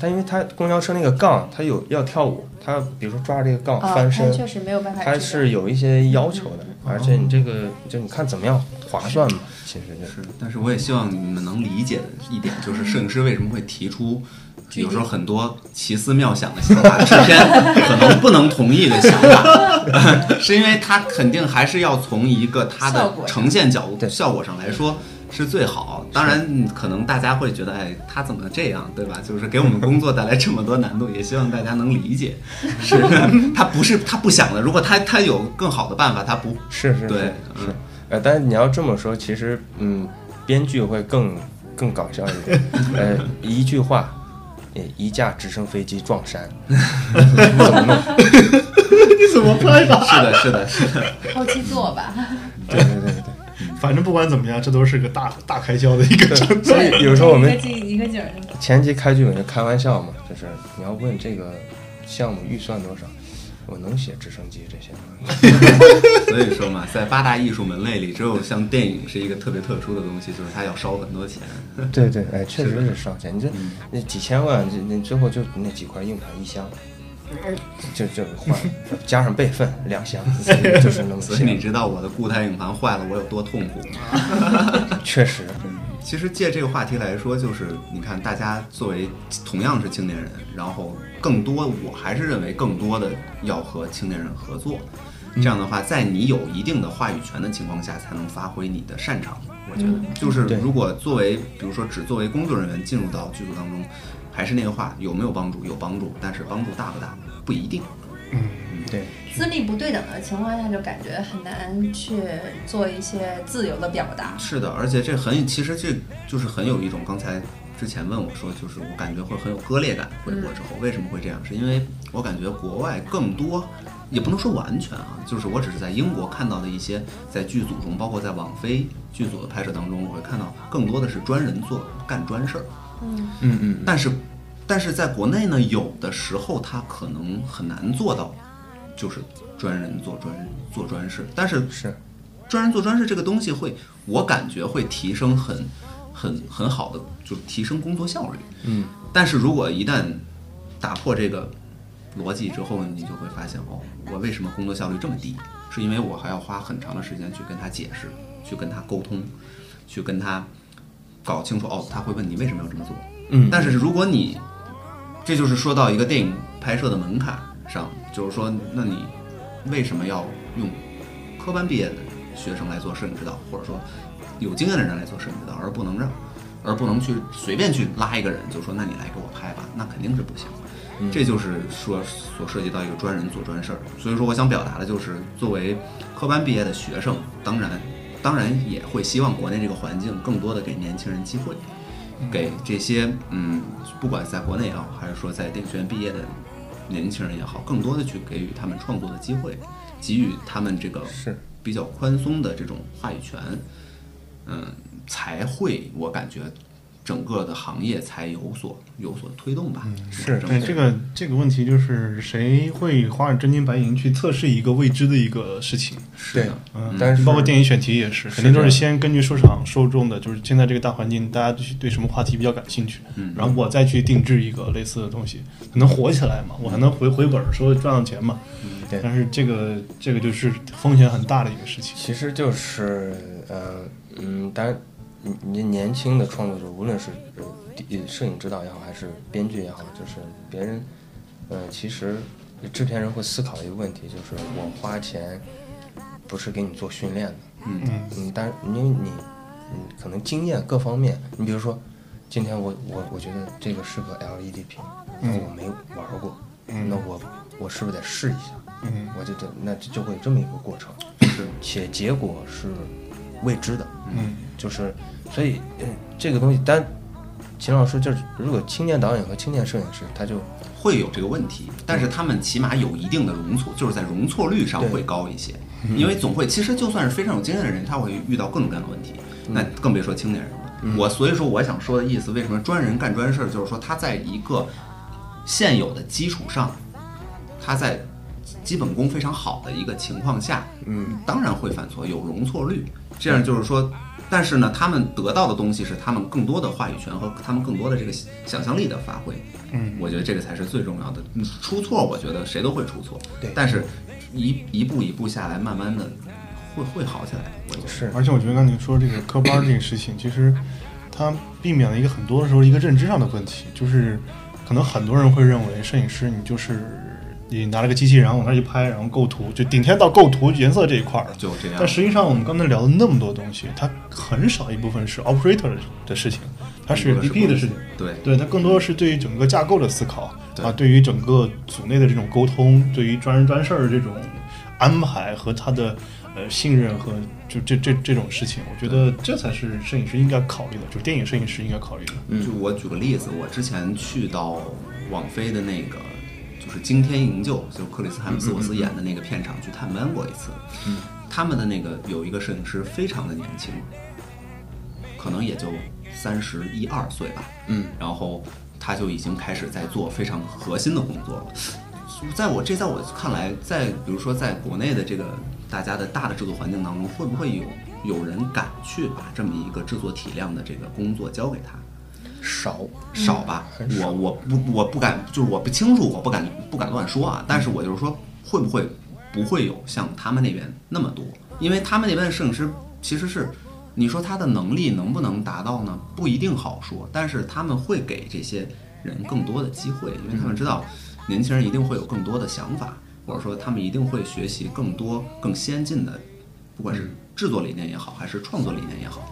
[SPEAKER 7] 但因为它公交车那个杠，它有要跳舞，它比如说抓着这个杠
[SPEAKER 3] 啊，
[SPEAKER 7] 翻身，
[SPEAKER 3] 它确实没有办法
[SPEAKER 7] 它
[SPEAKER 3] 锯掉。
[SPEAKER 7] 是有一些要求的，而且你这个就你看怎么样划算嘛，其实就是
[SPEAKER 1] 但是我也希望你们能理解一点，就是摄影师为什么会提出有时候很多奇思妙想的想法，制片可能不能同意的想 法，是因为他肯定还是要从一个他
[SPEAKER 3] 效
[SPEAKER 1] 的
[SPEAKER 3] 果上
[SPEAKER 1] 呈现角度、
[SPEAKER 7] 对
[SPEAKER 1] 效果上来说。是最好，当然嗯可能大家会觉得，哎，他怎么这样，对吧？就是给我们工作带来这么多难度，也希望大家能理解。是， 他不是他不想的，如果他他有更好的办法，他不
[SPEAKER 7] 是是是
[SPEAKER 1] 对
[SPEAKER 7] 是
[SPEAKER 1] 嗯，
[SPEAKER 7] 呃，但是你要这么说，其实嗯，编剧会更更搞笑一点，呃，一句话。呃一架直升飞机撞山，怎么弄？
[SPEAKER 5] 你怎么拍的？
[SPEAKER 1] 是的，是的，是的。
[SPEAKER 3] 后期做吧。
[SPEAKER 7] 对对对对
[SPEAKER 5] 反正不管怎么样，这都是个大大开销的一个成
[SPEAKER 7] 对，所以有时候我们
[SPEAKER 3] 一个景一个景儿就
[SPEAKER 7] 前期开剧本就开玩笑嘛，就是你要问这个项目预算多少，我能写直升机这些吗？
[SPEAKER 1] 所以说嘛，在八大艺术门类里，只有像电影是一个特别特殊的东西，就是它要烧很多钱。
[SPEAKER 7] 对对，哎，确实是烧钱。你这
[SPEAKER 1] 嗯
[SPEAKER 7] 那几千万，这那最后就那几块硬盘一箱，就就换 了，加上备份两 箱，就是那么
[SPEAKER 1] 所以你
[SPEAKER 7] 些。
[SPEAKER 1] 知道我的固态硬盘坏了，我有多痛苦吗？
[SPEAKER 7] 确实，
[SPEAKER 1] 其实借这个话题来说，就是你看，大家作为同样是青年人，然后更多，我还是认为更多的要和青年人合作。这样的话，在你有一定的话语权的情况下，才能发挥你的擅长。我觉得，就是
[SPEAKER 7] 对
[SPEAKER 1] 如果作为，比如说只作为工作人员进入到剧组当中，还是那个话，有没有帮助？有帮助，但是帮助大不大？不一定。
[SPEAKER 7] 对，
[SPEAKER 3] 资历不对等的情况下，就感觉很难去做一些自由的表达。
[SPEAKER 1] 是的，而且这很，其实这就是很有一种刚才之前问我说，就是我感觉会很有割裂感。回国之后、为什么会这样？是因为我感觉国外更多，也不能说完全啊，就是我只是在英国看到的一些在剧组中，包括在网飞剧组的拍摄当中，我会看到更多的是专人做干专事儿。
[SPEAKER 7] 嗯嗯，
[SPEAKER 1] 但是，但是在国内呢，有的时候他可能很难做到，就是专人做专做专事。但是
[SPEAKER 7] 是
[SPEAKER 1] 专人做专事这个东西会，我感觉会提升很很很好的，就提升工作效率。
[SPEAKER 7] 嗯，
[SPEAKER 1] 但是如果一旦打破这个逻辑之后，你就会发现哦，我为什么工作效率这么低？是因为我还要花很长的时间去跟他解释，去跟他沟通，去跟他搞清楚哦，他会问你为什么要这么做。
[SPEAKER 7] 嗯
[SPEAKER 1] 但是如果你这就是说到一个电影拍摄的门槛上，就是说，那你为什么要用科班毕业的学生来做摄影指导，或者说有经验的人来做摄影指导，而不能让，而不能去随便去拉一个人就说那你来给我拍吧，那肯定是不行。
[SPEAKER 7] 嗯
[SPEAKER 1] 这就是说所涉及到一个专人做专事儿，所以说我想表达的就是，作为科班毕业的学生，当然，当然也会希望国内这个环境更多的给年轻人机会，给这些嗯，不管在国内也好，还是说在电影学院毕业的年轻人也好，更多的去给予他们创作的机会，给予他们这个
[SPEAKER 7] 是
[SPEAKER 1] 比较宽松的这种话语权，嗯，才会我感觉整个的行业才有所有所推动吧。
[SPEAKER 7] 嗯是
[SPEAKER 1] 整
[SPEAKER 5] 对
[SPEAKER 1] 体
[SPEAKER 5] 哎这个这个问题，就是谁会花着真金白银去测试一个未知的一个事情？
[SPEAKER 1] 是
[SPEAKER 7] 对
[SPEAKER 1] 的，，
[SPEAKER 5] 嗯，
[SPEAKER 7] 但是
[SPEAKER 5] 包括电影选题也是，肯定都是先根据市场受众的，就是现在这个大环境，大家对对什么话题比较感兴趣，
[SPEAKER 1] 嗯
[SPEAKER 5] 然后我再去定制一个类似的东西，才能火起来嘛，我才能回回本儿，说赚到钱嘛。
[SPEAKER 7] 对
[SPEAKER 5] 但是这个这个就是风险很大的一个事情。
[SPEAKER 7] 其实就是呃嗯，当然，你你年轻的创作者，无论是呃摄影指导也好，还是编剧也好，就是别人呃，其实制片人会思考一个问题，就是我花钱不是给你做训练的，
[SPEAKER 1] 嗯
[SPEAKER 7] 嗯，但是因为你，嗯，可能经验各方面，你比如说，今天我我我觉得这个是个 LED 屏，那我没玩过，那我我是不是得试一下？嗯，我就得那就就会有这么一个过程，
[SPEAKER 1] 是
[SPEAKER 7] 且结果是未知的，
[SPEAKER 1] 嗯，
[SPEAKER 7] 就是所以、嗯这个东西，但秦老师就是如果青年导演和青年摄影师，他就
[SPEAKER 1] 会有这个问题，但是他们起码有一定的容错，就是在容错率上会高一些，因为总会其实就算是非常有经验的人，他会遇到各种各样的问题，那更别说青年人了。我所以说我想说的意思，为什么专人干专事儿，就是说他在一个现有的基础上，他在基本功非常好的一个情况下，嗯，当然会犯错，有容错率，这样就是说。但是呢，他们得到的东西是他们更多的话语权和他们更多的这个想象力的发挥。
[SPEAKER 5] 嗯
[SPEAKER 1] 我觉得这个才是最重要的。嗯出错，我觉得谁都会出错，
[SPEAKER 7] 对
[SPEAKER 1] 但是一一步一步下来，慢慢的会会好起来。我觉得
[SPEAKER 7] 是
[SPEAKER 5] 而且我觉得刚才你说这个科班儿这个事情，其实它避免了一个很多的时候一个认知上的问题，就是可能很多人会认为摄影师你就是你拿了个机器，然后往那儿一拍，然后构图，就顶天到构图颜色这一块儿了。
[SPEAKER 1] 就这样。
[SPEAKER 5] 但实际上，我们刚才聊了那么多东西，它很少一部分是 operator 的事情，它是
[SPEAKER 1] 更多的是
[SPEAKER 5] DP 的事情。
[SPEAKER 1] 对
[SPEAKER 5] 对，它更多的是对于整个架构的思考
[SPEAKER 1] 对
[SPEAKER 5] 啊，对于整个组内的这种沟通，对于专人专事儿的这种安排和他的呃信任和就这这这种事情，我觉得这才是摄影师应该考虑的，就是电影摄影师应该考虑的。
[SPEAKER 1] 就我举个例子，我之前去到网飞的那个就是《惊天营救》，就克里斯汉姆斯沃斯演的那个片场去探班过一次。他们的那个有一个摄影师非常的年轻，可能也就三十一二岁吧。
[SPEAKER 7] 嗯，
[SPEAKER 1] 然后他就已经开始在做非常核心的工作了。在我这在我看来，在比如说在国内的这个大家的大的制作环境当中，会不会有有人敢去把这么一个制作体量的这个工作交给他？
[SPEAKER 7] 少，
[SPEAKER 1] 少吧，
[SPEAKER 7] 嗯很少
[SPEAKER 1] 我我不我不敢，就是我不清楚，我不敢不敢乱说啊。但是我就是说，会不会不会有像他们那边那么多？因为他们那边的摄影师其实是，你说他的能力能不能达到呢？不一定好说，但是他们会给这些人更多的机会，因为他们知道年轻人一定会有更多的想法，或者说他们一定会学习更多更先进的，不管是制作理念也好，还是创作理念也好。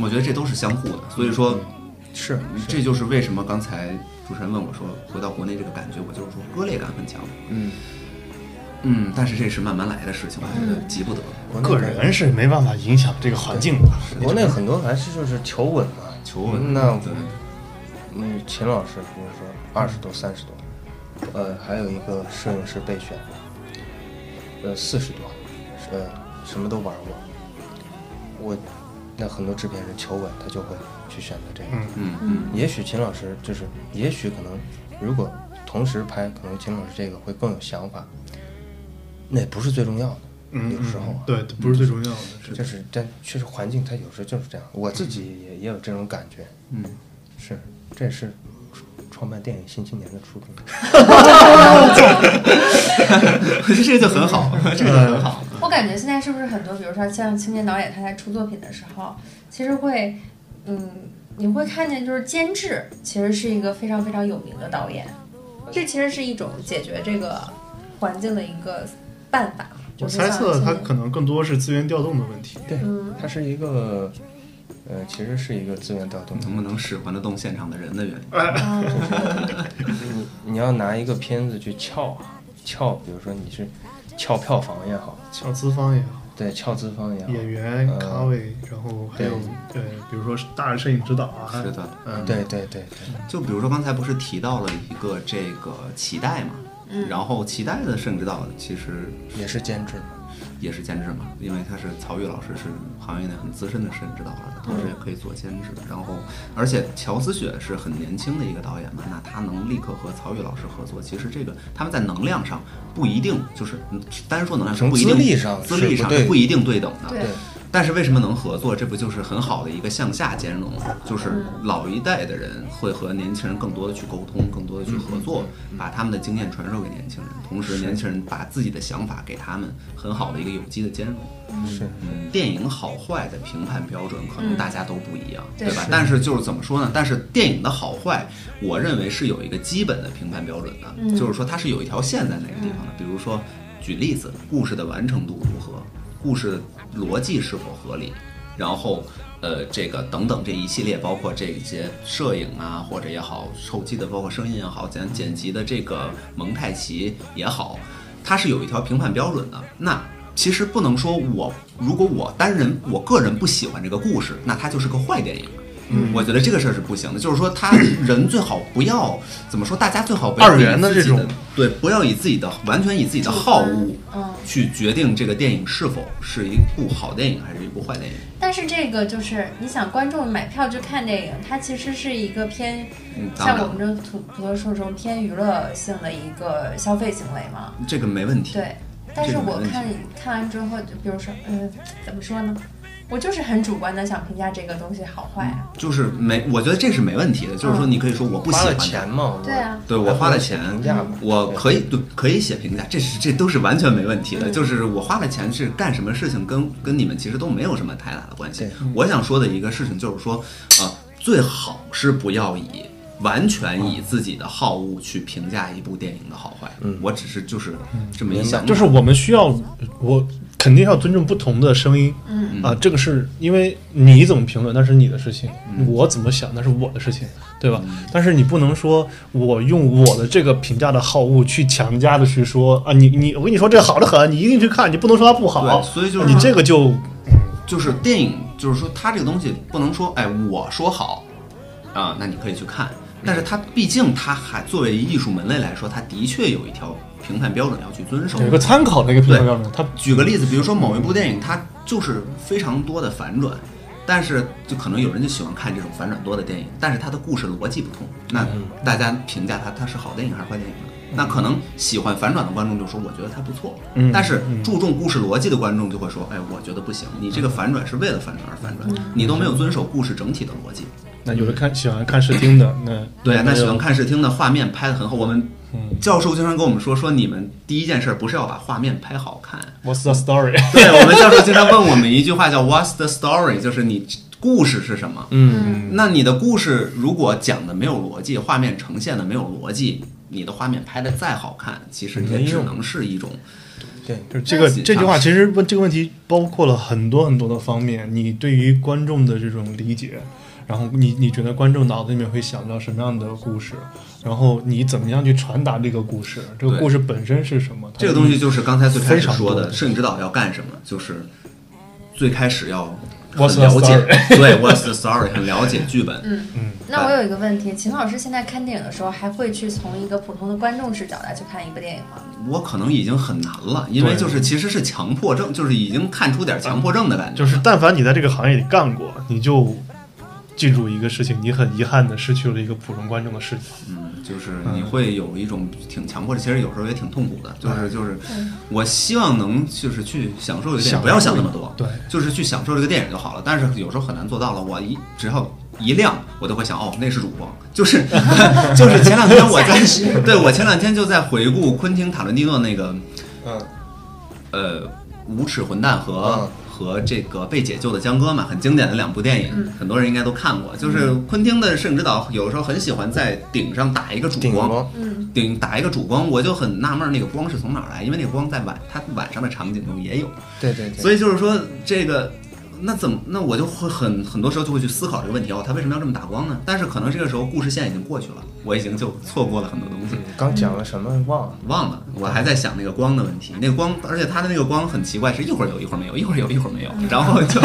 [SPEAKER 1] 我觉得这都是相互的，所以说，
[SPEAKER 7] 是
[SPEAKER 1] 嗯这就是为什么刚才主持人问我说，回到国内这个感觉，我就是说割裂感很强。
[SPEAKER 7] 嗯，
[SPEAKER 1] 嗯，但是这是慢慢来的事情，我觉得急不得。
[SPEAKER 7] 国内
[SPEAKER 5] 个
[SPEAKER 7] 感觉
[SPEAKER 5] 人是没办法影响这个环境的。
[SPEAKER 7] 国内很多还是就是求稳嘛，
[SPEAKER 1] 求稳
[SPEAKER 7] 那我
[SPEAKER 1] 对
[SPEAKER 7] 嗯，秦老师，比如说二十多、三十多，呃，还有一个摄影师备选，呃，四十多，呃，什么都玩过。我那很多制片人求稳，他就会去选择这个。
[SPEAKER 1] 嗯嗯，
[SPEAKER 7] 也许秦老师就是，也许可能，如果同时拍，可能秦老师这个会更有想法。那也不是最重要的，
[SPEAKER 1] 嗯
[SPEAKER 7] 有时候啊，
[SPEAKER 5] 嗯对，不是最重要的。是的
[SPEAKER 7] 就是但确实环境它有时候就是这样，我自己也也有这种感觉，嗯，是，这也是创办电影新青年的初衷。
[SPEAKER 1] 这这就很好， 这就很好。
[SPEAKER 3] 我感觉现在是不是很多，比如说像青年导演他在出作品的时候，其实会，嗯，你会看见就是监制其实是一个非常非常有名的导演，这其实是一种解决这个环境的一个办法。
[SPEAKER 5] 我
[SPEAKER 3] 就是
[SPEAKER 5] 猜
[SPEAKER 3] 像
[SPEAKER 5] 测
[SPEAKER 3] 青
[SPEAKER 5] 他
[SPEAKER 3] 年
[SPEAKER 5] 可能更多是资源调动的问题。
[SPEAKER 7] 对，
[SPEAKER 3] 嗯
[SPEAKER 7] 它是一个，呃，其实是一个资源调动。
[SPEAKER 1] 能不能使唤得动现场的人的原因？
[SPEAKER 3] 啊
[SPEAKER 7] 你你要拿一个片子去撬啊，撬，比如说你是撬票房也好，
[SPEAKER 5] 小资方也好，
[SPEAKER 7] 对，撬资方也好，
[SPEAKER 5] 演员
[SPEAKER 7] 呃
[SPEAKER 5] 咖位，然后还有对，比如说是大摄影指导啊，
[SPEAKER 1] 是的，
[SPEAKER 5] 嗯，
[SPEAKER 7] 对对对对，
[SPEAKER 1] 就比如说刚才不是提到了一个这个脐带嘛，然后脐带的甚至导其实
[SPEAKER 7] 也是监制嘛。
[SPEAKER 1] 也是监制嘛，因为他是曹禺老师是行业内很资深的摄影指导
[SPEAKER 7] 嗯
[SPEAKER 1] 了，同时也可以做监制。然后，而且乔思雪是很年轻的一个导演嘛，那他能立刻和曹禺老师合作，其实这个他们在能量上不一定就是单说能量上
[SPEAKER 7] 从
[SPEAKER 1] 不一定
[SPEAKER 7] 资历上
[SPEAKER 1] 资历
[SPEAKER 7] 是
[SPEAKER 1] 上
[SPEAKER 7] 不对
[SPEAKER 1] 不一定对等的。
[SPEAKER 3] 对
[SPEAKER 7] 对，
[SPEAKER 1] 但是为什么能合作？这不就是很好的一个向下兼容？就是老一代的人会和年轻人更多的去沟通，更多的去合作，把他们的经验传授给年轻人，同时年轻人把自己的想法给他们，很好的一个有机的兼容。
[SPEAKER 7] 是
[SPEAKER 1] 嗯电影好坏的评判标准可能大家都不一样，
[SPEAKER 3] 对
[SPEAKER 1] 对吧？但是就是怎么说呢？但是电影的好坏，我认为是有一个基本的评判标准的，就是说它是有一条线在哪个地方的。比如说，举例子，故事的完成度如何，故事逻辑是否合理，然后。呃，这个等等这一系列，包括这些摄影啊，或者也好，后期的包括声音也好，剪剪辑的这个蒙太奇也好，它是有一条评判标准的。那其实不能说我如果我单人我个人不喜欢这个故事，那它就是个坏电影。嗯，我觉得这个事儿是不行的，就是说他人最好不要怎么说，大家最好不要
[SPEAKER 2] 二元的
[SPEAKER 1] 以自己
[SPEAKER 2] 这种
[SPEAKER 1] 对，不要以自己的完全以自己的好恶
[SPEAKER 3] 嗯
[SPEAKER 1] 去决定这个电影是否是一部好电影还是一部坏电影。
[SPEAKER 3] 但是这个就是你想观众买票去看电影，它其实是一个偏
[SPEAKER 1] 嗯，当
[SPEAKER 3] 像
[SPEAKER 1] 然
[SPEAKER 3] 我们这种土普通受众偏娱乐性的一个消费行为嘛。
[SPEAKER 1] 这个没问题。
[SPEAKER 3] 对，但
[SPEAKER 1] 这
[SPEAKER 3] 是
[SPEAKER 1] 个没
[SPEAKER 3] 我
[SPEAKER 1] 问题
[SPEAKER 3] 看看完之后，就比如说，嗯，怎么说呢？我就是很主观的想评价这个东西好坏啊。
[SPEAKER 1] 就是没，我觉得这是没问题的。就是说，你可以说我不喜
[SPEAKER 7] 花了
[SPEAKER 1] 欢
[SPEAKER 7] 钱
[SPEAKER 1] 它，
[SPEAKER 7] 嘛，
[SPEAKER 3] 对啊
[SPEAKER 1] 对我花了钱
[SPEAKER 7] 评价嘛，
[SPEAKER 1] 我
[SPEAKER 7] 对
[SPEAKER 1] 可以对可以写评价，这是这都是完全没问题的。就是我花了钱是干什么事情跟，跟你们其实都没有什么太大的关系
[SPEAKER 7] 对。
[SPEAKER 1] 我想说的一个事情就是说，呃，最好是不要以。完全以自己的好恶去评价一部电影的好坏，我只是就是这么一想法，
[SPEAKER 9] 就是我们需要，我肯定要尊重不同的声音，嗯啊，这个是因为你怎么评论那是你的事情，
[SPEAKER 1] 嗯
[SPEAKER 9] 我怎么想那是我的事情，对吧？但是你不能说我用我的这个评价的好恶去强加的去说啊，你你我跟你说这好的很，你一定去看，你不能说它不好，啊
[SPEAKER 1] 对所以就是
[SPEAKER 9] 你这个就
[SPEAKER 1] 就是电影，就是说它这个东西不能说，哎，我说好啊、那你可以去看。但是它毕竟它还作为艺术门类来说，它的确有一条评判标准要去遵守。
[SPEAKER 9] 有一个参考的一个评价标准，它
[SPEAKER 1] 举个例子，比如说某一部电影，它就是非常多的反转，但是就可能有人就喜欢看这种反转多的电影，但是它的故事逻辑不通，那大家评价它它是好电影还是坏电影呢？那可能喜欢反转的观众就说我觉得它不错，但是注重故事逻辑的观众就会说，哎，我觉得不行，你这个反转是为了反转而反转，你都没有遵守故事整体的逻辑。
[SPEAKER 9] 那有的看喜欢看视听的，那
[SPEAKER 1] 对啊，那喜欢
[SPEAKER 9] 有
[SPEAKER 1] 看视听的画面拍得很好。我们教授经常跟我们说，说你们第一件事儿不是要把画面拍好看，
[SPEAKER 9] What's the story？
[SPEAKER 1] 对我们教授经常问我们一句话叫 "What's the story？" 就是你故事是什么？嗯，那你的故事如果讲的没有逻辑，画面呈现的没有逻辑，你的画面拍的再好看，其实也只能是一种
[SPEAKER 7] 对，
[SPEAKER 5] 就是这个
[SPEAKER 1] 那
[SPEAKER 5] 这句话，其实问这个问题包括了很多很多的方面，你对于观众的这种理解，然后你你觉得观众脑子里面会想到什么样的故事，然后你怎么样去传达这个故事，这个
[SPEAKER 1] 对
[SPEAKER 5] 故事本身是什么？它
[SPEAKER 1] 这个东西，就是刚才最开
[SPEAKER 5] 非
[SPEAKER 1] 始
[SPEAKER 5] 常
[SPEAKER 1] 说
[SPEAKER 5] 多
[SPEAKER 1] 的，摄影指导要干什么，就是最开始要很
[SPEAKER 9] What's the
[SPEAKER 1] 了解， 对 What's the story？很了解剧本，嗯，
[SPEAKER 3] 那我有一个问题，秦老师现在看电影的时候，还会去从一个普通的观众视角来去看一部电影吗？
[SPEAKER 1] 我可能已经很难了，因为就是其实是强迫症，就是已经看出点强迫症的感觉了，
[SPEAKER 5] 就是但凡你在这个行业里干过，你就记住一个事情，你很遗憾的失去了一个普通观众的视角。
[SPEAKER 1] 嗯，就是你会有一种挺强迫的，其实有时候也挺痛苦的。就是就是，我希望能就是去享受这个电影，
[SPEAKER 5] 享受
[SPEAKER 1] 不要想那么多，
[SPEAKER 5] 对
[SPEAKER 1] 就是去享受这个电影就好了。但是有时候很难做到了，我一只要一亮，我都会想哦，那是主光，就是 就是前两天我在，对我前两天就在回顾昆汀塔伦蒂诺那个
[SPEAKER 7] 嗯，
[SPEAKER 1] 呃，《无耻混蛋和》和、
[SPEAKER 7] 嗯
[SPEAKER 1] 这个被解救的江哥嘛，很经典的两部电影，很多人应该都看过。就是昆汀的摄影指导，有的时候很喜欢在顶上打一个主
[SPEAKER 7] 顶
[SPEAKER 1] 光，
[SPEAKER 7] 光
[SPEAKER 1] 顶打一个主光，我就很纳闷儿那个光是从哪儿来，因为那个光在晚，它晚上的场景中也有。
[SPEAKER 7] 对对对，
[SPEAKER 1] 所以就是说这个。那怎么？那我就会很很多时候就会去思考这个问题哦，他为什么要这么打光呢？但是可能这个时候故事线已经过去了，我已经就错过了很多东西。
[SPEAKER 7] 嗯刚讲了什么忘了，
[SPEAKER 1] 忘了，我还在想那个光的问题。那个光，而且它的那个光很奇怪，是一会儿有，一会儿没有，一会儿有，一会儿没有，然后就，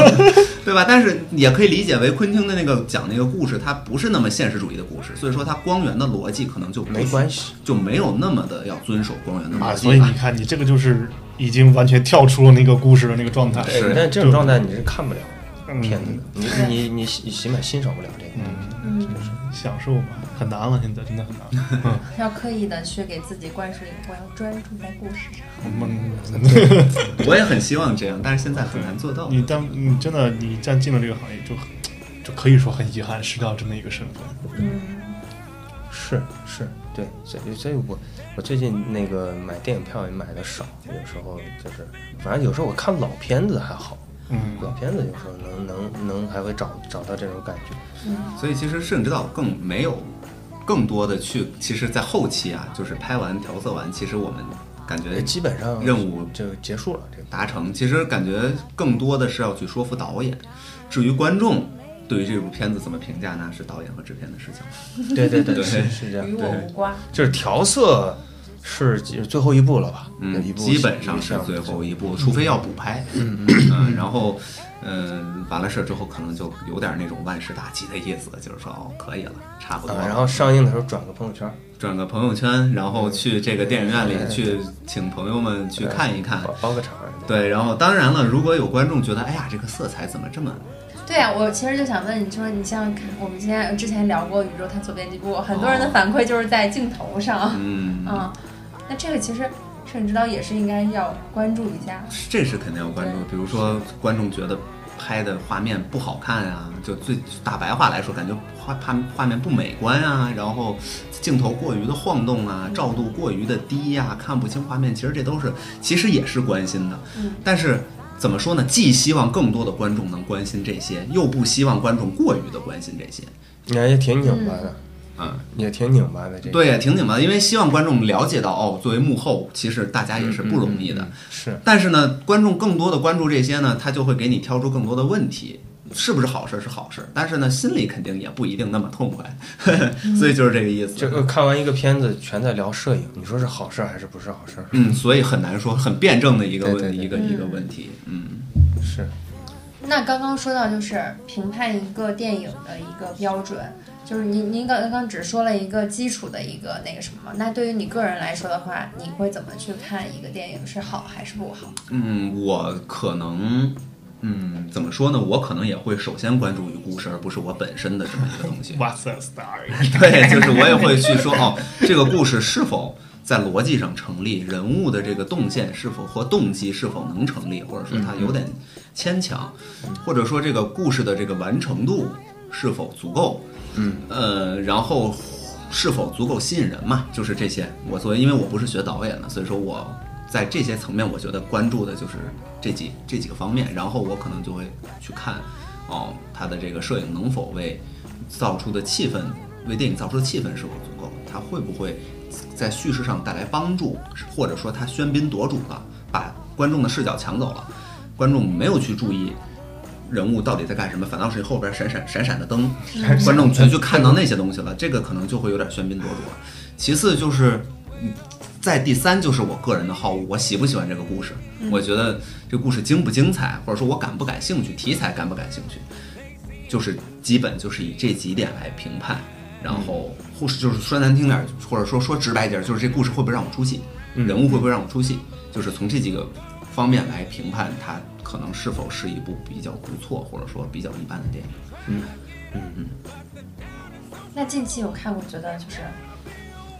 [SPEAKER 1] 对吧？但是也可以理解为昆汀的那个讲那个故事，它不是那么现实主义的故事，所以说它光源的逻辑可能就不
[SPEAKER 7] 没关系，
[SPEAKER 1] 就没有那么的要遵守光源的逻
[SPEAKER 5] 啊，
[SPEAKER 1] 辑。
[SPEAKER 5] 所以你看，你这个就是已经完全跳出了那个故事的那个状态。
[SPEAKER 7] 哎
[SPEAKER 1] 是
[SPEAKER 7] 但这种状态你是看不了，片子的，你
[SPEAKER 1] 哎
[SPEAKER 7] 你你你起码欣赏不了这个东西。
[SPEAKER 3] 嗯，
[SPEAKER 5] 享受嘛，很难了，嗯现在真的很难。
[SPEAKER 3] 要刻意的去给自己灌输一个我要专注在故事上。
[SPEAKER 1] 我也很希望这样，但是现在很难做到。
[SPEAKER 5] 你当你真的你站进了这个行业，就很就可以说很遗憾失掉这么一个身份。
[SPEAKER 7] 是是，对，所以所以我我最近那个买电影票也买的少，有时候就是，反正有时候我看老片子还好，
[SPEAKER 5] 嗯
[SPEAKER 7] 老片子有时候能能能还会找找到这种感觉。
[SPEAKER 1] 所以其实甚至到更没有更多的去，其实，在后期啊，就是拍完调色完，其实我们感
[SPEAKER 5] 呃
[SPEAKER 1] 觉
[SPEAKER 7] 基本上
[SPEAKER 1] 哎任务
[SPEAKER 7] 就结束了，这个
[SPEAKER 1] 达成，其实感觉更多的是要去说服导演。至于观众对于这部片子怎么评价，那是导演和制片的事情。
[SPEAKER 7] 对对对
[SPEAKER 1] 对
[SPEAKER 7] 是是这样
[SPEAKER 3] 与，我无关，
[SPEAKER 7] 就是调色是最后一步了吧？那一
[SPEAKER 1] 嗯，
[SPEAKER 7] 步
[SPEAKER 1] 基本上是最后一步，除非要补拍。嗯嗯，然后。嗯，完了事儿之后，可能就有点那种万事大吉的意思，就是说哦，可以了，差不多
[SPEAKER 7] 啊
[SPEAKER 1] 了。，
[SPEAKER 7] 然后嗯上映的时候转个朋友圈，
[SPEAKER 1] 转个朋友圈，然后去这个电影院里
[SPEAKER 7] 哎
[SPEAKER 1] 去请朋友们去看一看。
[SPEAKER 7] 包包个场，，
[SPEAKER 1] 对，然后当然了，如果有观众觉得，哎呀，这个色彩怎么这么……
[SPEAKER 3] 对啊，我其实就想问你，说你像看我们今天呃之前聊过《宇宙探索编辑部》，很多人的反馈就是在镜头上，
[SPEAKER 1] 哦嗯，
[SPEAKER 3] 嗯，那这个其实摄影指导也是应该要关注一下，
[SPEAKER 1] 这是肯定要关注。比如说，观众觉得拍的画面不好看啊，就最大白话来说，感觉画画画面不美观啊，然后镜头过于的晃动啊，照度过于的低呀、看不清画面，其实这都是其实也是关心的。
[SPEAKER 7] 嗯
[SPEAKER 1] 但是怎么说呢？既希望更多的观众能关心这些，又不希望观众过于的关心这些。
[SPEAKER 7] 你哎看也挺拧巴的，
[SPEAKER 1] 嗯，
[SPEAKER 7] 也挺拧巴的这个。
[SPEAKER 1] 对，挺拧巴的，因为希望观众了解到哦，作为幕后，其实大家也是不容易的。
[SPEAKER 7] 嗯，嗯嗯是
[SPEAKER 1] 但是呢，观众更多的关注这些呢，他就会给你挑出更多的问题，是不是好事儿是好事儿，但是呢，心里肯定也不一定那么痛快， 所以就是这个意思。
[SPEAKER 7] 这个看完一个片子，全在聊摄影，你说是好事儿还是不是好事儿？
[SPEAKER 1] 嗯，所以很难说，很辩证的一个问
[SPEAKER 7] 对对对
[SPEAKER 1] 一个一个问题。嗯，
[SPEAKER 7] 是，
[SPEAKER 3] 那刚刚说到就是评判一个电影的一个标准，就是您您刚刚只说了一个基础的一个那个什么，那对于你个人来说的话，你会怎么去看一个电影是好还是不好？
[SPEAKER 1] 嗯，我可能，嗯，怎么说呢？我可能也会首先关注于故事，而不是我本身的这么一个东西。
[SPEAKER 5] What's a star？
[SPEAKER 1] 对，就是我也会去说哦，这个故事是否在逻辑上成立，人物的这个动线是否和动机是否能成立，或者说它有点牵强，或者说这个故事的这个完成度是否足够，嗯，呃，然后是否足够吸引人嘛，就是这些。我作为因为我不是学导演的，所以说我。在这些层面，我觉得关注的就是这几这几个方面，然后我可能就会去看，哦，他的这个摄影能否为造出的气氛，为电影造出的气氛是否足够？它会不会在叙事上带来帮助，或者说它喧宾夺主了，把观众的视角抢走了，观众没有去注意人物到底在干什么，反倒是后边闪闪闪闪的灯，观众全去看到那些东西了，这个可能就会有点喧宾夺主了。其次就是，嗯在第三就是我个人的好恶，我喜不喜欢这个故事，我觉得这故事精不精彩，或者说我感不感兴趣，题材感不感兴趣，就是基本就是以这几点来评判。然后护士就是说难听点儿，或者说说直白一点儿，就是这故事会不会让我出戏，人物会不会让我出戏，就是从这几个方面来评判它可能是否是一部比较不错或者说比较一般的电影。
[SPEAKER 3] 那近期有看过觉得就是，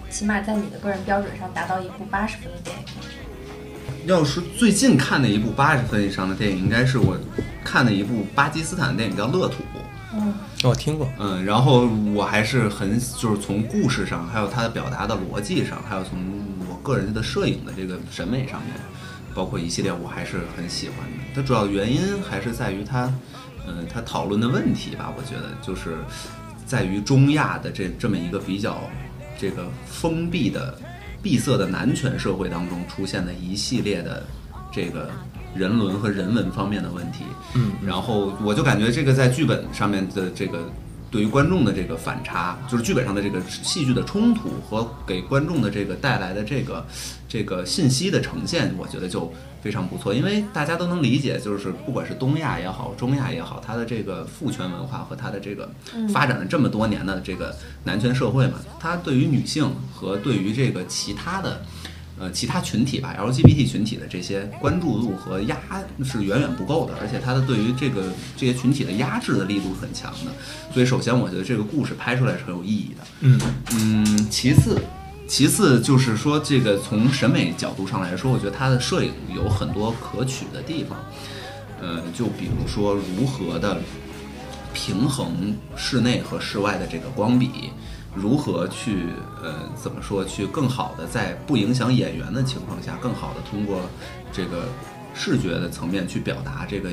[SPEAKER 3] 起码在你的个人标准上达到一部八十分的电影吗，
[SPEAKER 1] 要是最近看的一部八十分以上的电影，应该是我看的一部巴基斯坦的电影叫《乐土》。
[SPEAKER 7] 我哦听过，
[SPEAKER 1] 嗯，然后我还是很就是从故事上，还有它的表达的逻辑上，还有从我个人的摄影的这个审美上面，包括一系列，我还是很喜欢的。它主要原因还是在于它，嗯、它讨论的问题吧，我觉得就是在于中亚的这这么一个比较这个封闭的闭塞的男权社会当中出现的一系列的这个人伦和人文方面的问题。嗯，然后我就感觉这个在剧本上面的这个对于观众的这个反差，就是剧本上的这个戏剧的冲突和给观众的这个带来的这个这个信息的呈现，我觉得就非常不错，因为大家都能理解，就是不管是东亚也好，中亚也好，它的这个父权文化和它的这个发展了这么多年的这个男权社会嘛，它对于女性和对于这个其他的。呃其他群体吧，LGBT 群体的这些关注度和压是远远不够的，而且它的对于这个这些群体的压制的力度是很强的。所以首先，我觉得这个故事拍出来是很有意义的。
[SPEAKER 9] 嗯
[SPEAKER 1] 嗯，其次。其次就是说，这个从审美角度上来说，我觉得它的摄影有很多可取的地方。呃，就比如说如何的平衡室内和室外的这个光比，如何去呃怎么说去更好的在不影响演员的情况下，更好的通过这个视觉的层面去表达这个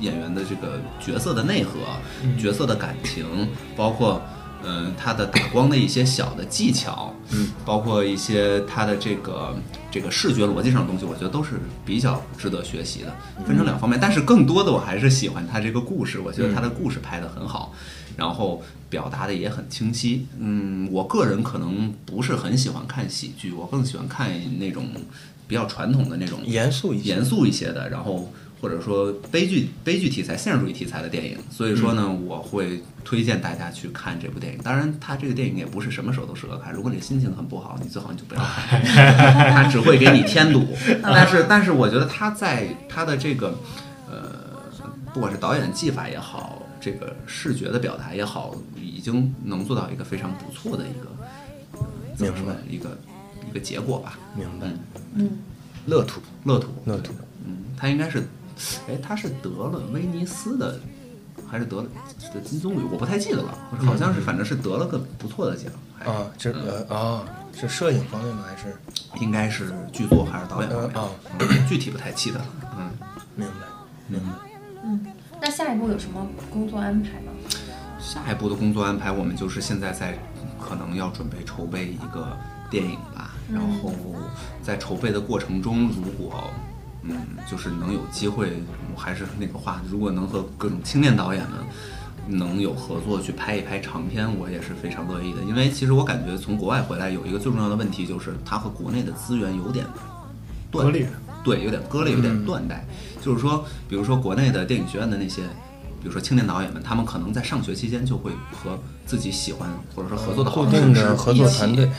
[SPEAKER 1] 演员的这个角色的内核、啊角色的感情，包括。嗯，他的打光的一些小的技巧，嗯，包括一些他的这个这个视觉逻辑上的东西，我觉得都是比较值得学习的，分成两方面。但是更多的我还是喜欢他这个故事，我觉得他的故事拍得很好，然后表达的也很清晰。嗯，我个人可能不是很喜欢看喜剧，我更喜欢看那种比较传统的那种
[SPEAKER 7] 严肃一些
[SPEAKER 1] 严肃一些的，然后或者说悲剧悲剧题材、现实主义题材的电影。所以说呢，
[SPEAKER 7] 嗯
[SPEAKER 1] 我会推荐大家去看这部电影。当然，它这个电影也不是什么时 候都适合看。如果你心情很不好，你最好你就不要看，它只会给你添 堵。但是，但是我觉得它在它的这个呃，不管是导演技法也好，这个视觉的表达也好，已经能做到一个非常不错的一个呃怎么说呢？一个一个结果吧。
[SPEAKER 7] 明白
[SPEAKER 1] 嗯。
[SPEAKER 7] 乐土，
[SPEAKER 1] 乐土，
[SPEAKER 7] 乐土，
[SPEAKER 1] 嗯，他应该是，哎，他是得了威尼斯的，还是得了得金棕榈？我不太记得了，好像是，反正是得了个不错的奖，还
[SPEAKER 7] 啊，这
[SPEAKER 1] 嗯
[SPEAKER 7] 呃啊，是摄影方面吗？还是
[SPEAKER 1] 应该是剧作还是导演方面
[SPEAKER 7] 呃啊，
[SPEAKER 1] 嗯具体不太记得了。嗯，
[SPEAKER 7] 明白明白？
[SPEAKER 8] 那下一步有什么工作安排吗？
[SPEAKER 1] 下一步的工作安排，我们就是现在在可能要准备筹备一个电影吧，然后呃在筹备的过程中，如果嗯，就是能有机会，我还是那个话，如果能和各种青年导演们能有合作去拍一拍长片，我也是非常乐意的。因为其实我感觉从国外回来有一个最重要的问题，就是它和国内的资源有点断
[SPEAKER 5] 合理。
[SPEAKER 1] 对，有点割裂，有点断代。就是说，比如说国内的电影学院的那些，比如说青年导演们，他们可能在上学期间就会和自己喜欢或者说合作的好
[SPEAKER 7] 固
[SPEAKER 1] 的
[SPEAKER 7] 定
[SPEAKER 1] 摄影师
[SPEAKER 7] 的哦合作
[SPEAKER 1] 一起
[SPEAKER 7] 团队，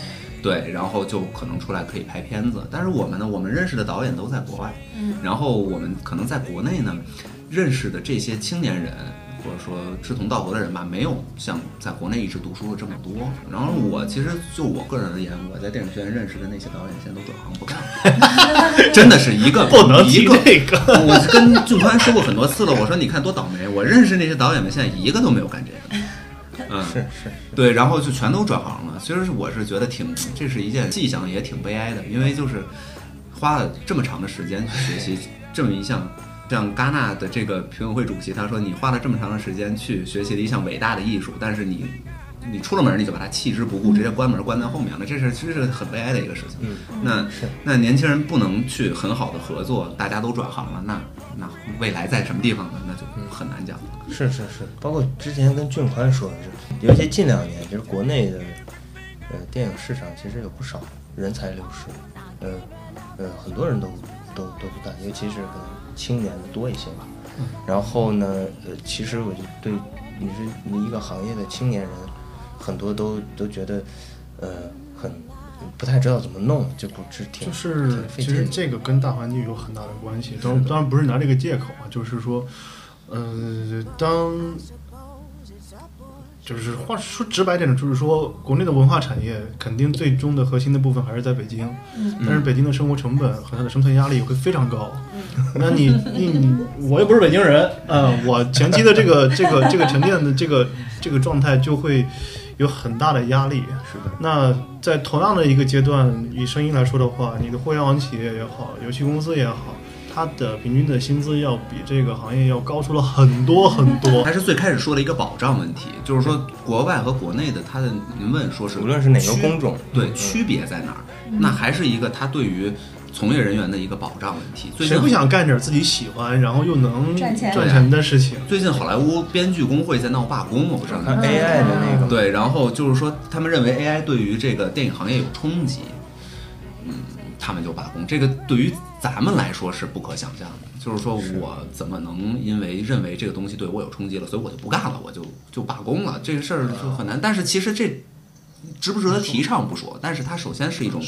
[SPEAKER 1] 对，然后就可能出来可以拍片子。但是我们呢，我们认识的导演都在国外，嗯，然后我们可能在国内呢，认识的这些青年人。或者说志同道合的人吧，没有像在国内一直读书的这么多。然后我其实就我个人而言，我在电影学院认识的那些导演，现在都转行不干了，真的是一个
[SPEAKER 5] 不能
[SPEAKER 1] 一
[SPEAKER 5] 提
[SPEAKER 1] 个
[SPEAKER 5] 这个，
[SPEAKER 1] 我跟俊宽说过很多次了，我说你看多倒霉，我认识那些导演们，现在一个都没有干这个。嗯，
[SPEAKER 7] 是是，
[SPEAKER 1] 对，然后就全都转行了。其实我是觉得挺，这是一件迹象，也挺悲哀的，因为就是花了这么长的时间去学习这么一项，像戛纳的这个评委会主席他说，你花了这么长的时间去学习了一项伟大的艺术，但是你你出了门你就把它弃之不顾，直接关门关在后面了，这是这是很悲哀的一个事情。那那年轻人不能去很好的合作，大家都转行了，那那未来在什么地方呢？那就很难讲了。
[SPEAKER 7] 是是是，包括之前跟俊宽说的是，尤其近两年，就是国内的呃电影市场其实有不少人才流失，呃呃很多人都都都不干，尤其是可能青年的多一些吧。
[SPEAKER 5] 嗯
[SPEAKER 7] 然后呢，呃，其实我就对你是你一个行业的青年人，很多都都觉得呃很不太知道怎么弄，就不是挺
[SPEAKER 5] 就是
[SPEAKER 7] 挺费
[SPEAKER 5] 其
[SPEAKER 7] 劲
[SPEAKER 5] 实
[SPEAKER 7] 的。
[SPEAKER 5] 这个跟大环境有很大的关系，当当然不是拿这个借口啊，就是说，呃，当就是话说直白点的，就是说，国内的文化产业肯定最终的核心的部分还是在北京，但是北京的生活成本和它的生存压力会非常高。 那你你你，我又不是北京人，嗯，我前期的这个这个这个沉淀的这个这个状态就会有很大的压力。是的。那在同样的一个阶段，以声音来说的话，你的互联网企业也好，游戏公司也好。它的平均的薪资要比这个行业要高出了很多很多，
[SPEAKER 1] 还是最开始说的一个保障问题，就是说国外和国内的它的，您问说是
[SPEAKER 7] 无论是哪个工种
[SPEAKER 1] 区
[SPEAKER 7] 嗯
[SPEAKER 1] 对区别在哪儿，那还是一个它对于从业人员的一个保障问题。最近
[SPEAKER 5] 谁不想干点自己喜欢，然后又能
[SPEAKER 3] 赚钱
[SPEAKER 5] 的事情？
[SPEAKER 1] 最近好莱坞编剧工会在闹罢工，我不知道你
[SPEAKER 7] 看 AI 的那个，
[SPEAKER 1] 嗯对，然后就是说，他们认为 AI 对于这个电影行业有冲击，嗯，他们就罢工。这个对于咱们来说是不可想象的，就是说我怎么能因为认为这个东西对我有冲击了，所以我就不干了，我就就罢工了，这个事儿就很难。但是其实这值不值得提倡不说，但是它首先是一种，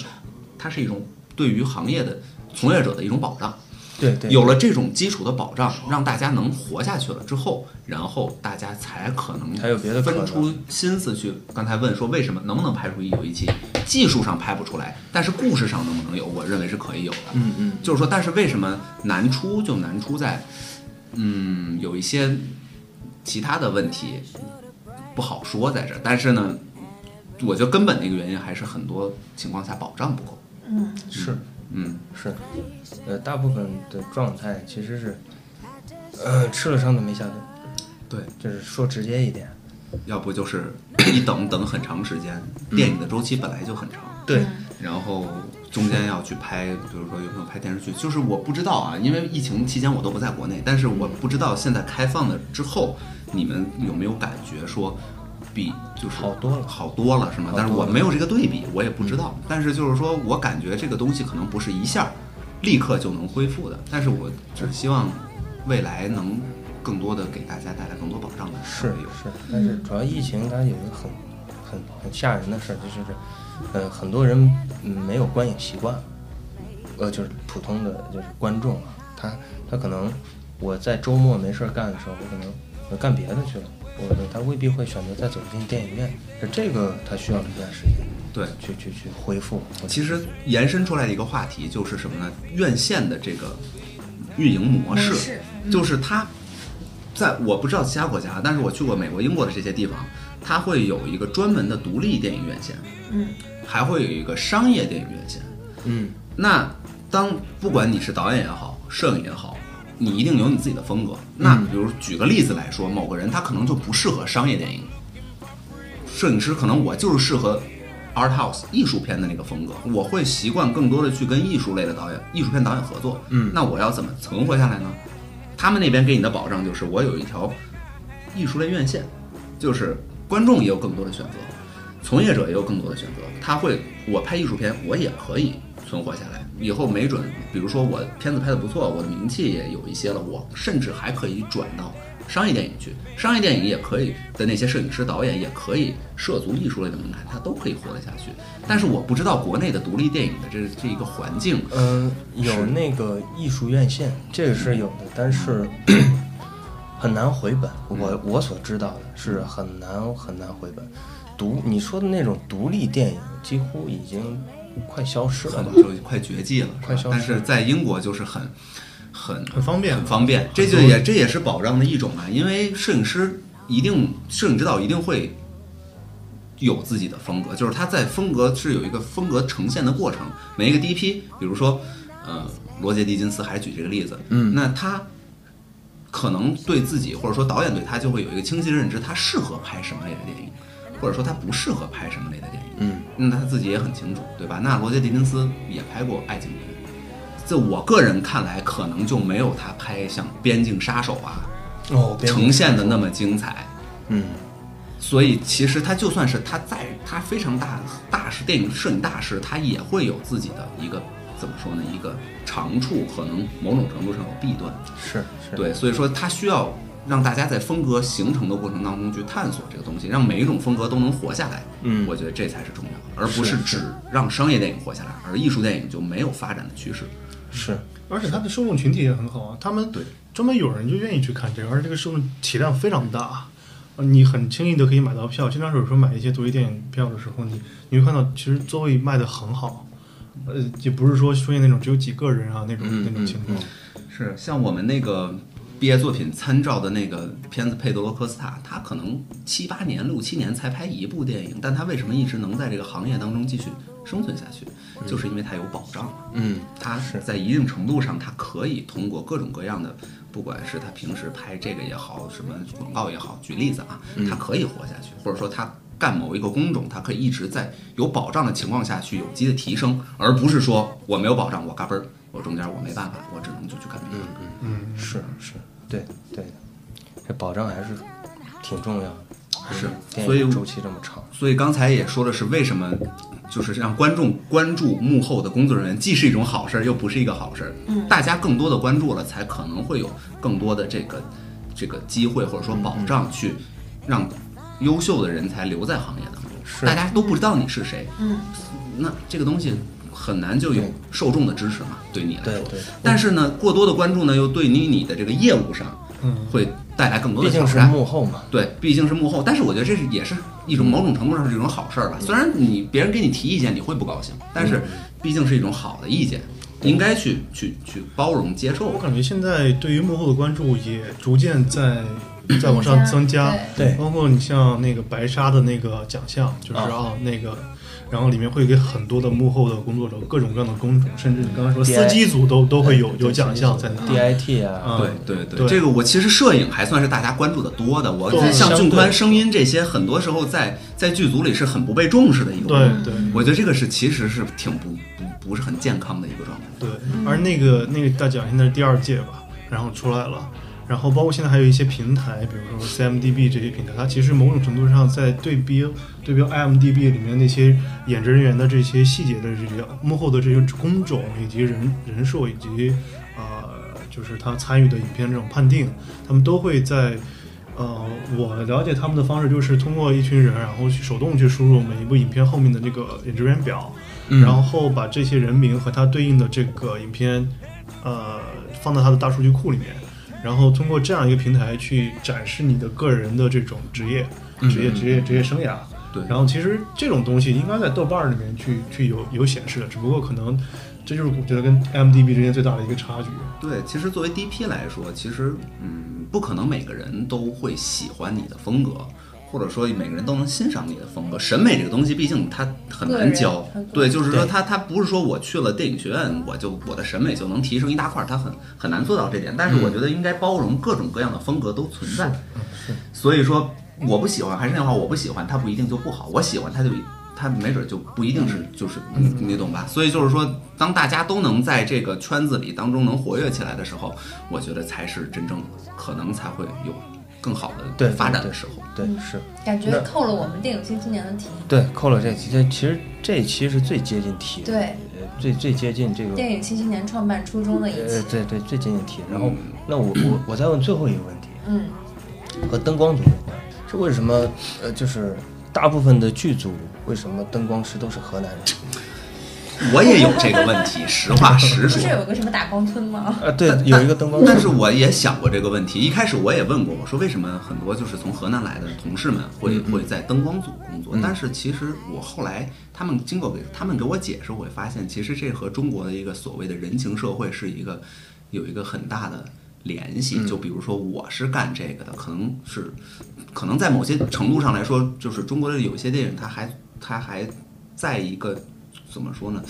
[SPEAKER 1] 它是一种对于行业的从业者的一种保障。
[SPEAKER 5] 嗯
[SPEAKER 7] 对对，
[SPEAKER 1] 有了这种基础的保障，让大家能活下去了之后，然后大家才可能
[SPEAKER 7] 才有别的可
[SPEAKER 1] 分
[SPEAKER 7] 能
[SPEAKER 1] 出心思去。刚才问说为什么能不能拍出一有一期，技术上拍不出来，但是故事上能不能有，我认为是可以有的。
[SPEAKER 7] 嗯嗯，
[SPEAKER 1] 就是说，但是为什么难出就难出在，嗯，有一些其他的问题不好说在这儿，但是呢，我觉得根本的一个原因还是很多情况下保障不够。
[SPEAKER 7] 是
[SPEAKER 1] 嗯，
[SPEAKER 7] 是，呃，大部分的状态其实是，呃，吃了上顿没下顿，
[SPEAKER 1] 对，
[SPEAKER 7] 就是说直接一点，
[SPEAKER 1] 要不就是一等 等很长时间，电影的周期本来就很长，
[SPEAKER 7] 对，
[SPEAKER 1] 然后中间要去拍，比如说有没有拍电视剧，就是我不知道啊，因为疫情期间我都不在国内，但是我不知道现在开放了之后，你们有没有感觉说比就是
[SPEAKER 7] 好多了
[SPEAKER 1] 好多了是吗？
[SPEAKER 7] 好多了嗯
[SPEAKER 1] 但是我没有这个对比，我也不知道。但是就是说我感觉这个东西可能不是一下立刻就能恢复的，但是我只希望未来能更多的给大家带来更多保障吧。
[SPEAKER 7] 是
[SPEAKER 1] 有嗯
[SPEAKER 7] 是，但是主要疫情它有一个很很很吓人的事儿，就是，呃，很多人嗯没有观影习惯，呃，就是普通的就是观众啊，他他可能我在周末没事儿干的时候，我可能我干别的去了，我他未必会选择再走进电影院，是这个他需要一段时间
[SPEAKER 1] 对，
[SPEAKER 7] 去去去恢复。我
[SPEAKER 1] 其实延伸出来一个话题就是什么呢？院线的这个运营模式，就是它在我不知道其他国家，但是我去过美国、英国的这些地方，它会有一个专门的独立电影院线，
[SPEAKER 8] 嗯，
[SPEAKER 1] 还会有一个商业电影院线。
[SPEAKER 7] 嗯，
[SPEAKER 1] 那当不管你是导演也好，摄影也好，你一定有你自己的风格。那比如举个例子来说，某个人他可能就不适合商业电影，摄影师可能我就是适合 art house 艺术片的那个风格，我会习惯更多的去跟艺术类的导演、艺术片导演合作。嗯，那我要怎么存活下来呢？他们那边给你的保障就是我有一条艺术类院线，就是观众也有更多的选择，从业者也有更多的选择。他会，我拍艺术片，我也可以存活下来。以后没准，比如说我片子拍得不错，我的名气也有一些了，我甚至还可以转到商业电影去。商业电影也可以的那些摄影师、导演也可以涉足艺术类的门槛，他都可以活得下去。但是我不知道国内的独立电影的这这一个环境，
[SPEAKER 7] 嗯，
[SPEAKER 1] 是
[SPEAKER 7] 有那个艺术院线，这个是有的，但是很难回本。
[SPEAKER 1] 嗯
[SPEAKER 7] 我我所知道的是很难很难回本。独你说的那种独立电影，几乎已经快消失了
[SPEAKER 1] 可
[SPEAKER 7] 吧
[SPEAKER 1] 能？就快绝迹了，
[SPEAKER 7] 快
[SPEAKER 1] 是吧
[SPEAKER 7] 消失
[SPEAKER 1] 但是在英国就是很很
[SPEAKER 5] 很方便
[SPEAKER 1] 很方便，这就也这也是保障的一种啊，因为摄影师一定摄影指导一定会有自己的风格，就是他在风格是有一个风格呈现的过程。每一个 DP，比如说，呃，罗杰·狄金斯还举这个例子，嗯，那他可能对自己或者说导演对他就会有一个清晰的认知，他适合拍什么类的电影，或者说他不适合拍什么类的电影，嗯，那他自己也很清楚，对吧？那罗杰·狄金斯也拍过爱情片，在我个人看来，可能就没有他拍像《边境杀手》啊
[SPEAKER 7] 哦，别
[SPEAKER 1] 呈现的那么精彩，
[SPEAKER 7] 嗯，
[SPEAKER 1] 所以其实他就算是他在他非常大大师电影摄影大师，他也会有自己的一个怎么说呢？一个长处，可能某种程度上有弊端。
[SPEAKER 7] 是是，
[SPEAKER 1] 对，所以说他需要让大家在风格形成的过程当中去探索这个东西，让每一种风格都能活下来。
[SPEAKER 7] 嗯
[SPEAKER 1] 我觉得这才是重要的，而不
[SPEAKER 7] 是
[SPEAKER 1] 是只让商业电影活下来，而艺术电影就没有发展的趋势。
[SPEAKER 7] 是
[SPEAKER 5] 而且它的受众群体也很好啊，他们
[SPEAKER 1] 对
[SPEAKER 5] 专门有人就愿意去看这个，而且这个受众体量非常大，呃你很轻易的可以买到票。经常有时候买一些独立电影票的时候，你你会看到其实座位卖的很好，呃，也不是说出现那种只有几个人啊那种、
[SPEAKER 1] 嗯
[SPEAKER 5] 那种情况。
[SPEAKER 1] 是像我们那个毕业作品参照的那个片子《佩德罗·科斯塔》，他可能七八年、六七年才拍一部电影，但他为什么一直能在这个行业当中继续生存下去，就是因为他有保障。
[SPEAKER 7] 嗯，
[SPEAKER 1] 他
[SPEAKER 7] 是
[SPEAKER 1] 在一定程度上，他可以通过各种各样的，不管是他平时拍这个也好，什么广告也好，举例子啊，他可以活下去，或者说他干某一个工种，他可以一直在有保障的情况下去有机的提升，而不是说我没有保障，我嘎嘣儿，我中间我没办法，我只能就去干别的。
[SPEAKER 7] 是是，对对的，这保障还是挺重要的。
[SPEAKER 1] 是
[SPEAKER 7] 电
[SPEAKER 1] 所以
[SPEAKER 7] 影周期这么长，
[SPEAKER 1] 所以刚才也说的是为什么，就是让观众关注幕后的工作人员，既是一种好事儿，又不是一个好事儿。嗯，大家更多的关注了，才可能会有更多的这个这个机会或者说保障，去让优秀的人才留在行业当中。
[SPEAKER 7] 是
[SPEAKER 1] 大家都不知道你是谁。嗯，那这个东西很难就有
[SPEAKER 7] 对
[SPEAKER 1] 受众的支持嘛，对你来说。
[SPEAKER 7] 对对
[SPEAKER 1] 但是呢，过多的关注呢，又对你你的这个业务上
[SPEAKER 5] 嗯
[SPEAKER 1] 会带来更多
[SPEAKER 7] 毕
[SPEAKER 1] 的挑
[SPEAKER 7] 竟是
[SPEAKER 1] 战。
[SPEAKER 7] 幕后嘛，
[SPEAKER 1] 对，毕竟是幕后，但是我觉得这是也是一
[SPEAKER 5] 嗯
[SPEAKER 1] 种某种程度上是一种好事儿吧。虽然你别人给你提意见你会不高兴，但
[SPEAKER 5] 嗯
[SPEAKER 1] 是毕竟是一种好的意见，应该去去去包容接受
[SPEAKER 5] 我。感觉现在对于幕后的关注也逐渐 在在往上增加，
[SPEAKER 7] 对
[SPEAKER 5] 包括你像那个白沙的那个奖项，就是
[SPEAKER 7] 啊
[SPEAKER 5] 啊那个，然后里面会给很多的幕后的工作者各种各样的工种，甚至你刚刚说
[SPEAKER 7] DI
[SPEAKER 5] 司机组都都会有有奖项在那。
[SPEAKER 7] DIT 啊，
[SPEAKER 5] 嗯
[SPEAKER 1] 对对对，
[SPEAKER 5] 对
[SPEAKER 1] 这个我其实摄影还算是大家关注的多的。我
[SPEAKER 5] 对
[SPEAKER 1] 像
[SPEAKER 5] 相
[SPEAKER 1] 俊宽、
[SPEAKER 5] 对
[SPEAKER 1] 声音这些，很多时候在在剧组里是很不被重视的一个。
[SPEAKER 5] 对，
[SPEAKER 7] 嗯
[SPEAKER 5] 对
[SPEAKER 1] 我觉得这个是其实是挺不不不是很健康的一个状态。
[SPEAKER 5] 对，而那个那个大奖现在是第二届吧，然后出来了。然后包括现在还有一些平台，比如说 CMDB 这些平台，它其实某种程度上在对标对标 IMDB 里面那些演职人员的这些细节的这些幕后的这些工种以及人人数以及呃就是他参与的影片这种判定，他们都会在呃我了解他们的方式就是通过一群人，然后去手动去输入每一部影片后面的这个演职员表，然后把这些人名和它对应的这个影片，呃，放到它的大数据库里面，然后通过这样一个平台去展示你的个人的这种职业、职业、职业、职业生涯。
[SPEAKER 1] 对
[SPEAKER 5] 然后其实这种东西应该在豆瓣儿里面去去有有显示的，只不过可能这就是我觉得跟 m d b 之间最大的一个差距。
[SPEAKER 1] 对，其实作为 DP 来说，其实嗯，不可能每个人都会喜欢你的风格，或者说每个人都能欣赏你的风格。审美这个东西，毕竟它很
[SPEAKER 3] 个
[SPEAKER 1] 难
[SPEAKER 3] 人
[SPEAKER 1] 教
[SPEAKER 3] 很。个
[SPEAKER 1] 对，就是说它它不是说我去了电影学院，我就我的审美就能提升一大块儿，它很很难做到这点。但是我觉得应该包容各种各样的风格都存在。所以说，我不喜欢，还是那话，我不喜欢它不一定就不好，我喜欢它就它没准就不一定是就是
[SPEAKER 7] 嗯
[SPEAKER 1] 你你懂吧？所以就是说，当大家都能在这个圈子里当中能活跃起来的时候，我觉得才是真正可能才会有更好
[SPEAKER 7] 对
[SPEAKER 1] 的发展的时候。
[SPEAKER 7] 对是。
[SPEAKER 3] 感觉
[SPEAKER 7] 那
[SPEAKER 3] 扣了我们电影星今年的题。
[SPEAKER 7] 对，扣了这期，这其实这期是最接近题的，
[SPEAKER 3] 对，
[SPEAKER 7] 呃，最最接近这个，
[SPEAKER 3] 电影新青年创办初衷的一
[SPEAKER 7] 呃，
[SPEAKER 3] 期。
[SPEAKER 7] 对对，最接近题。然后，那我我我再问最后一个问题，
[SPEAKER 3] 嗯，
[SPEAKER 7] 和灯光组有关，是为什么？呃，就是大部分的剧组为什么灯光师都是河南人？
[SPEAKER 1] 我也有这个问题，实话实
[SPEAKER 3] 不
[SPEAKER 1] 说
[SPEAKER 3] 是。有个什么打光村吗？
[SPEAKER 7] 啊，对，有一个灯光嗯师，
[SPEAKER 1] 但是我也想过这个问题。一开始我也问过，我说为什么很多就是从河南来的同事们
[SPEAKER 7] 嗯
[SPEAKER 1] 会、会在灯光组工作？但是其实我后来他们经过给他们给我解释，我会发现其实这和中国的一个所谓的人情社会是一个有一个很大的联系。
[SPEAKER 7] 嗯
[SPEAKER 1] 就比如说我是干这个的，可能是可能在某些程度上来说，就是中国的有些电影它还它还在一个怎么说呢？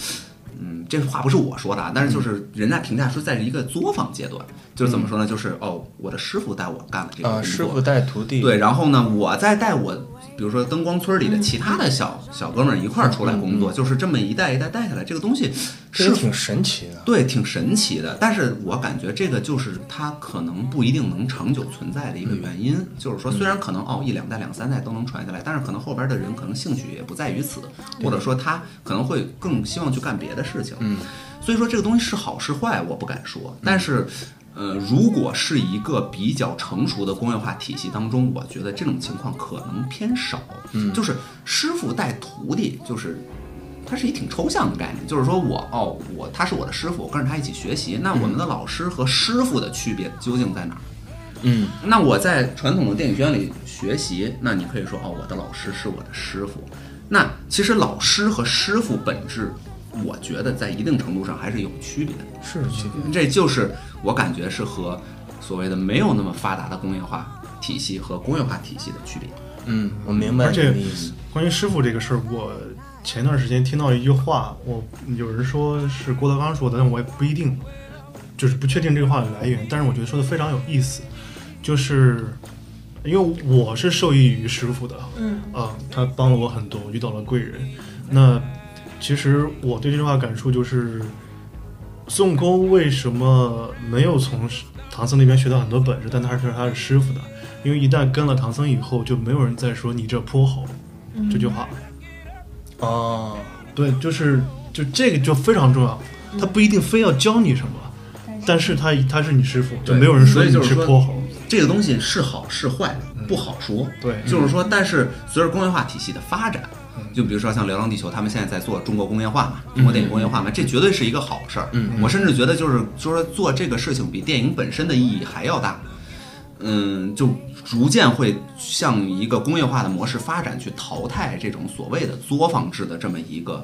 [SPEAKER 1] 嗯，这话不是我说的，啊，但是
[SPEAKER 7] 嗯
[SPEAKER 1] 就是人家评价说，在一个作坊阶段，就是怎么说呢？就是哦，我的师傅带我干了这个
[SPEAKER 7] 啊，
[SPEAKER 1] 工
[SPEAKER 7] 师
[SPEAKER 1] 作，
[SPEAKER 7] 傅带徒弟，
[SPEAKER 1] 对，然后呢，我再带我，比如说灯光村里的其他的小
[SPEAKER 7] 嗯
[SPEAKER 1] 小哥们儿一块儿出来工作，就是这么一代一代带下来，这个东西
[SPEAKER 7] 这
[SPEAKER 1] 是
[SPEAKER 7] 个挺神奇的。
[SPEAKER 1] 对，挺神奇的。但是我感觉这个就是它可能不一定能长久存在的一个原因，就是说，虽然可能哦一两代、两三代都能传下来，但是可能后边的人可能兴趣也不在于此，或者说他可能会更希望去干别的事情。嗯，所以说这个东西是好是坏，我不敢说，但是。呃，如果是一个比较成熟的工业化体系当中，我觉得这种情况可能偏少。嗯，就是师傅带徒弟，就是它是一挺抽象的概念，就是说我哦，我他是我的师傅，我跟着他一起学习。那我们的老师和师傅的区别究竟在哪儿？
[SPEAKER 7] 嗯，
[SPEAKER 1] 那我在传统的电影学院里学习，那你可以说哦，我的老师是我的师傅。那其实老师和师傅本质，我觉得在一定程度上还是有区别的。
[SPEAKER 7] 是区别。
[SPEAKER 1] 这就是我感觉是和所谓的没有那么发达的工业化体系和工业化体系的区别。
[SPEAKER 7] 嗯，我明白
[SPEAKER 5] 而
[SPEAKER 7] 你
[SPEAKER 5] 且
[SPEAKER 7] 的意思。
[SPEAKER 5] 关于师傅这个事儿，我前段时间听到一句话，我有人说是郭德纲说的，但我也不一定，就是不确定这个话的来源。但是我觉得说的非常有意思，就是因为我是受益于师傅的，嗯啊，他帮了我很多，我遇到了贵人。那其实我对这句话感触就是，孙悟空为什么没有从唐僧那边学到很多本事，但他是他是师傅的，因为一旦跟了唐僧以后，就没有人再说你这泼猴、这句话。
[SPEAKER 7] 哦，
[SPEAKER 5] 对，就是就这个就非常重要，他不一定非要教你什么，嗯但是他他是你师傅，就
[SPEAKER 1] 对
[SPEAKER 5] 没有人说
[SPEAKER 1] 所以
[SPEAKER 5] 你
[SPEAKER 1] 就是
[SPEAKER 5] 是
[SPEAKER 1] 说
[SPEAKER 5] 泼猴。
[SPEAKER 1] 这个东西是好是坏不好说。
[SPEAKER 5] 对
[SPEAKER 1] 就是说，但是随着工业化体系的发展，就比如说像《流浪地球》，他们现在在做中国工业化嘛，中国电影工业化嘛，这绝对是一个好事儿。
[SPEAKER 7] 嗯
[SPEAKER 1] 我甚至觉得就是就是做这个事情比电影本身的意义还要大。嗯，就逐渐会向一个工业化的模式发展，去淘汰这种所谓的作坊制的这么一个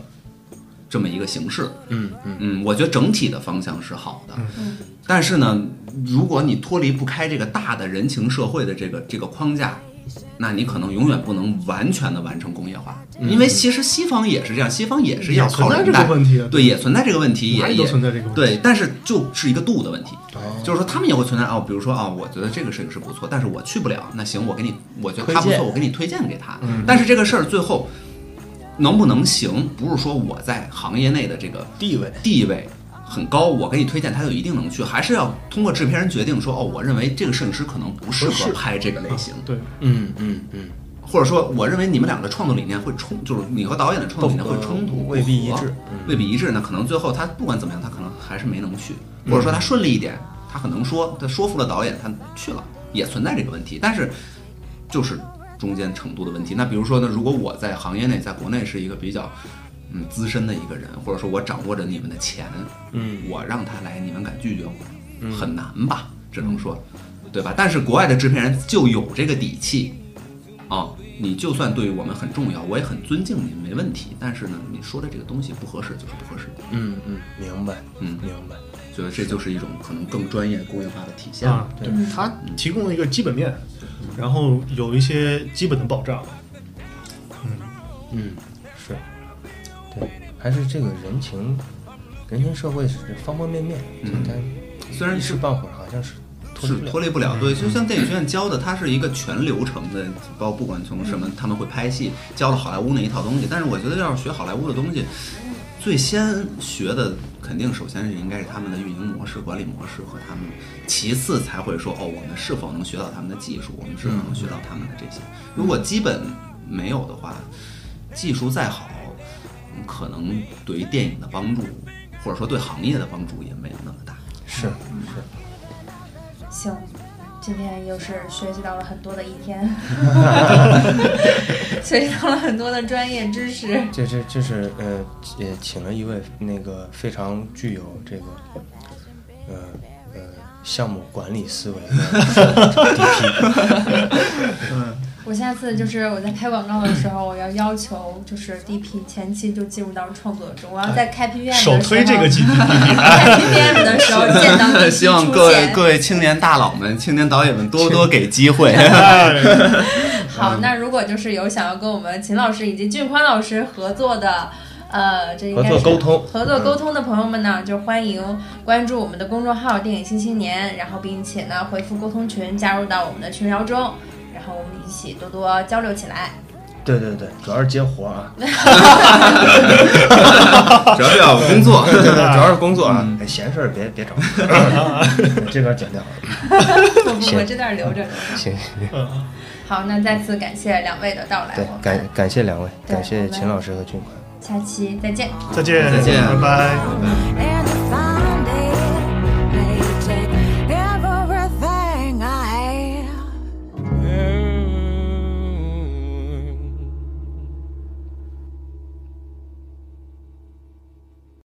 [SPEAKER 1] 这么一个形式。
[SPEAKER 7] 嗯嗯，
[SPEAKER 1] 嗯，我觉得整体的方向是好的，
[SPEAKER 3] 嗯
[SPEAKER 1] 但是呢，如果你脱离不开这个大的人情社会的这个这个框架，那你可能永远不能完全的完成工业化，因为其实西方也是这样，西方也是要
[SPEAKER 5] 嗯也存
[SPEAKER 1] 靠
[SPEAKER 5] 在
[SPEAKER 1] 人
[SPEAKER 5] 这
[SPEAKER 1] 带
[SPEAKER 5] 个，问题啊，
[SPEAKER 1] 对，也存在这个问题，
[SPEAKER 5] 哪
[SPEAKER 1] 也
[SPEAKER 5] 里都
[SPEAKER 1] 也
[SPEAKER 5] 存在这个问题。
[SPEAKER 1] 对，但是就是一个度的问题，
[SPEAKER 7] 哦
[SPEAKER 1] 就是说他们也会存在哦，比如说啊、我觉得这个事情是不错，但是我去不了，那行，我给你，我觉得他不错，
[SPEAKER 7] 推荐
[SPEAKER 1] 我给你推荐给他。
[SPEAKER 5] 嗯
[SPEAKER 1] 但是这个事儿最后能不能行，不是说我在行业内的这个
[SPEAKER 7] 地位，
[SPEAKER 1] 地位很高，我给你推荐他就一定能去，还是要通过制片人决定说，哦，我认为这个摄影师可能不适合拍这个类型，
[SPEAKER 5] 对，
[SPEAKER 7] 嗯嗯嗯，
[SPEAKER 1] 或者说我认为你们两个创作理念会冲，就是你和导演的创作理念会冲突，
[SPEAKER 7] 不呃未必
[SPEAKER 1] 不合
[SPEAKER 7] 一致
[SPEAKER 1] 哦
[SPEAKER 7] 嗯
[SPEAKER 1] 未必一致，那可能最后他不管怎么样，他可能还是没能去，
[SPEAKER 7] 嗯
[SPEAKER 1] 或者说他顺利一点，他可能说他说服了导演，他去了，也存在这个问题，但是就是中间程度的问题。那比如说呢，如果我在行业内，在国内是一个比较。嗯，资深的一个人，或者说我掌握着你们的钱，
[SPEAKER 7] 嗯，
[SPEAKER 1] 我让他来，你们敢拒绝我？很难吧？只能说，对吧？但是国外的制片人就有这个底气啊，你就算对我们很重要，我也很尊敬你，没问题。但是呢，你说的这个东西不合适就是不合适，
[SPEAKER 7] 嗯嗯，明白，
[SPEAKER 1] 嗯
[SPEAKER 7] 明白，
[SPEAKER 1] 觉得这就是一种可能更专业工业化的体现
[SPEAKER 5] 啊
[SPEAKER 1] 了。，
[SPEAKER 5] 对，它提供了一个基本面，然后有一些基本的保障。
[SPEAKER 7] 嗯，是，对，还是这个人情，人情社会是方方面面，
[SPEAKER 1] 嗯
[SPEAKER 7] 但
[SPEAKER 1] 虽然
[SPEAKER 7] 一
[SPEAKER 1] 是
[SPEAKER 7] 时半会儿好像是脱
[SPEAKER 1] 是
[SPEAKER 7] 离不了嗯
[SPEAKER 1] 脱离不了。对，就像电影学院教的，它是一个全流程的，包括不管从什么，
[SPEAKER 7] 嗯
[SPEAKER 1] 他们会拍戏，教的好莱坞那一套东西。但是我觉得，要是学好莱坞的东西，最先学的肯定首先是应该是他们的运营模式、管理模式和他们，其次才会说哦，我们是否能学到他们的技术，我们是否能学到他们的这些。
[SPEAKER 7] 嗯
[SPEAKER 1] 如果基本没有的话，技术再好，嗯可能对于电影的帮助，或者说对行业的帮助也没有那么大。
[SPEAKER 7] 是，
[SPEAKER 1] 嗯
[SPEAKER 3] 行，今天又是学习到了很多的一天，学习到了很多的专业知识。
[SPEAKER 7] 这这这是呃也请了一位那个非常具有这个呃呃项目管理思维的
[SPEAKER 3] 我下次就是我在拍广告的时候，我要要求就是第一批前期就进入到创作中，我要在开 PPM 的时候，
[SPEAKER 5] 首推这个基地，
[SPEAKER 3] 开 PPM 的时候见 到你
[SPEAKER 1] 希望各位各
[SPEAKER 3] 位
[SPEAKER 1] 位青年大佬们、青年导演们多多给机会。
[SPEAKER 7] 嗯
[SPEAKER 3] 好。那如果就是有想要跟我们秦老师以及俊宽老师合作的。呃，这应该是
[SPEAKER 7] 合作沟通嗯
[SPEAKER 3] 合作沟通的朋友们呢，就欢迎关注我们的公众号“电影新青年”，然后并且呢回复“沟通群”加入到我们的群聊中，然后我们一起多多交流 起来。
[SPEAKER 7] 对对对，主要是接活儿啊，
[SPEAKER 1] 主要是要有工 作。
[SPEAKER 7] 对对，主要是工作啊，哎闲事儿别别找， 这边剪掉。
[SPEAKER 3] 不不不，
[SPEAKER 7] 行
[SPEAKER 3] 这段留着。
[SPEAKER 7] 行，
[SPEAKER 3] 好，那再次感谢两位的到来，
[SPEAKER 7] 对
[SPEAKER 3] 我，们
[SPEAKER 7] 感感谢两位，
[SPEAKER 3] 对
[SPEAKER 7] 感
[SPEAKER 3] 我
[SPEAKER 7] 谢
[SPEAKER 3] 们
[SPEAKER 7] 秦老师和俊宽。
[SPEAKER 3] 下期再见。
[SPEAKER 5] 哦再见，
[SPEAKER 1] 再见
[SPEAKER 5] 拜拜。
[SPEAKER 4] And